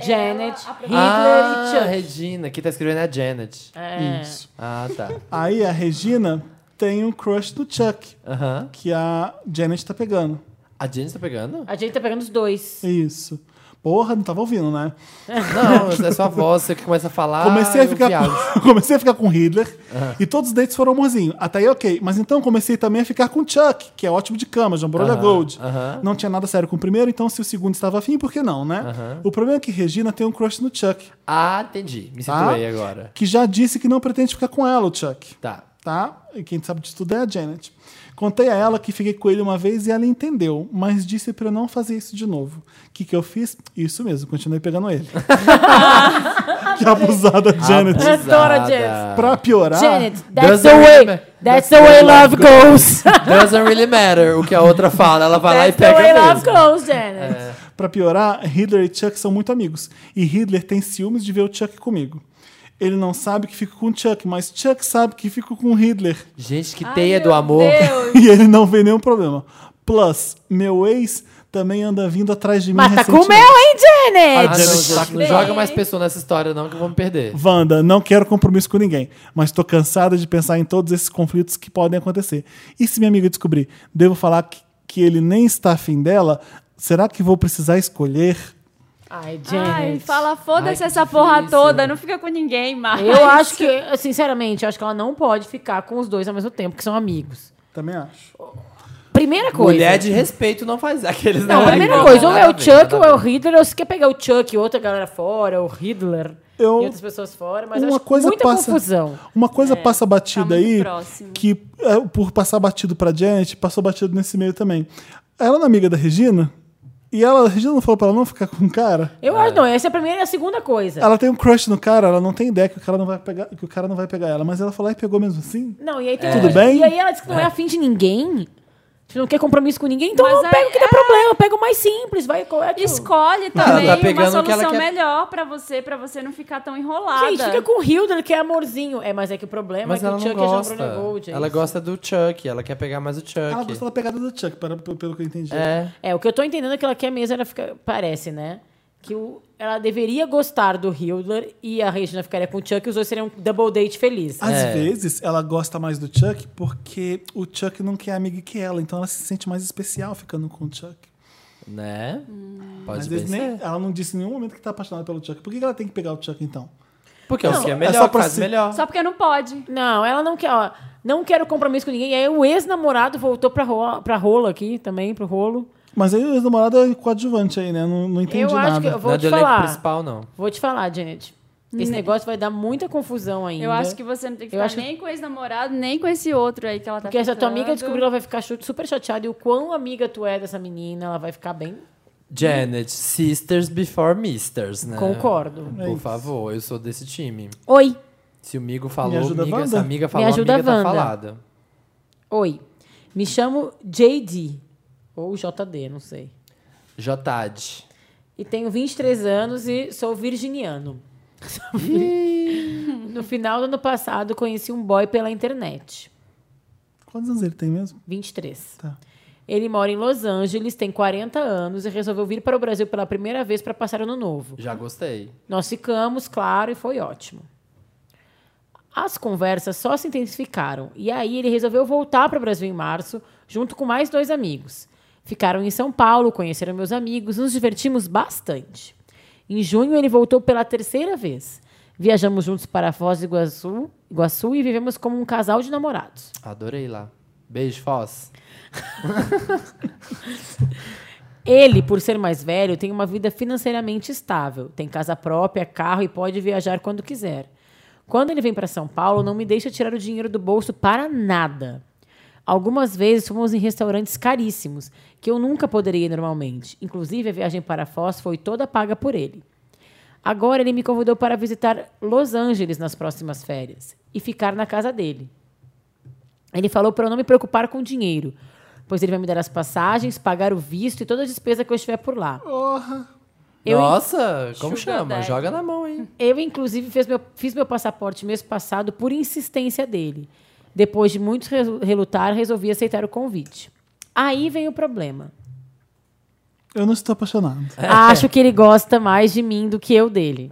Janet, Hitler ah, e Chuck. Regina. Quem tá escrevendo é a Janet. É. Isso. Ah, tá. Aí a Regina tem um crush no Chuck. Aham. que a Janet tá pegando. A Janet tá pegando? A gente tá pegando os dois. É Isso. Porra, não tava ouvindo, né? Não, é só a voz, você que começa a falar. comecei, a Ah, eu ficar viajo. com, comecei a ficar com o Hitler e todos os dates foram amorzinho. Até aí, ok. Mas então comecei também a ficar com o Chuck, que é ótimo de cama, Jamborolha Gold. aham. Não tinha nada sério com o primeiro, então se o segundo estava afim, por que não, né? O problema é que Regina tem um crush no Chuck, Ah, entendi. Me situei agora. que já disse que não pretende ficar com ela, o Chuck. Tá. tá? E quem sabe disso tudo é a Janet. Contei a ela que fiquei com ele uma vez e ela entendeu, mas disse pra eu não fazer isso de novo. O que, que eu fiz? Isso mesmo, continuei pegando ele. que abusada Janet. Ah, Adoro a Abusada. Pra piorar, Janet, Doesn't that's the way. really ma- That's the way love goes. Doesn't really matter o que a outra fala. Ela vai lá e That's the pega way love mesmo. goes, Janet. pra piorar, Hitler e Chuck são muito amigos. E Hitler tem ciúmes de ver o Chuck comigo. Ele não sabe que fico com o Chuck, mas Chuck sabe que fico com o Hitler. Gente, que Ai, teia do meu amor. Deus. E ele não vê nenhum problema. Plus, meu ex também anda vindo atrás de mim Mas tá com o meu, recentemente. hein, Ah, não, Janet? Janet gente, tá não joga mais pessoa nessa história, não, que eu vou me perder. Wanda, não quero compromisso com ninguém, mas tô cansada de pensar em todos esses conflitos que podem acontecer. E se minha amiga descobrir, devo falar que, que ele nem está afim dela? Será que vou precisar escolher? Ai, Ai, Janet. fala, foda-se Ai, essa que porra difícil. toda, não fica com ninguém mais. Eu acho que, sinceramente, eu acho que ela não pode ficar com os dois ao mesmo tempo, que são amigos. Também acho. Primeira coisa. Mulher de respeito não faz aqueles Não, né? primeira Não, coisa, ou nada é a o ver, Chuck nada a ou é o ver. Hitler, ou se quer pegar o Chuck e outra galera fora, o Hitler. Eu- e outras pessoas fora, mas uma acho que coisa muita passa- confusão. É, Uma coisa passa batida tá muito aí, próximo. que é, por passar batido pra Janet, passou batido nesse meio também. Ela era amiga da Regina, e ela, a Regina não falou pra ela não ficar com o cara. Eu acho, não, essa é a primeira e a segunda coisa. Ela tem um crush no cara, ela não tem ideia que o cara não vai pegar, que o cara não vai pegar ela, mas ela falou e pegou mesmo assim. Não, e aí É. tem Tudo um- bem? E aí ela disse que não é afim de ninguém. Tipo, não quer compromisso com ninguém, então Mas eu aí- pego o que dá problema, pego o mais simples, vai, qual é? tipo- Escolhe Ela também tá uma pegando o que ela solução quer. melhor pra você, pra você não ficar tão enrolada. Gente, fica com o Hilda, ele quer amorzinho. É, mas é que o problema Mas é que ela o Chuck não é João gosta. Bruna Gold. é ela isso. gosta do Chuck, ela quer pegar mais o Chuck. Ela gostou da pegada do Chuck, para- pelo que eu entendi. É. É, o que eu tô entendendo é que ela quer mesmo, ela fica, parece, né? Que o, ela deveria gostar do Hilder e a Regina ficaria com o Chuck e os dois seriam um double date feliz. Às É. vezes ela gosta mais do Chuck porque o Chuck não quer amiga que ela, então ela se sente mais especial ficando com o Chuck. Né? Às Hum. Pode vezes ver. nem, ela não disse em nenhum momento que tá apaixonada pelo Chuck. Por que que ela tem que pegar o Chuck então? Porque é o que é é só melhor, pra faz se- melhor. Só porque não pode. Não, ela não quer, ó. Não quero compromisso com ninguém. E aí o ex-namorado voltou pra rola, pra rola aqui também, pro rolo. Mas aí o ex-namorado é coadjuvante aí, né? Não, não entendi eu nada. acho que eu vou Não é do te elenco falar. principal, não. Vou te falar, Janet. Esse negócio vai dar muita confusão ainda. Hum. Eu acho que você não tem que Eu ficar acho que- nem com o ex-namorado, nem com esse outro aí que ela tá Porque essa tua ficando. amiga descobriu, ela vai ficar chu- super chateada. E o quão amiga tu é dessa menina, ela vai ficar bem. Janet, sisters before misters, né? Concordo. É isso. Por favor, eu sou desse time. Oi. Se o Migo Me falou, ajuda, amiga, Wanda? essa amiga falou, ajuda, amiga Wanda. tá falada. Oi. Me chamo JD. Ou JD, não sei. Jotad. E tenho 23 anos e sou virginiano. no final do ano passado, conheci um boy pela internet. Quantos anos ele tem mesmo? 23. Tá. Ele mora em Los Angeles, tem 40 anos e resolveu vir para o Brasil pela primeira vez para passar ano novo. Já gostei. Nós ficamos, claro, e foi ótimo. As conversas só se intensificaram e aí ele resolveu voltar para o Brasil em março, junto com mais dois amigos. Ficaram em São Paulo, conheceram meus amigos, nos divertimos bastante. Em junho ele voltou pela terceira vez. Viajamos juntos para Foz do Iguaçu, Iguaçu e vivemos como um casal de namorados. Adorei lá. Beijo, Foz. Ele, por ser mais velho, tem uma vida financeiramente estável, tem casa própria, carro e pode viajar quando quiser. Quando ele vem para São Paulo, não me deixa tirar o dinheiro do bolso para nada. Algumas vezes fomos em restaurantes caríssimos, que eu nunca poderia ir normalmente. Inclusive, a viagem para Foz foi toda paga por ele. Agora ele me convidou para visitar Los Angeles nas próximas férias e ficar na casa dele. Ele falou para eu não me preocupar com dinheiro, pois ele vai me dar as passagens, pagar o visto e toda a despesa que eu estiver por lá. Eu, Nossa, como Sugar chama? daddy. Joga na mão, hein? eu, inclusive, fiz meu, fiz meu passaporte mês passado por insistência dele. Depois de muito resu- relutar, resolvi aceitar o convite. Aí vem o problema. Eu não estou apaixonado. Acho que ele gosta mais de mim do que eu dele.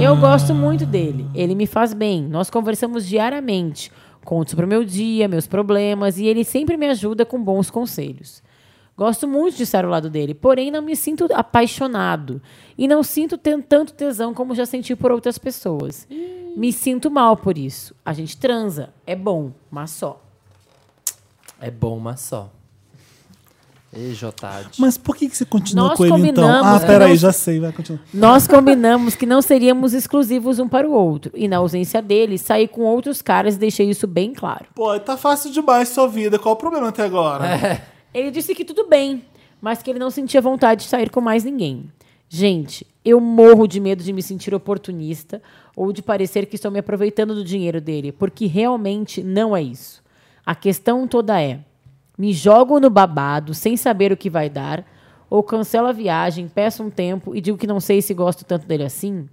Eu gosto muito dele. Ele me faz bem. Nós conversamos diariamente. Conto sobre o meu dia, meus problemas e ele sempre me ajuda com bons conselhos. Gosto muito de estar ao lado dele, porém não me sinto apaixonado e não sinto ten- tanto tesão como já senti por outras pessoas. Me sinto mal por isso. A gente transa, é bom, mas só. É bom, mas só. Ei, Jotad. Mas por que, que você continua Nós com ele então? combinamos né? Ah, que peraí, não- já sei, vai continuar. Nós combinamos que não seríamos exclusivos um para o outro. E na ausência dele, saí com outros caras e deixei isso bem claro. Pô, tá fácil demais sua vida, qual o problema até É. agora? Ele disse que tudo bem, mas que ele não sentia vontade de sair com mais ninguém. Gente, eu morro de medo de me sentir oportunista ou de parecer que estou me aproveitando do dinheiro dele, porque realmente não é isso. A questão toda é: me jogo no babado sem saber o que vai dar, ou cancelo a viagem, peço um tempo e digo que não sei se gosto tanto dele assim?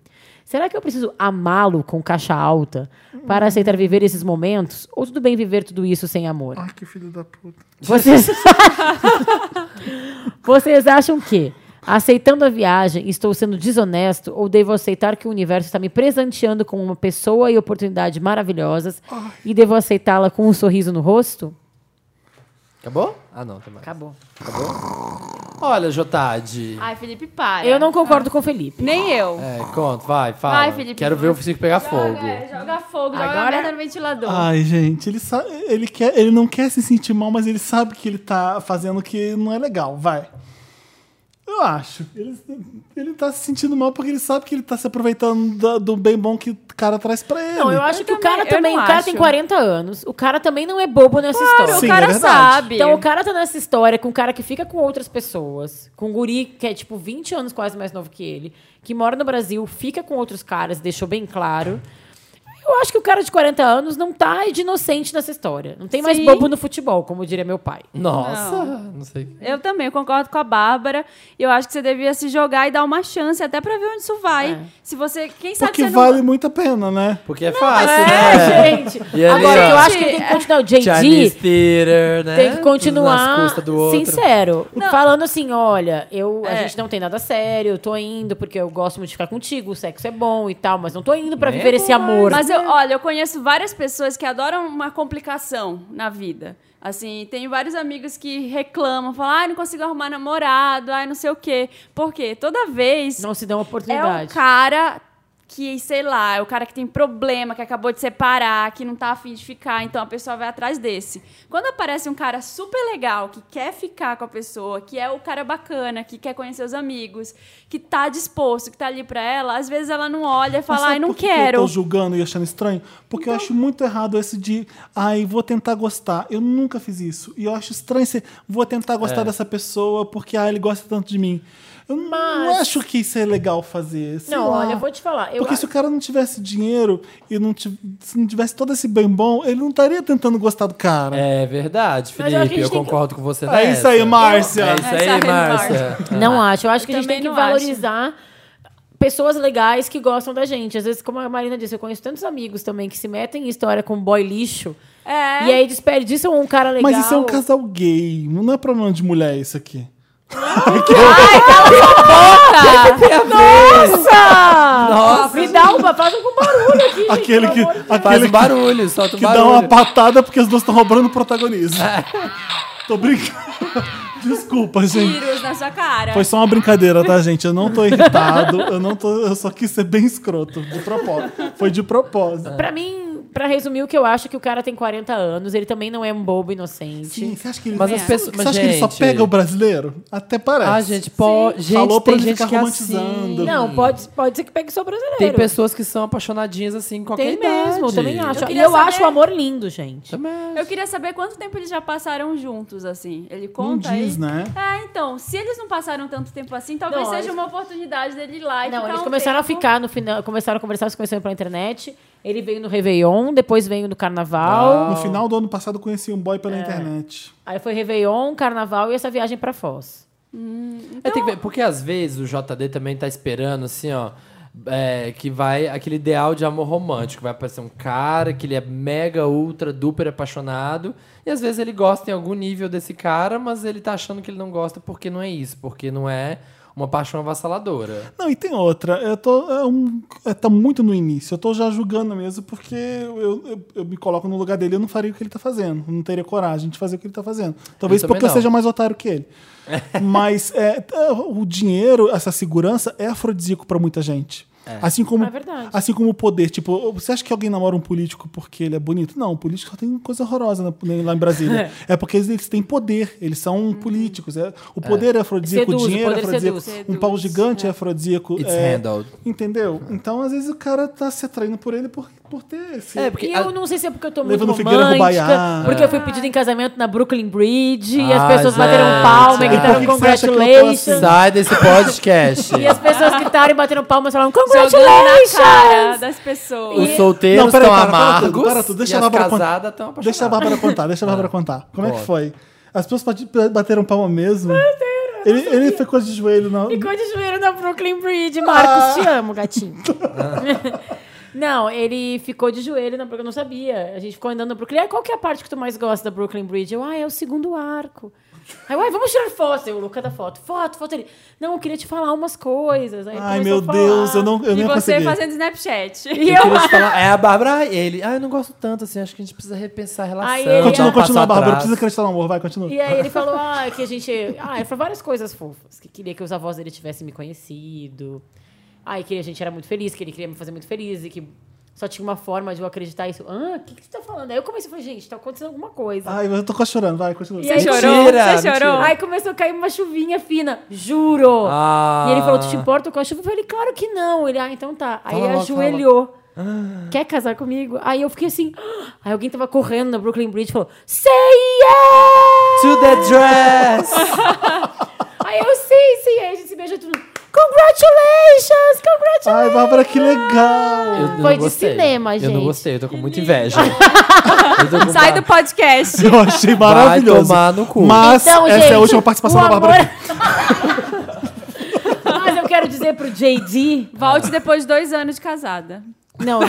Será que eu preciso amá-lo com caixa alta para aceitar viver esses momentos? Ou tudo bem viver tudo isso sem amor? Ai, que filho da puta. Vocês... Vocês acham que, aceitando a viagem, estou sendo desonesto ou devo aceitar que o universo está me presenteando com uma pessoa e oportunidade maravilhosas e devo aceitá-la com um sorriso no rosto? Acabou? Ah, não, tem mais. Acabou. Olha, Jotad. Ai, Felipe, para. Eu não concordo com o Felipe. Nem eu. É, conta, vai, fala. Vai, Felipe, Quero ver o Francisco pegar fogo. É, joga fogo, joga Agora- merda no ventilador. Ai, gente, ele sabe, ele quer, ele não quer se sentir mal, mas ele sabe que ele tá fazendo o que não é legal, vai. Eu acho. Ele, ele tá se sentindo mal porque ele sabe que ele tá se aproveitando da- do bem bom que o cara traz pra ele. Não, eu acho que o também- cara eu também. não O cara acho. tem 40 anos. O cara também não é bobo nessa história. Claro, Sim, o é cara verdade. sabe. Então o cara tá nessa história com um cara que fica com outras pessoas, com um guri que é tipo 20 anos quase mais novo que ele, que mora no Brasil, fica com outros caras, deixou bem claro. Eu acho que o cara de 40 anos não tá de inocente nessa história. Não tem mais Sim. bobo no futebol, como diria meu pai. Nossa, não, sei. Eu também eu concordo com a Bárbara. Eu acho que você devia se jogar e dar uma chance, até pra ver onde isso vai. É. Se você. Quem sabe Porque você vale não. muito a pena, né? Porque é fácil, né? É, gente. E ali, Agora, ó. eu acho que ele tem que continuar. O JD Chinese Theater, né? tem que Nas continuar custas do outro. sincero. Falando assim, olha, eu, a É. gente não tem nada sério, eu tô indo porque eu gosto muito de ficar contigo, o sexo é bom e tal, mas não tô indo pra Né? viver esse amor. Mas eu, olha, eu conheço várias pessoas que adoram uma complicação na vida. Assim, tem vários amigos que reclamam, falam, ai, não consigo arrumar namorado, ai, não sei o quê. Por quê? Toda vez. não se dão É um oportunidade. cara que, sei lá, é o cara que tem problema, que acabou de separar, que não tá afim de ficar, então a pessoa vai atrás desse. Quando aparece um cara super legal, que quer ficar com a pessoa, que é o cara bacana, que quer conhecer os amigos, que tá disposto, que tá ali pra ela, às vezes ela não olha e Mas fala, Então, sabe ai, não por que que Eu quero. tô julgando e achando estranho? Porque Então eu acho muito errado esse de, ai, vou tentar gostar. Eu nunca fiz isso. E eu acho estranho esse, vou tentar gostar É. dessa pessoa porque, ah, ele gosta tanto de mim. Eu não Mas- acho que isso é legal fazer. sei Não, lá. olha, eu vou te falar. Eu Porque acho- se o cara não tivesse dinheiro e não ti- se não tivesse todo esse bem bom, ele não estaria tentando gostar do cara. É verdade, Mas eu acho que Felipe. a Eu, gente tem que- concordo com você É isso aí, Márcia. É isso aí, Essa é a Márcia. Não acho. Eu acho que a gente também tem que não acho. valorizar pessoas legais que gostam da gente. Às vezes, como a Marina disse, eu conheço tantos amigos também que se metem em história com boy lixo. É. E aí despede disso um cara legal. Mas isso é um casal gay. Não é problema de mulher isso aqui. Nossa! Nossa! Me dá uma, faz algum barulho aqui. gente, Aquele que, pelo amor de Deus. Faz aquele um barulho, solta um que barulho. dá uma patada porque as duas estão roubando o protagonismo. Tô brincando. Desculpa, gente. Tiros na sua cara. Foi só uma brincadeira, tá, gente? Eu não tô irritado. Eu não tô. Eu só quis ser bem escroto. De propósito. Foi de Ah, propósito. Pra mim, pra resumir o que eu acho, que o cara tem 40 anos, ele também não é um bobo inocente. Sim, você acha que ele. Mas as Você pessoas. mas, acha que ele só gente, pega o brasileiro? Até parece. Ah, gente, pô, gente, Falou pra tem ele gente ficar que é romantizando. assim. Não, pode, pode ser que pegue só brasileiro. Tem pessoas que são apaixonadinhas assim, em qualquer Tem mesmo, eu idade. também acho. Eu e queria eu saber- acho o amor lindo, gente. Também Eu queria saber quanto tempo eles já passaram juntos, assim. Ele Não conta diz, aí. né? É, então, se eles não passaram tanto tempo assim, talvez Não, seja eles- uma oportunidade dele ir lá e Não, ficar eles um começaram tempo. a ficar no final, começaram a conversar, se conheceram pela internet. Ele veio no Réveillon, depois veio no Carnaval. No final do ano passado, eu conheci um boy É. pela internet. Aí foi Réveillon, Carnaval e essa viagem pra Foz. É, tem que ver, porque às vezes o JD também tá esperando, assim, ó. é, que vai aquele ideal de amor romântico. Vai aparecer um cara que ele é mega, ultra, duper apaixonado. E às vezes ele gosta em algum nível desse cara, mas ele tá achando que ele não gosta porque não é isso, porque não é uma paixão avassaladora. Não, e tem outra. Eu tô. É um, é, tá muito no início. Eu tô já julgando mesmo, porque eu, eu, eu me coloco no lugar dele eu não faria o que ele tá fazendo. Não teria coragem de fazer o que ele tá fazendo. Talvez Eu também porque eu não. seja mais otário que ele. Mas é, tá, o dinheiro, essa segurança, é afrodisíaco pra muita gente. Assim como, É verdade. assim como o poder. Tipo, você acha que alguém namora um político porque ele é bonito? Não, o político só tem coisa horrorosa na- lá em Brasília. é porque eles, eles têm poder, eles são políticos. É, o poder é, afrodisíaco, Hum. Seduz, o o dinheiro é poder afrodisíaco. seduz. Um pau gigante é afrodisíaco. It's é, handled. Entendeu? Então, às vezes, o cara tá se atraindo por ele por, por ter esse. É, E porque. eu não sei se é porque eu tô muito Levando romântica, Figueira Rubaiá. porque eu fui pedido em casamento na Brooklyn Bridge, e as Ah, pessoas bateram gente. palma e E gritaram é. por que que você acha que eu tô congratulations. assim? Então, Sai desse podcast. E as pessoas gritaram e bateram palma e falaram Jogando na cara congratulations. das pessoas. Os solteiros Não, peraí, estão para, para tudo, amargos. para tudo, deixa e a as Bárbara contar. casadas estão apaixonadas. Deixa a Bárbara contar, deixa a Bárbara contar. Como é Bora. que foi? As pessoas pati- bateram palma mesmo? Ele, ele ficou de joelho na. Ficou de joelho na Brooklyn Bridge. Ah. Marcos, te amo, gatinho. Não, ele ficou de joelho na Brooklyn. Eu não sabia. A gente ficou andando na Brooklyn. Ah, qual que é a parte que tu mais gosta da Brooklyn Bridge? Eu, ah, é o segundo arco. Aí, uai, vamos tirar foto. Eu, Luca, da foto. Foto, foto. Ele, não, eu queria te falar umas coisas. Aí ele Ai, começou meu a falar. Deus, eu não, eu e não ia você conseguir. fazendo Snapchat. E Eu eu, queria te falar, é a Bárbara e ele. Ah, eu não gosto tanto, assim, acho que a gente precisa repensar a relação. Aí ele- é- dar um Continua, passo continua, Bárbara. atrás. Precisa acreditar no amor, vai, continua. E aí ele falou, ah, que a gente. Ah, ele falou várias coisas fofas. Que queria que os avós dele tivessem me conhecido. Ai, que a gente era muito feliz, que ele queria me fazer muito feliz e que Só tinha uma forma de eu acreditar isso. Ah, o que, que tu tá falando? Aí eu comecei a falar, gente, tá acontecendo alguma coisa. Ai, eu tô quase chorando, vai, continua. E aí- Você chorou? Ah, Mentira, Você chorou? Aí começou a cair uma chuvinha fina, juro. Ah. E ele falou, tu te importa com a chuva? Eu falei, claro que não. Ele, ah, então tá. Aí Fala ele logo, fala ajoelhou. Ah. Quer casar comigo? Aí eu fiquei assim. "Ah!" Aí alguém tava correndo na Brooklyn Bridge e falou: Say yeah! To the dress! Aí eu sei, sim. Aí a gente se beija tudo. Congratulations! Congratulations! Ai, Bárbara, que legal! Eu não Foi de gostei. cinema, Eu não gente. gostei, eu tô com muita inveja. Eu tô com Sai uma- do podcast. Eu achei maravilhoso. tomar no cu. Mas Então, essa gente, é a última participação o da Bárbara. amor- Mas eu quero dizer pro JD. Volte depois de dois anos de casada. Não,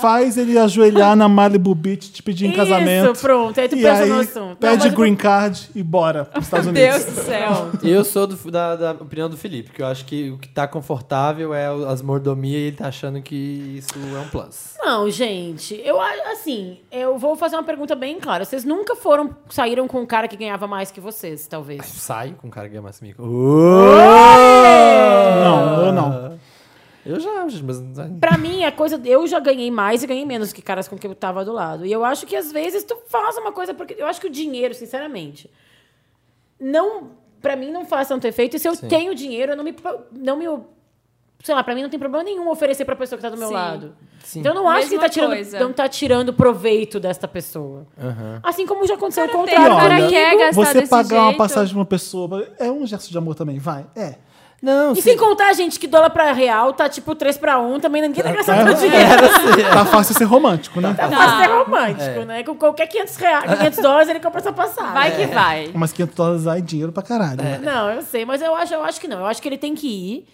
Faz ele ajoelhar na Malibu Beach te pedir em casamento. Isso, pronto. Aí tu E pensa aí, no assunto. Não, pede mas eu- green card e bora pros Estados Meu Unidos. Deus do céu. Eu sou do- da, da opinião do Felipe, que eu acho que o que tá confortável é o- as mordomias e ele tá achando que isso é um plus. Não, gente, eu a- assim, eu vou fazer uma pergunta bem clara. Vocês nunca foram, saíram com um cara que ganhava mais que vocês, talvez. Sai com o cara que é mais comigo. Não, eu não. Eu já, gente, mas. né? não- Pra mim, a coisa, eu já ganhei mais e ganhei menos que caras com quem eu tava do lado. E eu acho que às vezes tu faz uma coisa porque eu acho que o dinheiro, sinceramente, não, Pra mim não faz tanto efeito. E se eu Sim. tenho dinheiro, eu não me pro- não me sei lá, pra mim não tem problema nenhum oferecer pra pessoa que tá do meu Sim. lado. Sim. Então eu não acho que Mesma tá tirando, coisa. não tá tirando proveito desta pessoa. Aham. Assim como já aconteceu o Cara, tem- contrário. o cara quer gastar você desse pagar uma jeito. passagem pra uma pessoa é um gesto de amor também, vai. É. Não, E sim. sem contar, gente, que dólar pra real tá tipo 3 pra 1, também ninguém É, tá gastando Tá, tanto dinheiro. é. tá fácil ser romântico, né? Mas é romântico, né? Com qualquer 500, reais, 500 dólares ele compra essa passagem. Vai que vai. Mas 500 dólares aí é dinheiro pra caralho. né? Não, eu sei, mas eu acho, eu acho que não. Eu acho que ele tem que ir.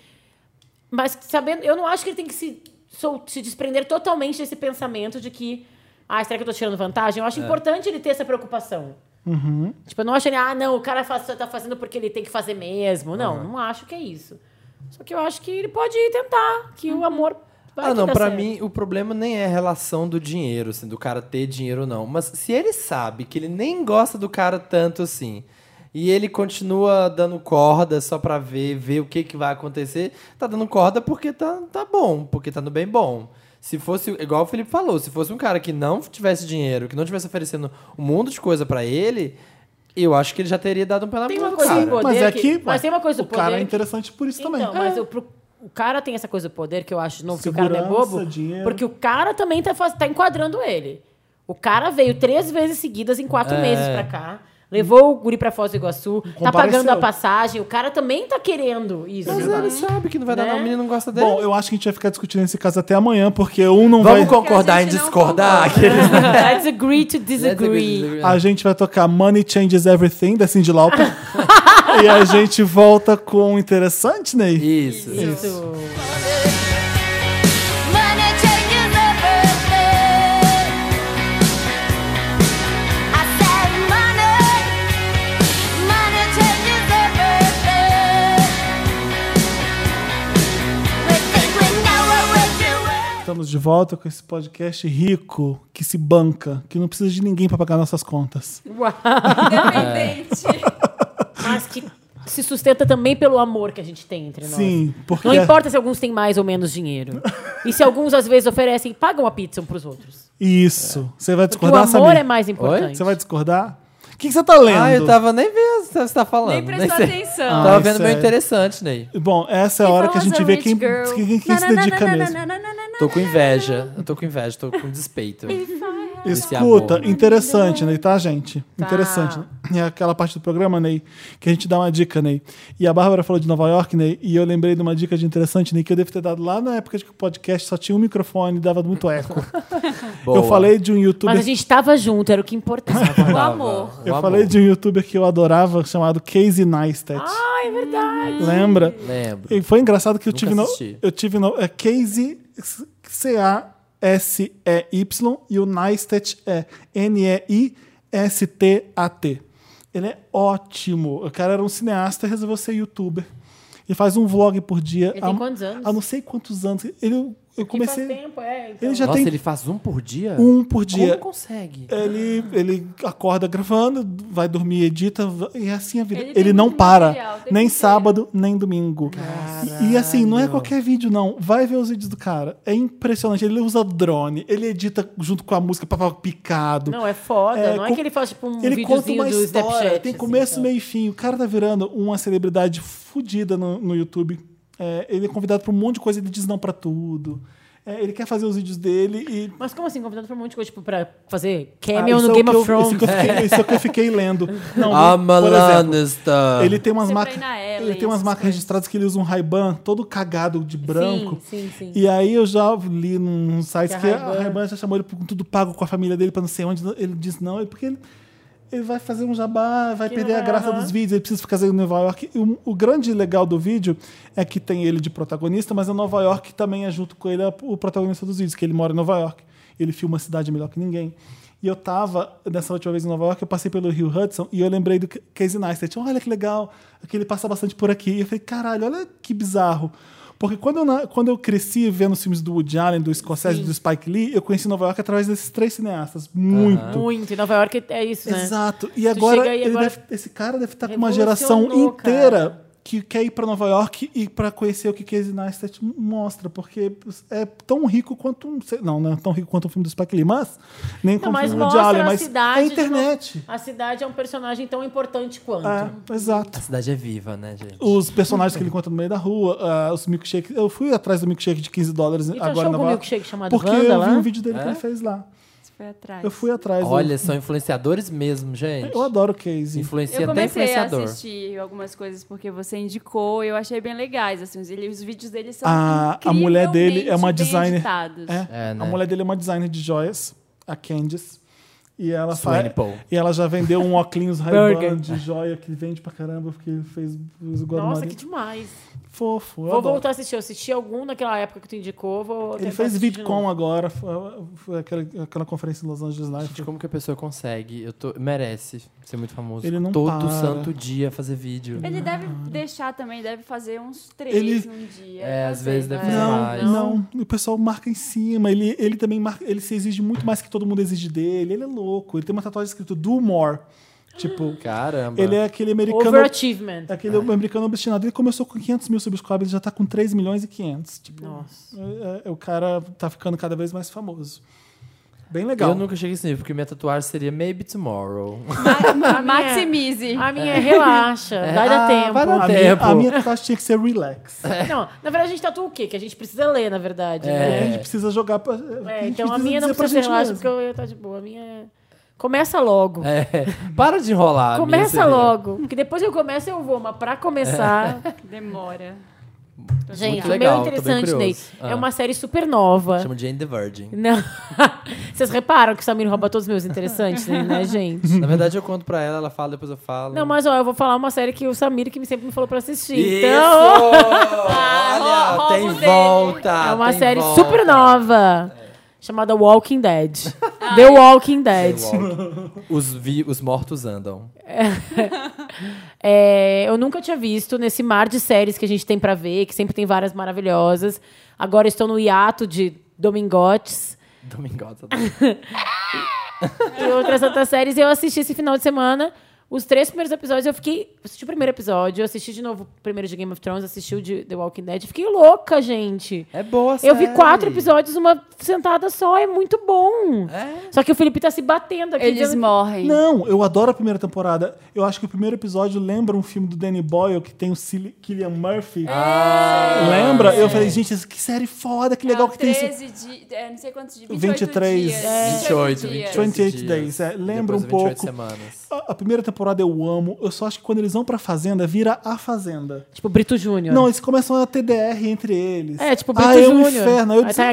Mas sabendo, eu não acho que ele tem que se, sol- se desprender totalmente desse pensamento de que, ah, será que eu tô tirando vantagem? Eu acho É. importante ele ter essa preocupação. Uhum. Tipo, eu não acho ele, ah, não, o cara faz, tá fazendo porque ele tem que fazer mesmo. Não, não acho que é isso. Só que eu acho que ele pode tentar, que Uhum. o amor vai Ah, que não, dá pra certo. mim o problema nem é a relação do dinheiro, assim, do cara ter dinheiro ou não. Mas se ele sabe que ele nem gosta do cara tanto assim, e ele continua dando corda só pra ver, ver o que, que vai acontecer, tá dando corda porque tá, tá bom, porque tá no bem bom. Se fosse, igual o Felipe falou, se fosse um cara que não tivesse dinheiro, que não tivesse oferecendo um mundo de coisa pra ele, eu acho que ele já teria dado um pé na Tem bunda uma do coisa cara. do poder mas é que- que mas tem uma coisa o do poder cara é que- interessante por isso também. É. Então, mas o, pro- o cara tem essa coisa do poder que eu acho de novo que o cara não é Segurança, bobo. dinheiro. Porque o cara também tá, faz- tá enquadrando ele. O cara veio três vezes seguidas em quatro É. meses pra cá. Levou o guri pra Foz do Iguaçu, tá pagando a passagem. O cara também tá querendo isso. É Mas ele sabe que não vai dar, Né? não. O menino não gosta dele. Bom, eu acho que a gente vai ficar discutindo esse caso até amanhã, porque um não é Vamos vai. concordar em Porque a gente não discordar? concorda. aqueles, né? Let's agree to disagree. Ah, A gente vai tocar Money Changes Everything, da Cindy Lauper. e a gente volta com o interessante, Ney. Isso. Isso. Money changes everything. I said money, money changes everything. We think we know what we're doing. Estamos de volta com esse podcast rico, que se banca, que não precisa de ninguém para pagar nossas contas. Independente. Mas que se sustenta também pelo amor que a gente tem entre nós. Sim, É. porque Não importa se alguns têm mais ou menos dinheiro. E se alguns, às vezes, oferecem, pagam a pizza um pros outros. isso. Você vai Porque o discordar, amor Samir? é mais importante. Você vai discordar? O que que você tá lendo? Ah, eu tava nem vendo o que você tá falando. Nem prestou sei. atenção. Ah, Tava isso vendo meu é. interessante, Ney. Bom, essa é a hora que a gente vê quem, quem, é quem se dedica mesmo. Tô com inveja. Eu tô com inveja, tô com despeito. Esse Escuta, amor. interessante, Ney, tá, gente? Interessante. É aquela parte do programa, Ney, que a gente dá uma dica, Ney. E a Bárbara falou de Nova York, Ney, e eu lembrei de uma dica de interessante, Ney, que eu devo ter dado lá na época de que o podcast só tinha um microfone e dava muito eco. Boa. Eu falei de um youtuber. Mas a gente tava junto, era o que É. importava. O Tava. amor. Eu O falei amor. de um youtuber que eu adorava chamado Casey Neistat. ah, é verdade. Lembra? Lembro. E foi engraçado que eu Nunca tive no, assisti. eu tive no, é Casey C A S E Y e o Neistat é N E I S T A T. Ele é ótimo. O cara era um cineasta e resolveu ser youtuber. Ele faz um vlog por dia. Ele tem quantos anos? Há não sei quantos anos. Ele eu Que faz comecei. tempo, é. então. Ele já Nossa, tem ele faz um por dia? um por Como dia. É, consegue? Ele, ele acorda gravando, vai dormir, edita, va- e é assim a vida. Ele Ele, tem um não muito material, para. tem Nem muito sábado, nem domingo. E, e assim, não é qualquer vídeo, não. Vai ver os vídeos do cara. É impressionante. Ele usa drone, ele edita junto com a música, papá picado. Não, é foda. É, não é com- que ele faz, tipo, um Ele conta videozinho uma do história, Snapchat. tem assim, começo, então. meio e fim. O cara tá virando uma celebridade fodida no, no YouTube. É, ele é convidado pra um monte de coisa, ele diz não pra tudo. É, ele quer fazer os vídeos dele e Mas como assim? Convidado pra um monte de coisa, tipo, pra fazer Ah, cameo isso no é o Game que of eu- Thrones. Isso que eu fiquei, isso é o que eu fiquei lendo. Não, A por exemplo, Malanister. ele tem umas Você marcas. vai na Ellen, Ele tem umas essas marcas registradas que ele usa um Ray-Ban todo cagado de branco. Sim, sim, sim. E aí eu já li num site Que a que, a Ray-Ban- Ray-Ban já chamou ele com tudo pago com a família dele pra não sei onde. Ele diz não, é porque ele, ele vai fazer um jabá, vai Que perder não a vai, graça aham. dos vídeos, ele precisa ficar fazendo em Nova York. E o, o grande legal do vídeo é que tem ele de protagonista, mas a Nova York também é junto com ele a- o protagonista dos vídeos, que ele mora em Nova York. Ele filma a cidade melhor que ninguém. E eu tava, nessa última vez em Nova York, eu passei pelo Rio Hudson e eu lembrei do Ca- Casey Neistat. Olha que legal, que ele passa bastante por aqui. E eu falei, caralho, olha que bizarro. Porque quando eu, na- quando eu cresci vendo os filmes do Woody Allen, do Scorsese, do Spike Lee, eu conheci Nova York através desses três cineastas. Muito. É, Muito. Em Nova York é isso, né? Exato. E agora, chega e ele agora deve- esse cara deve estar com uma geração revolucionou, inteira que quer ir para Nova York e para conhecer o que Casey Neistat mostra, porque é tão rico quanto um, sei- não, não é tão rico quanto um filme do Spike Lee, mas nem Não, como mas um filme de mostra Allen, a mas cidade. é de internet. uma- A cidade é um personagem tão importante quanto. Então, É, exato. A cidade é viva, né, gente? Os personagens que ele encontra no meio da rua, ah, os milkshakes. Eu fui atrás do milkshake de 15 dólares tu achou agora em Nova algum York, milkshake chamado Porque Wanda eu vi lá? um vídeo dele É? que ele fez lá. Isso foi atrás. Eu fui atrás. eu- Olha, são influenciadores mesmo, gente. eu, adoro o Casey. Influencia Eu até comecei a influenciador. assistir algumas coisas porque você indicou, eu achei bem legais. Assim, os, ele- os vídeos dele são A, a mulher dele é uma incrivelmente bem designer. editados. É. É, né? A mulher dele é uma designer de joias, a Candice. E ela, Swain fa- Paul. e ela já vendeu um óculos Burger. Ray-Ban de joia que vende pra caramba, porque fez fez igual ao Nossa, que marido. demais. Fofo. eu Vou adoro. voltar a assistir. Eu assisti algum naquela época que tu indicou. Vou Ele tentar fez assistir de VidCon novo. agora, foi, foi aquela, aquela conferência em Los Angeles lá. Gente, como que a pessoa consegue? Eu tô... Merece ser muito famoso. Ele não Todo para. santo dia fazer vídeo. Ele deve deixar também, deve fazer uns três Ele- num dia. né? É, não às sei. vezes deve fazer Não, mais. não, O pessoal marca em cima. Ele, ele também marca, ele se exige muito mais que todo mundo exige dele. Ele é louco. Ele tem uma tatuagem escrito Do More. Tipo, Caramba. ele é aquele americano. Overachievement. Aquele americano obstinado. É Ele começou com 500 mil subscribers, ele já tá com 3 milhões e 500. Tipo, Nossa. é- é- o cara tá ficando cada vez mais famoso. Bem legal. Eu nunca cheguei a esse nível, porque minha tatuagem seria Maybe Tomorrow. Ma- Maximize. A minha é relaxa, Ah, vai dar tempo. vai dar a, minha, tempo. a minha tatuagem tinha que ser relax. É. Não, na verdade a gente tatua o quê? Que a gente precisa ler, na verdade. A né? gente precisa jogar pra. É, então a minha não dizer pra precisa ser gente relaxa, mesmo. porque eu ia estar de boa. A minha é... Começa logo. É. Para de enrolar. a minha Começa seria- logo. Porque depois que eu começo, eu vou. Mas pra começar... Demora. Gente, o É. legal, tô meu é bem interessante, Ney, curioso. é Ah. uma série super nova. Chama de Jane the Virgin. Não. Vocês reparam que o Samir rouba todos os meus interessantes, né, gente? Na verdade, eu conto pra ela, ela fala, depois eu falo. Não, mas ó, eu vou falar uma série que o Samir que me sempre me falou pra assistir. Isso! Então, Olha, tem volta. é uma Ah, tem série volta. É. super nova. Chamada Walking Dead. The Walking Dead. Os, vi- os mortos andam. É, eu nunca tinha visto nesse mar de séries que a gente tem pra ver, que sempre tem várias maravilhosas. Agora estou no hiato de Domingotes Domingota. e outras outras séries. Eu assisti esse final de semana. Os três primeiros episódios, eu fiquei. Assisti o primeiro episódio, eu assisti de novo o primeiro de Game of Thrones, assisti o de The Walking Dead. Fiquei louca, gente. É boa a Eu vi série. quatro episódios, uma sentada só, é muito bom. É. Só que o Felipe tá se batendo aqui. Eles dizendo- morrem. Não, eu adoro a primeira temporada. Eu acho que o primeiro episódio lembra um filme do Danny Boyle que tem o Cilli- Cillian Murphy. Ah, Lembra? Eu falei, gente, que série foda, que Ah, legal É o que tem esse. 13 de, é, não sei quantos dias. 23 dias. É. 28, 28. 28. dias. 28 dias. days, é, lembra Depois um 28 pouco. semanas. A a primeira temporada eu amo. Eu só acho que quando eles vão pra Fazenda, vira a Fazenda. Tipo, Brito Júnior. Não, eles começam a TDR entre eles. É, tipo, Brito ah, é um Júnior. inferno. Eu Aí tá a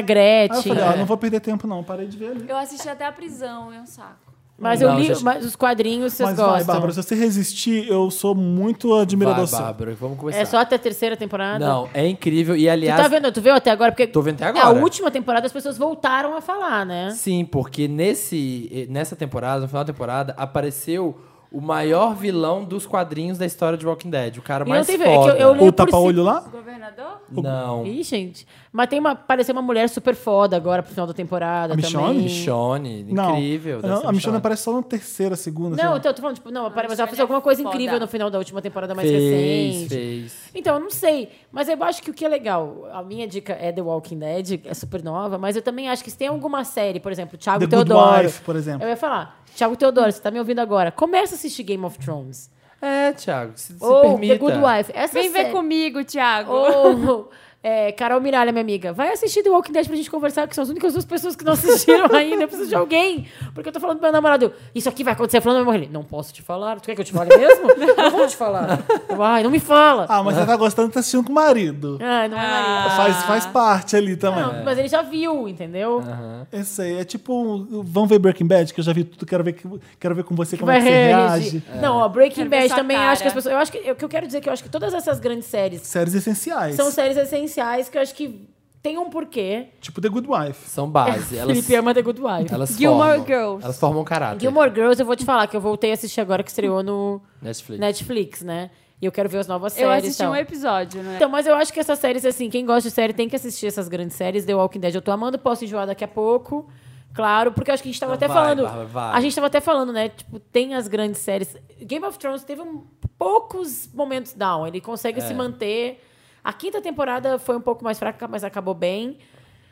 Aí Gretchen. eu falei, ah, É. não vou perder tempo não. Parei de ver ali. Eu assisti até a prisão, é um saco. Mas Não, eu li gente. mas os quadrinhos, vocês Mas vai, gostam. Bárbara, se você resistir, eu sou muito admirador Vai, seu. Bárbara, vamos começar. é só até a terceira temporada? Não, é incrível. E, Tu aliás, tá vendo? Tu viu até agora? Porque Tô vendo até é, agora. a última temporada as pessoas voltaram a falar, né? eh, Sim, porque nesse, nessa temporada, no final da temporada, apareceu o maior vilão dos quadrinhos da história de Walking Dead. O cara E mais não tem ver- é que foda. eu- eu leio- O por tapa-olho lá? Governador? Não. Ih, gente. Mas tem uma. Pareceu uma mulher super foda agora pro final da temporada. A Michonne? também. Michonne, Não. incrível. deve Não, ser a Michonne aparece só na terceira, segunda. sei Não, lá. então, eu tô falando, tipo, não, pare- mas ela Michonne fez é alguma coisa foda. incrível no final da última temporada mais Fez, recente. fez. Então, eu não sei. Mas eu acho que o que é legal, a minha dica é The Walking Dead, é super nova, mas eu também acho que se tem alguma série, por exemplo, Thiago The Good Teodoro. Wife, por exemplo. Eu ia falar, Thiago Teodoro, você tá me ouvindo agora. Começa a assistir Game of Thrones. É, Thiago, se, se Ou permita. Oh, The Good Wife. Essa Vem ver série- comigo, Thiago. Ou é, Carol Miralha, minha amiga, vai assistir The Walking Dead pra gente conversar, que são as únicas duas pessoas que não assistiram ainda. Eu preciso de alguém. Porque eu tô falando pro meu namorado, eu, isso aqui vai acontecer. Falando, vai morrer. Ele, Não posso te falar. Tu quer que eu te fale mesmo? não vou te falar. Eu, Ai, não me fala. Ah, mas você tá gostando de tá assistindo com o marido. Ai, não é Ah. marido. Faz, faz parte ali também. Não, mas ele já viu, entendeu? Eu sei, é tipo, um- vamos ver Breaking Bad, que eu já vi tudo, quero ver, que- quero ver com você como é que você reagir. reage. É. Não, ó, Breaking Quero ver Bad sua também cara. acho que as pessoas. Eu acho que o que eu quero dizer é que eu acho que todas essas grandes séries Séries essenciais. são séries essenciais que eu acho que tem um porquê. Tipo The Good Wife. São base. Elas, Felipe é ama The Good Wife. elas Gilmore formam, Girls. Elas formam caráter. Gilmore Girls, eu vou te falar que eu voltei a assistir agora que estreou no Netflix. Netflix, né? E eu quero ver as novas eu séries. e assisti tal. um episódio, É. né? Então, mas eu acho que essas séries, assim, quem gosta de série tem que assistir essas grandes séries. The Walking Dead eu tô amando, posso enjoar daqui a pouco. Claro, porque eu acho que a gente tava Não, até vai, falando. Bárbara, vai. A gente tava até falando, né? Tipo, tem as grandes séries. Game of Thrones teve um, poucos momentos down. Ele consegue É. se manter. A quinta temporada foi um pouco mais fraca, mas acabou bem.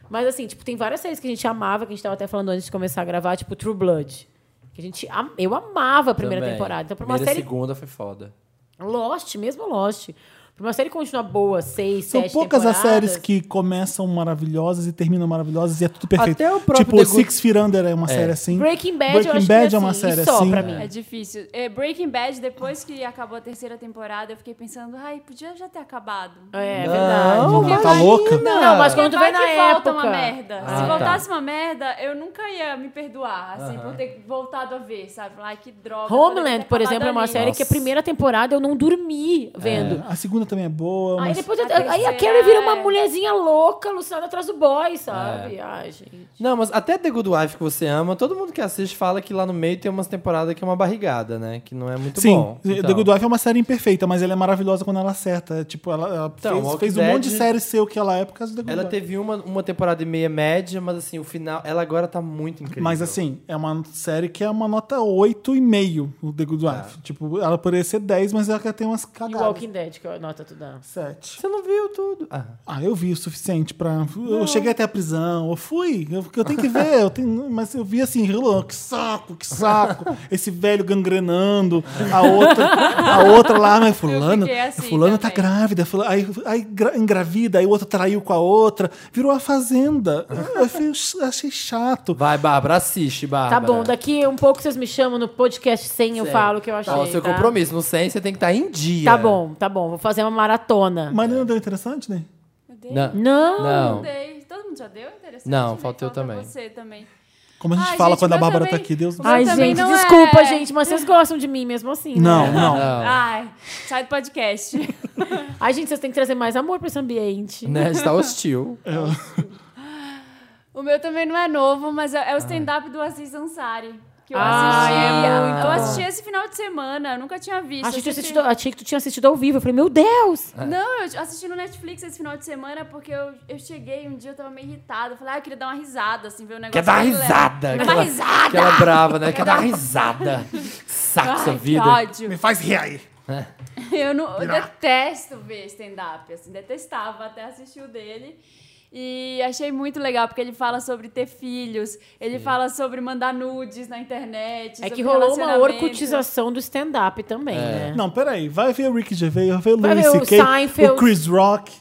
Mas assim, tipo, tem várias séries que a gente amava, que a gente tava até falando antes de começar a gravar, tipo True Blood. Que a gente am- Eu amava a primeira Também. temporada. Então, pra uma primeira e série segunda foi foda. Lost, mesmo Lost. Pra uma série continuar boa, seis, São sete poucas as temporadas. séries que começam maravilhosas e terminam maravilhosas e é tudo perfeito. Até o próprio tipo, The Good- Six Feet Under é uma série assim. Breaking Bad, eu Breaking acho Bad que é uma assim, série e só assim. pra É mim. difícil. É, Breaking Bad, depois que acabou a terceira temporada, eu fiquei pensando, ai, podia já ter acabado. É, verdade. Não, tá louca? Não, mas quando Porque vai vem na que volta época. uma merda. Ah, Se tá. voltasse uma merda, eu nunca ia me perdoar, assim, por ter voltado a ver, sabe? Ai, que droga. poderia ter Homeland, por acabado exemplo, é uma ali. série que a primeira temporada eu não dormi vendo. A segunda também é boa, Aí mas depois eu- A aí a terceira, Carrie vira uma é. mulherzinha louca, alucinada atrás do boy, sabe? É. Ai, gente. Não, mas até The Good Wife que você ama, todo mundo que assiste fala que lá no meio tem umas temporadas que é uma barrigada, né? Que não é muito Sim, bom. então. The Good Wife é uma série imperfeita, mas ela é maravilhosa quando ela acerta. É, Tipo, ela, ela Então, fez- Walking fez, um Dead- monte de série ser o que ela é por causa do The Good Ela Wife. teve uma, uma temporada e meia média, mas assim, o final. Ela agora tá muito incrível. Mas assim, é uma série que é uma nota 8,5 no The É. Good Wife. Tipo, ela poderia ser 10, mas ela tem umas E cagadas. Walking Dead, que eu nota tu dá. 7. Você não viu tudo. Ah, Ah, eu vi o suficiente pra. Eu cheguei até a prisão, eu fui, eu, eu tenho que ver, eu tenho, mas eu vi assim, "Lô, que saco, que saco, esse velho gangrenando, a outra, a outra lá, mas fulano, fiquei assim fulano tá também. grávida, fula- aí, aí gra- engravida, aí o outro traiu com a outra, virou a fazenda. Eu, fui- achei chato. Vai, Bárbara, assiste, Tá Bárbara. né? bom, daqui um pouco vocês me chamam no podcast 100, eu Sério. falo o que eu achei. Tá, o seu tá? compromisso. No 100, você tem que estar em dia. é. Tá bom, tá bom. Vou fazer uma maratona. Mas não deu interessante, né? Eu dei, Não. Não. Não. eu dei. Todo mundo já deu? Interessante. Não, né? falta eu Falta também. Você também. Como a gente Ai, fala gente, quando a mas Bárbara tá também- aqui, Deus me Ai, Mas também gente, não desculpa, é- gente, mas vocês gostam de mim mesmo assim, né? Não, não. Ah. Ai, sai do podcast. Ai, gente, vocês têm que trazer mais amor pra esse ambiente. Né? Está hostil. o meu também não é novo, mas Ah. é é o stand-up do Assis Ansari. Que eu assisti. Ai, é muito eu bom. assisti esse final de semana, eu nunca tinha visto. Achei que, tu tinha Assisti- assistido- achei que tu tinha assistido ao vivo. Eu falei, meu Deus! Não, eu assisti no Netflix esse final de semana porque eu, eu cheguei um dia, eu tava meio irritada. Eu falei, ah, eu queria dar uma risada, assim, ver o negócio. Quer dar mais leve. risada. Quer dar Aquela- risada! Aquela brava, né? Quer dar risada. Saco Ai, sua vida. Que ódio. Me faz rir aí. Eu, não, eu detesto ver stand-up, assim, detestava até assistir o dele. E achei muito legal, porque ele fala sobre ter filhos, ele fala sobre mandar nudes na internet. É sobre que rolou uma relacionamento. orcutização do stand-up também, É. né? Não, peraí. Vai ver o Ricky Gervais, vai ver o Vai Louis ver o C.K., Seinfeld. o Chris Rock.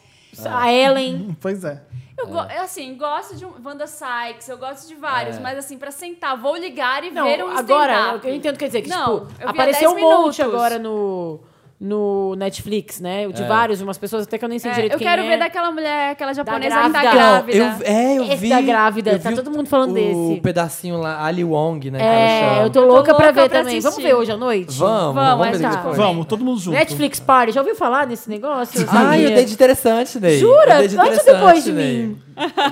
é. A Ellen. Pois é. Eu, go- eu, assim, gosto de um, Wanda Sykes, eu gosto de vários, mas assim, pra sentar, vou ligar e É. Não, ver um agora, stand-up. eu entendo o que quer dizer. Que, Não, eu vi tipo, há apareceu 10 um monte minutos. agora no, no Netflix, né? É. De vários, umas pessoas até que eu nem sei É, direito eu quem quero é. ver daquela mulher, aquela japonesa grávida. que tá grávida. Eu, é, eu Esse vi. da grávida, eu tá vi todo mundo falando o desse. O pedacinho lá, Ali Wong, né? que ela É, chama. eu tô Eu tô louca pra louca ver pra também. Vamos assistir. ver hoje à noite? Vamos, Vamos, vamos, ver essa- tá. depois. Vamos, todo mundo junto. Netflix Party, já ouviu falar nesse negócio? Ah, eu dei de interessante, Ney. é? Jura? Eu dei de Antes ou interessante, depois de Ney. mim?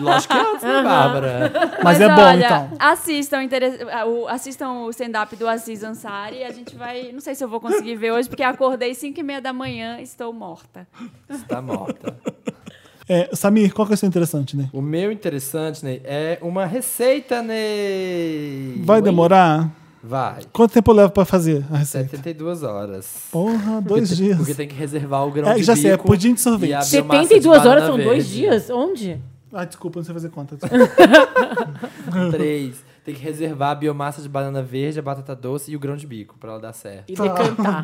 Lógico que é antes, né, Bárbara? Mas, é bom, olha, então. Assistam, interes- ah, o- assistam o stand-up do Aziz Ansari. A gente vai. Não sei se eu vou conseguir ver hoje, porque acordei 5 e meia da manhã, estou morta. Você tá morta. É, Samir, qual que é o seu interessante, né? O meu interessante, Ney, é uma receita, Ney. Vai demorar? Vai. Quanto tempo leva pra fazer a receita? 72 horas. Porra, dois dias. Porque tem que reservar o grão É, de já bico. sei, é pudim de sorvete. e a biomassa de 72 horas banana são dois verde. dias? Onde? Ah, desculpa, não sei fazer conta. desculpa. Três. Tem que reservar a biomassa de banana verde, a batata doce e o grão de bico pra ela dar certo. E decantar.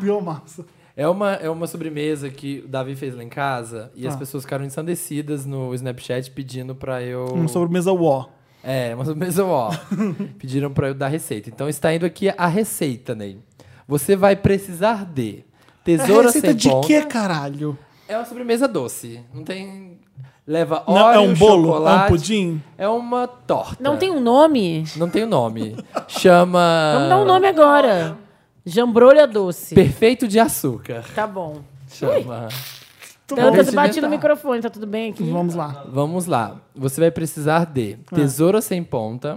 Biomassa. É uma, é uma sobremesa que o Davi fez lá em casa e as Ah. pessoas ficaram ensandecidas no Snapchat pedindo pra eu. Um sobremesa UO. É, uma sobremesa ó. Pediram pra eu dar receita. Então está indo aqui a receita, Ney. Você vai precisar de É tesoura receita sem de ponta. quê, caralho? É uma sobremesa doce. Não tem. Leva óleo, Não, é um bolo? É um chocolate. pudim? É uma torta. Não tem um nome? Não tem o nome. Chama. Vamos dar um nome agora. Jambrolha doce. Perfeito de açúcar. Tá bom. Chama. bom. Tantas bati no Experimentar. microfone, tá tudo bem aqui? Vamos lá. Vamos lá. Você vai precisar de tesoura sem ponta,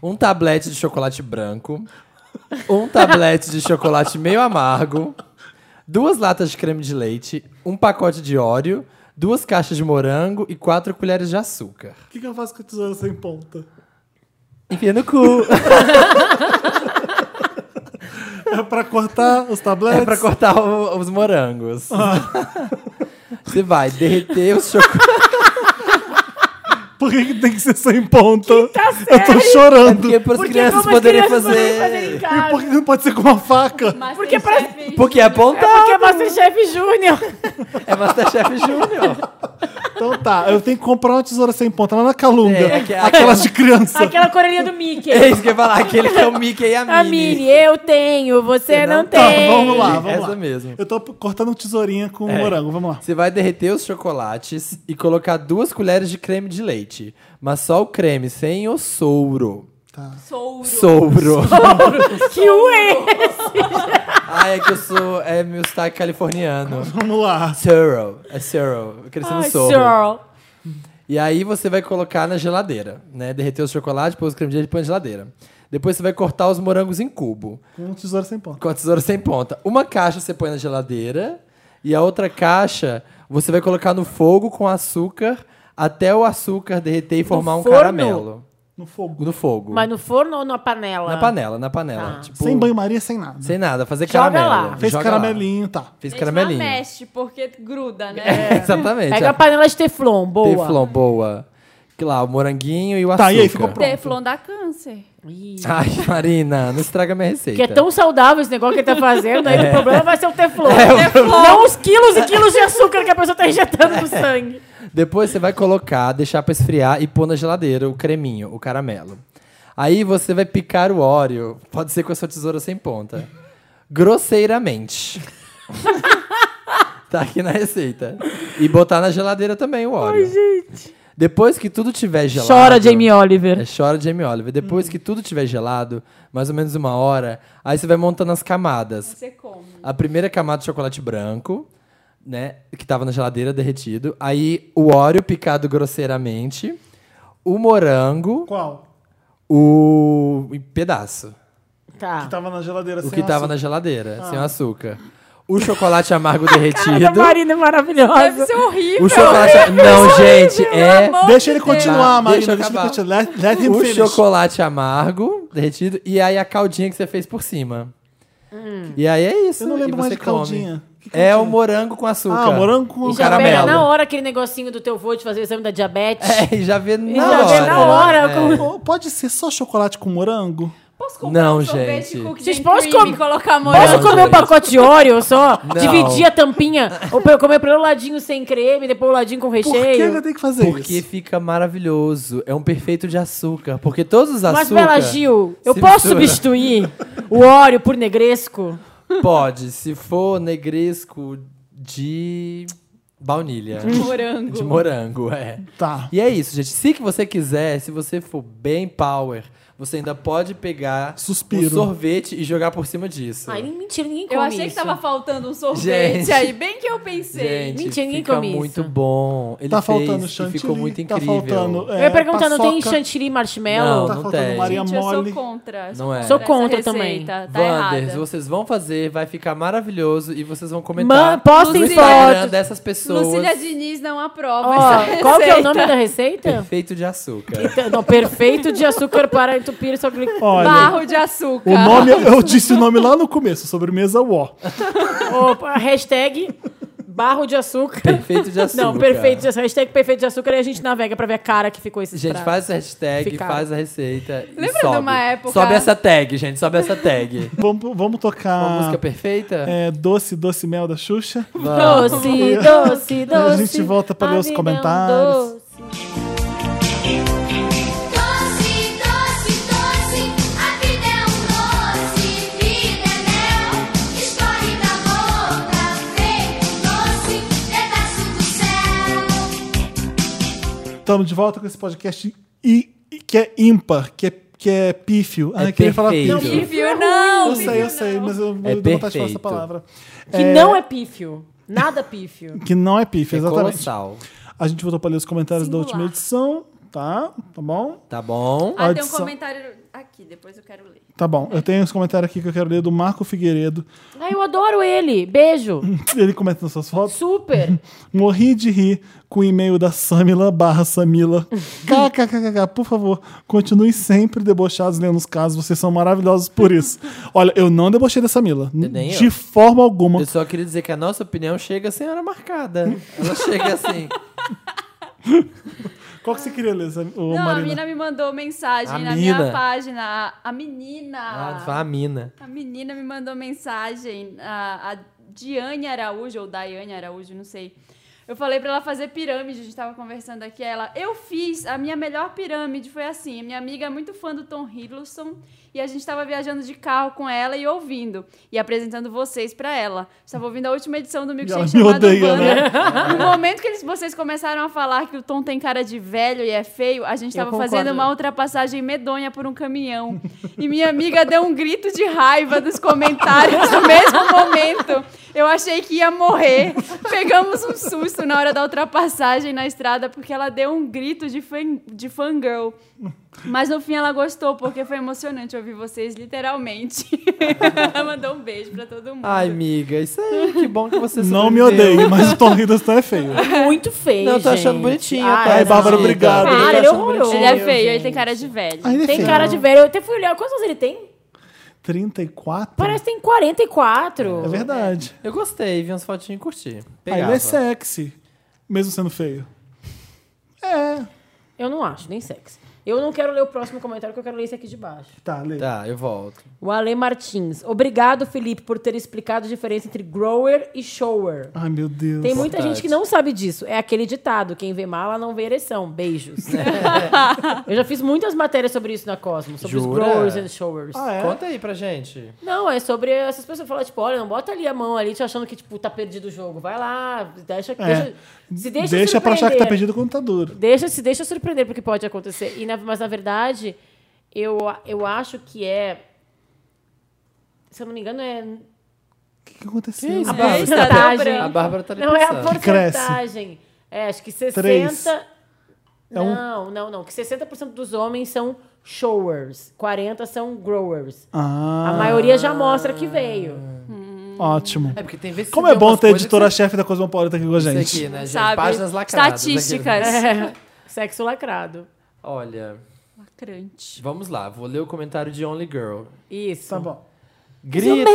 um tablete de chocolate branco, um tablete de chocolate meio amargo, duas latas de creme de leite, um pacote de óleo, duas caixas de morango e quatro colheres de açúcar. O que, que eu faço com a tesoura sem ponta? Enfia no cu. É pra cortar os tabletes? É pra cortar o- os morangos. Ah. Você vai derreter os chocolates. Por que, que tem que ser sem ponta? eu tô chorando. É Porque para as Porque crianças como as poderem crianças fazer. podem fazer em E por casa. que não pode ser com uma faca? Porque parece. Porque é apontar. Porque é Masterchef Júnior. É Masterchef Júnior. Então tá, eu tenho que comprar uma tesoura sem ponta lá na Calunga. É, aqu- aquelas de criança. Aquela orelhinha do Mickey. É isso que eu ia falar. Aquele que é o Mickey e a Minnie. A Mini, eu tenho, você, não, Tá, tem. vamos lá, vamos Essa lá. mesmo. Eu tô p- cortando tesourinha com É. morango, vamos lá. Você vai derreter os chocolates e colocar duas colheres de creme de leite. Mas só o creme, sem o souro. Sou Souro. Que ué! ah, é que eu sou... É meu sotaque californiano. Vamos lá. Sorrow. É sorrow. Eu cresci no Ai, sorro. Cheryl. E aí você vai colocar na geladeira, né? Derreter o chocolate, pôr os creme de leite e põe na geladeira. Depois você vai cortar os morangos em cubo, Com tesoura Um sem ponta. com a tesoura sem ponta. Uma caixa você põe na geladeira e a outra caixa você vai colocar no fogo com açúcar até o açúcar derreter e formar um forno? caramelo. No fogo. No fogo. Mas no forno ou na panela? Na panela, na panela. Tá. Tipo, Sem banho-maria, sem nada. sem nada, fazer Joga caramelo. lá. Fez Joga lá. caramelinho, tá. Fez Mas caramelinho. mexe, porque gruda, É, né? Exatamente. Pega a a panela de teflon, boa. Teflon, boa. Que lá, o moranguinho e o açúcar. Tá, e aí, ficou pronto. Teflon dá câncer. Ih, Ai, Marina, não estraga minha receita. Que é tão saudável esse negócio que ele tá fazendo, aí o problema vai ser o teflon. É, o teflon. Não os quilos e quilos de açúcar que a pessoa tá injetando É. no sangue. Depois você vai colocar, deixar pra esfriar e pôr na geladeira o creminho, o caramelo. Aí você vai picar o óleo, pode ser com a sua tesoura sem ponta, grosseiramente. tá aqui na receita. E botar na geladeira também o óleo. Ai, gente. Depois que tudo tiver gelado... Chora, Jamie Oliver. É, chora Jamie Oliver. Depois que tudo tiver gelado, mais ou menos uma hora, aí você vai montando as camadas. Você come. A primeira camada de chocolate branco, né? Que tava na geladeira derretido. Aí o óleo picado grosseiramente. O morango, Qual? o em pedaço. Que Tá. tava na geladeira O sem que tava na geladeira, Ah. sem o açúcar. O chocolate amargo A derretido. Marina Deve é maravilhosa. ser horrível. O chocolate. Não, gente, é. amor. Deixa ele Meu Deus. continuar, Tá, deixa eu Marina. Deixa ele acabar. continuar. Let, let him O finish. chocolate amargo derretido. E aí a caldinha que você fez por cima. Hum. E aí é isso. Eu não e lembro mais você de come. caldinha. Que É caldinha? o morango com açúcar. Ah, morango com e Já pega Um caramelo. na hora aquele negocinho do teu vô de fazer o exame da diabetes. É, e já vê na já vê hora. na hora, É. como- Ou Pode ser só chocolate com morango? Posso comprar Não, um sorvete gente. cookie Vocês and podem cream comer- e colocar Posso morango? comer um gente. pacote de Oreo só? Não. Dividir a tampinha? Ou pra eu comer primeiro o ladinho sem creme, depois o ladinho com Por que recheio? eu tenho que fazer Porque isso? fica maravilhoso. É um perfeito de açúcar. Porque todos os açúcares. Mas, Bela Gil, eu se mistura. posso substituir o Oreo por negresco? Pode, se for negresco de baunilha. De morango. De morango, é. Tá. E é isso, gente. Se que você quiser, se você for bem power, Você ainda pode pegar Suspiro. um sorvete e jogar por cima disso. Ai, nem- mentira, ninguém come Eu achei que isso. tava faltando um sorvete Gente. aí, bem que eu pensei. Gente, Mentira, ninguém fica come isso. muito bom. Ele tá fez faltando e chantilly. ficou muito tá incrível. faltando, Eu é, ia perguntar, não tem paçoca. chantilly marshmallow? Tá Não faltando tem. Maria Gente, eu Mole. sou contra. Não é. contra Sou essa conta também. receita, Tá Wanders, errada. vocês vão fazer, vai ficar maravilhoso e vocês vão Man, comentar no postem Instagram é, né? foto. dessas pessoas. Lucília Diniz não aprova Ó, essa qual que é o receita. nome da receita? Então, Perfeito de açúcar. Não, perfeito de açúcar para entupir sua glicose. Olha, Barro de açúcar. o nome, é eu disse o é nome lá no começo, sobremesa UO. Opa, hashtag barro de açúcar. Perfeito de açúcar. Não, perfeito de açúcar. Hashtag perfeito de açúcar e a gente navega pra ver a cara que ficou esse Gente, prato. faz essa hashtag, Ficaram. faz a receita. e Lembra de sobe. uma época- Sobe essa tag, gente, sobe essa tag. Vamos, vamos Uma tocar música perfeita? Ah, é, Doce, Doce Mel da Xuxa. Doce, doce, doce. A gente volta pra ler os vida é um comentários. doce. Doce, doce, doce, a vida é um doce, vida é mel. Escorre da boca, feito doce, pedaço do céu. Estamos de volta com esse podcast i- i- que é ímpar, que é, que é pífio. Ah, É eu queria falar perfeito. pífio. Pífio, não. Eu sei, eu sei, mas eu vou É dou vontade de falar perfeito. essa palavra. Que não é pífio. Nada pífio. Que não é pífio, é exatamente. colossal. A gente voltou pra ler os comentários Singular. da última edição. Tá, tá bom? Tá bom? Ah, tem um Audição. comentário aqui, depois eu quero ler. Tá bom. Eu tenho uns comentários aqui que eu quero ler do Marco Figueiredo. Ai, eu adoro ele. Beijo. Ele comenta nas suas fotos. Super. Morri de rir com o e-mail da Samila barra Samila. KKKKK, por favor, continuem sempre debochados lendo os casos. Vocês são maravilhosos por isso. Olha, eu não debochei da Samila. Nem de eu. forma alguma. Eu só queria dizer que a nossa opinião chega sem hora marcada. Ela chega assim. Qual que você queria ler, Sam- ô, não, a Marina? mina me mandou mensagem A na mina. minha página. A- A menina. Ah, tu fala, a mina. A menina me mandou mensagem, a, a Diane Araújo, ou Daiane Araújo, não sei. Eu falei pra ela fazer pirâmide, a gente tava conversando aqui. Ela, eu fiz, a minha melhor pirâmide foi assim. A minha amiga é muito fã do Tom Hiddleston e a gente tava viajando de carro com ela e ouvindo, e apresentando vocês pra ela. Estava ouvindo a última edição do Milkshake ela me chamado odeia, Wanda. né? No momento que eles, vocês começaram a falar que o Tom tem cara de velho e é feio, a gente Eu tava concordo. fazendo uma ultrapassagem medonha por um caminhão. E minha amiga deu um grito de raiva dos comentários no mesmo momento. Eu achei que ia morrer. Pegamos um susto na hora da ultrapassagem na estrada, porque ela deu um grito de, fan, de fangirl. Mas no fim ela gostou, porque foi emocionante ouvir vocês, literalmente. ela mandou um beijo pra todo mundo. Ai, amiga, isso aí, que bom que você Não me sobreviveu. odeie, mas o Tom Hiddleston é feio. Muito feio, Não, eu tô achando gente. bonitinho, Ai, tá? Ai, Bárbara, Não. obrigado. Cara, Obrigado, ele é achando horroroso. bonitinho. Ele é feio, ele gente. tem cara de velho. Ah, ele é Tem feio. cara de velho. Eu até fui olhar. Quantos anos ele tem? 34? Parece que tem 44. É verdade. Eu gostei, vi umas fotinhas e curti. Ah, Pegava. ele é sexy, mesmo sendo feio. É. Eu não acho, nem sexy. Eu não quero ler o próximo comentário, porque eu quero ler esse aqui de baixo. Tá, lê. Tá, eu volto. O Ale Martins. Obrigado, Felipe, por ter explicado a diferença entre grower e shower. Ai, meu Deus. Tem muita Verdade. gente que não sabe disso. É aquele ditado: quem vê mala não vê ereção. Beijos. Eu já fiz muitas matérias sobre isso na Cosmos, sobre Jura? os growers and showers. Ah, é? Conta aí pra gente. Não, é sobre essas pessoas falam, tipo, olha, não bota ali a mão ali, te achando que, tipo, tá perdido o jogo. Vai lá, deixa. deixa se deixa, É. deixa pra achar que tá surpreender. perdido o computador. Deixa, se deixa surpreender porque pode acontecer. E na- mas na verdade, eu, eu acho que é. Se eu não me engano, é. O que, que aconteceu? Que isso? A Bárbara, é porcentagem. A Bárbara tá ali Não é a pensando. porcentagem. É, acho que 60. É um- Não, não, não. Que 60% dos homens são showers, 40% são growers. Ah, A maioria já mostra que veio. ótimo. É porque tem vezes que Como você é vê bom umas ter a coisas que você- editora-chefe da Cosmopolita aqui com a Isso gente. aqui, né, gente? Sabe? Páginas lacradas. Estatísticas. aqueles- É, sexo lacrado. Olha, Lacrante. vamos lá. Vou ler o comentário de Only Girl. Isso. Tá bom. Grito!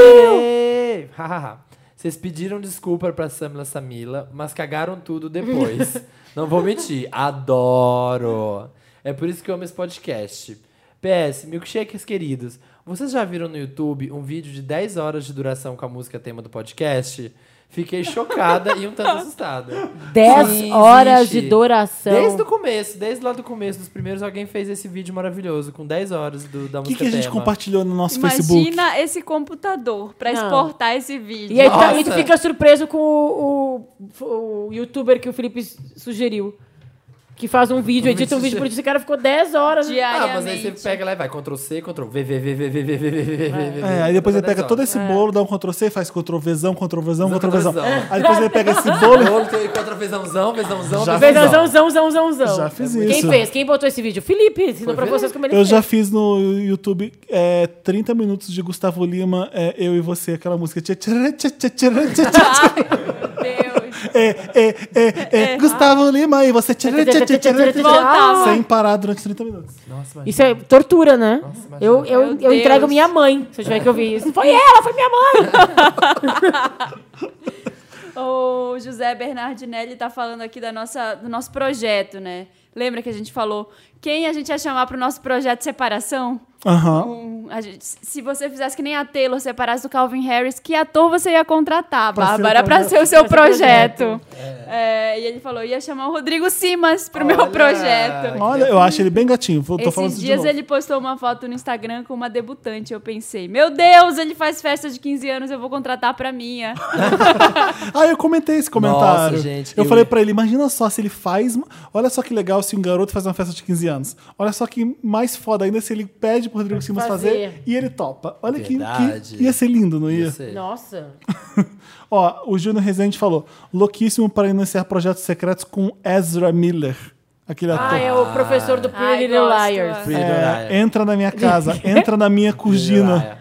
Grito! Hahaha. Vocês pediram desculpa pra Samila Samila, mas cagaram tudo depois. Não vou mentir, adoro! É por isso que eu amo esse podcast. PS, milkshakers queridos, vocês já viram no YouTube um vídeo de 10 horas de duração com a música tema do podcast? Fiquei chocada e um tanto assustada. 10 Sim, horas existe. de duração. Desde o começo, desde lá do começo dos primeiros, alguém fez esse vídeo maravilhoso com 10 horas do, da O que, música que a gente tema. compartilhou no nosso Facebook? Imagina esse computador pra Não. exportar esse vídeo. E aí tu tá- Nossa. e tu fica surpreso com o, o- o youtuber que o Felipe s- sugeriu. que faz um vídeo, edita um vídeo por dia. Esse cara ficou 10 horas. Ah, Diariamente. mas aí você pega lá e vai, Ctrl C, Ctrl V, V, V, V, V, V, V, V, V, V, V. É, aí depois ele pega todo esse bolo, dá um Ctrl C, faz Ctrl Vzão, Ctrl Vzão, Ctrl Vzão. Aí depois ele pega esse bolo. Bolo, tem Ctrl Vzãozão, Vzãozão, Já Fez Zão. zão, um zão, zão, zão, zão. Já fiz Quem isso. fez? Quem botou esse vídeo? Felipe, ensinou Foi pra Felipe? vocês como ele Eu fez. já fiz no YouTube é, 30 minutos de Gustavo Lima, é, Eu e Você, aquela música. Tchê, tchê, tchê, tchê, tchê, tchê, tchê, Deus. É, é, é, é, Gustavo Lima e você. Tchê, tchê, tchê, tchê, tchê, tchê, tchê, Voltava. Sem parar durante 30 minutos. Nossa, mas... Isso é tortura, né? eu eu, Meu eu Deus. entrego minha mãe, se eu tiver que ouvir isso. Foi ela, foi minha mãe! O José Bernardinelli tá falando aqui da nossa, do nosso projeto, né? Lembra que a gente falou quem a gente ia chamar pro nosso projeto Separação? Aham. Um, a gente- se você fizesse que nem a Taylor, separasse do Calvin Harris, que ator você ia contratar, Pra ser o Bárbara, pra projeto. ser o seu Pra ser o projeto? É, e ele falou, ia chamar o Rodrigo Simas pro meu Olha! projeto. Olha, eu acho ele bem gatinho. Vou- Tô falando Esses isso de dias novo. ele postou uma foto no Instagram com uma debutante. Eu pensei, meu Deus, ele faz festa de 15 anos, eu vou contratar pra minha. Ah, eu comentei esse comentário. Nossa, gente, eu eu falei ia- pra ele, imagina só se ele faz. Olha só que legal se um garoto faz uma festa de 15 anos. Olha só que mais foda ainda se ele pede pro Rodrigo Simas fazer, Fazer. e ele topa. Olha que, Verdade. que ia ser lindo, não ia? Isso aí. Nossa. Ó, o Júnior Rezende falou: louquíssimo para iniciar projetos secretos com Ezra Miller. Aquele ator. Ah, é o professor do Pretty Ai, Little gosto. Liars. Free É, Dorian. entra na minha casa, entra na minha cugina. Dorian.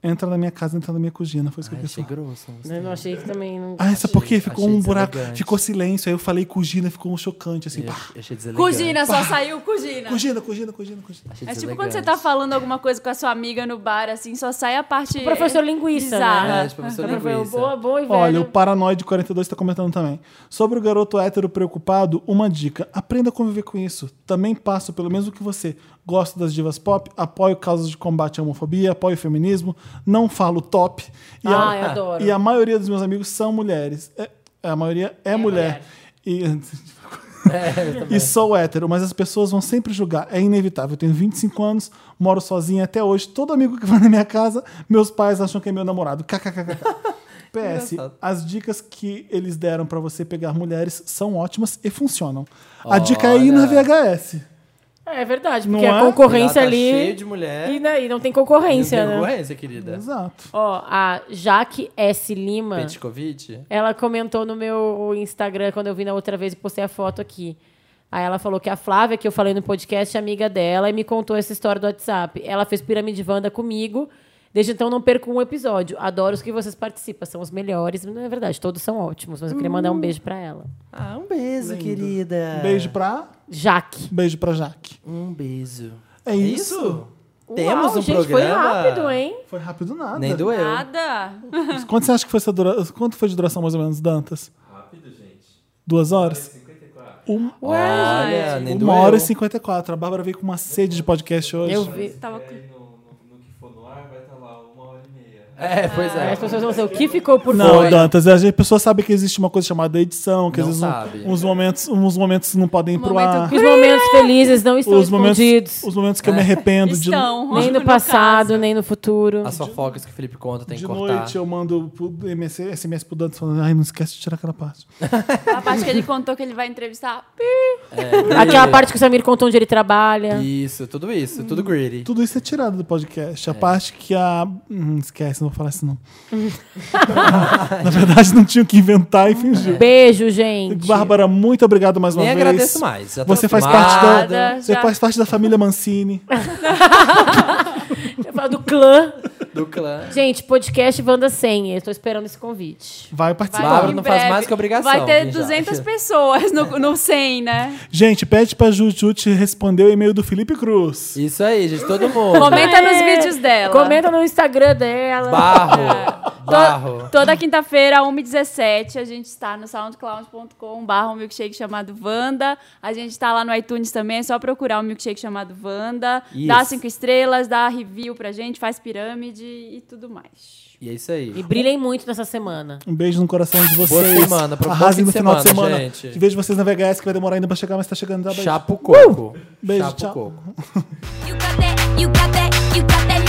Entra na minha casa, entra na minha cugina. Foi isso que eu Ai, quis achei falar. grosso. não Eu não achei que também... Não... Ah, essa porque ficou achei um buraco, deselegante. ficou silêncio. Aí eu falei cugina, ficou um chocante, assim. sei. pá. Eu Achei deselegante. Cugina, só saiu Cugina. Cugina, cugina, cugina, cugina. Achei É tipo deselegante. quando você tá falando alguma coisa com a sua amiga no bar, assim, só sai a parte. O professor linguiça, bizarra. né? É, tipo, professor Foi o linguiça. boa, boa e velho. é. Olha, o Paranoide 42 está tá comentando também. Sobre o garoto hétero preocupado, uma dica. Aprenda a conviver com isso. Também passo pelo mesmo que você. Gosto das divas pop, apoio causas de combate à homofobia, apoio o feminismo, não falo top. E Ah, eu adoro. E a maioria dos meus amigos são mulheres. É- a maioria é, mulher. E... É, E sou hétero, mas as pessoas vão sempre julgar. É inevitável. Eu tenho 25 anos, moro sozinha até hoje. Todo amigo que vai na minha casa, meus pais acham que é meu namorado. KKKK. PS, Engraçado. as dicas que eles deram pra você pegar mulheres são ótimas e funcionam. A dica é ir na Olha. VHS. É verdade, Não porque a é? Lá concorrência tá ali... Cheio de mulher. E, né, e não tem concorrência, Não tem né? concorrência, querida. Exato. Ó, a Jaque S. Lima... Petkovic. Ela comentou no meu Instagram quando eu vi na outra vez e postei a foto aqui. Aí ela falou que a Flávia, que eu falei no podcast, é amiga dela e me contou essa história do WhatsApp. Ela fez pirâmide Wanda comigo. Desde então não perco um episódio. Adoro os que vocês participam, são os melhores. Não é verdade, todos são ótimos, mas eu queria Hum. mandar um beijo pra ela. Ah, um beijo, querida. Beijo pra. Jaque. Beijo pra Jaque. Um beijo. É isso? Temos Uau, um gente, programa. foi rápido, hein? Foi rápido nada. Nem doeu. Nada. Quanto você acha que foi essa dura... Quanto foi de duração, mais ou menos, Dantas? Rápido, gente. Duas horas? 54. Um- Olha, nem Uma doeu. hora e 54. A Bárbara veio com uma sede de podcast hoje. Eu vi. Tava É, no, no, no que for no ar, vai estar lá uma hora e meia. É, pois Aí é. As pessoas vão dizer, o que ficou por Não, fora? Dantas, a gente- a pessoa sabe que existe uma coisa chamada edição, que Não às vezes um- sabe. uns momentos, uns momentos não podem ir pro Momento ar. Os momentos felizes não estão Os momentos, escondidos. os momentos É. que eu me arrependo de, Estão. Nem no passado, nem no futuro. As fofocas que o Felipe conta tem que de cortar. noite, eu mando pro MS SMS pro Dantas falando, ai, não esquece de tirar aquela parte. A parte que ele contou que ele vai entrevistar. Pi. Aquela é parte que o Samir contou onde ele trabalha. Isso, tudo isso, tudo greedy. Tudo isso é tirado do É. podcast. A parte que a. Hum, esquece, não vou falar isso não. Na verdade, não tinha o que inventar e fingir. Beijo, gente. Bárbara, muito obrigado mais uma É. Nem vez. agradeço mais. já tô Você faz acostumado. parte da. Nada, Você já- faz parte da família Mancini. Eu falo do clã. do clã. Gente, podcast Wanda 100. Eu tô esperando esse convite. Vai Vai, participar. Bárbara em não faz breve. mais que obrigação, Vai ter hein, já. 200 pessoas no, no 100, né? Gente, pede pra Juju te responder o e-mail do Felipe Cruz. Isso aí, gente, todo mundo. Comenta nos vídeos dela. Comenta no Instagram dela. Barro, To- barro. Toda quinta-feira, 1h17, a gente está no soundcloud.com barra um milkshake chamado Vanda. A gente está lá no iTunes também, é só procurar um milkshake chamado Vanda. Isso. Dá cinco estrelas, dá review pra gente, faz pirâmide e tudo mais. E é isso aí. E brilhem muito nessa semana. Um beijo no coração de vocês. Boa semana, pro Arrasem no bom fim de final de semana, semana. gente. Vejo vocês na VHS que vai demorar ainda pra chegar, mas tá chegando. Dá beijo. Chapo coco. Uh, Beijo, Chapo tchau. coco. You got that, you got that, you got that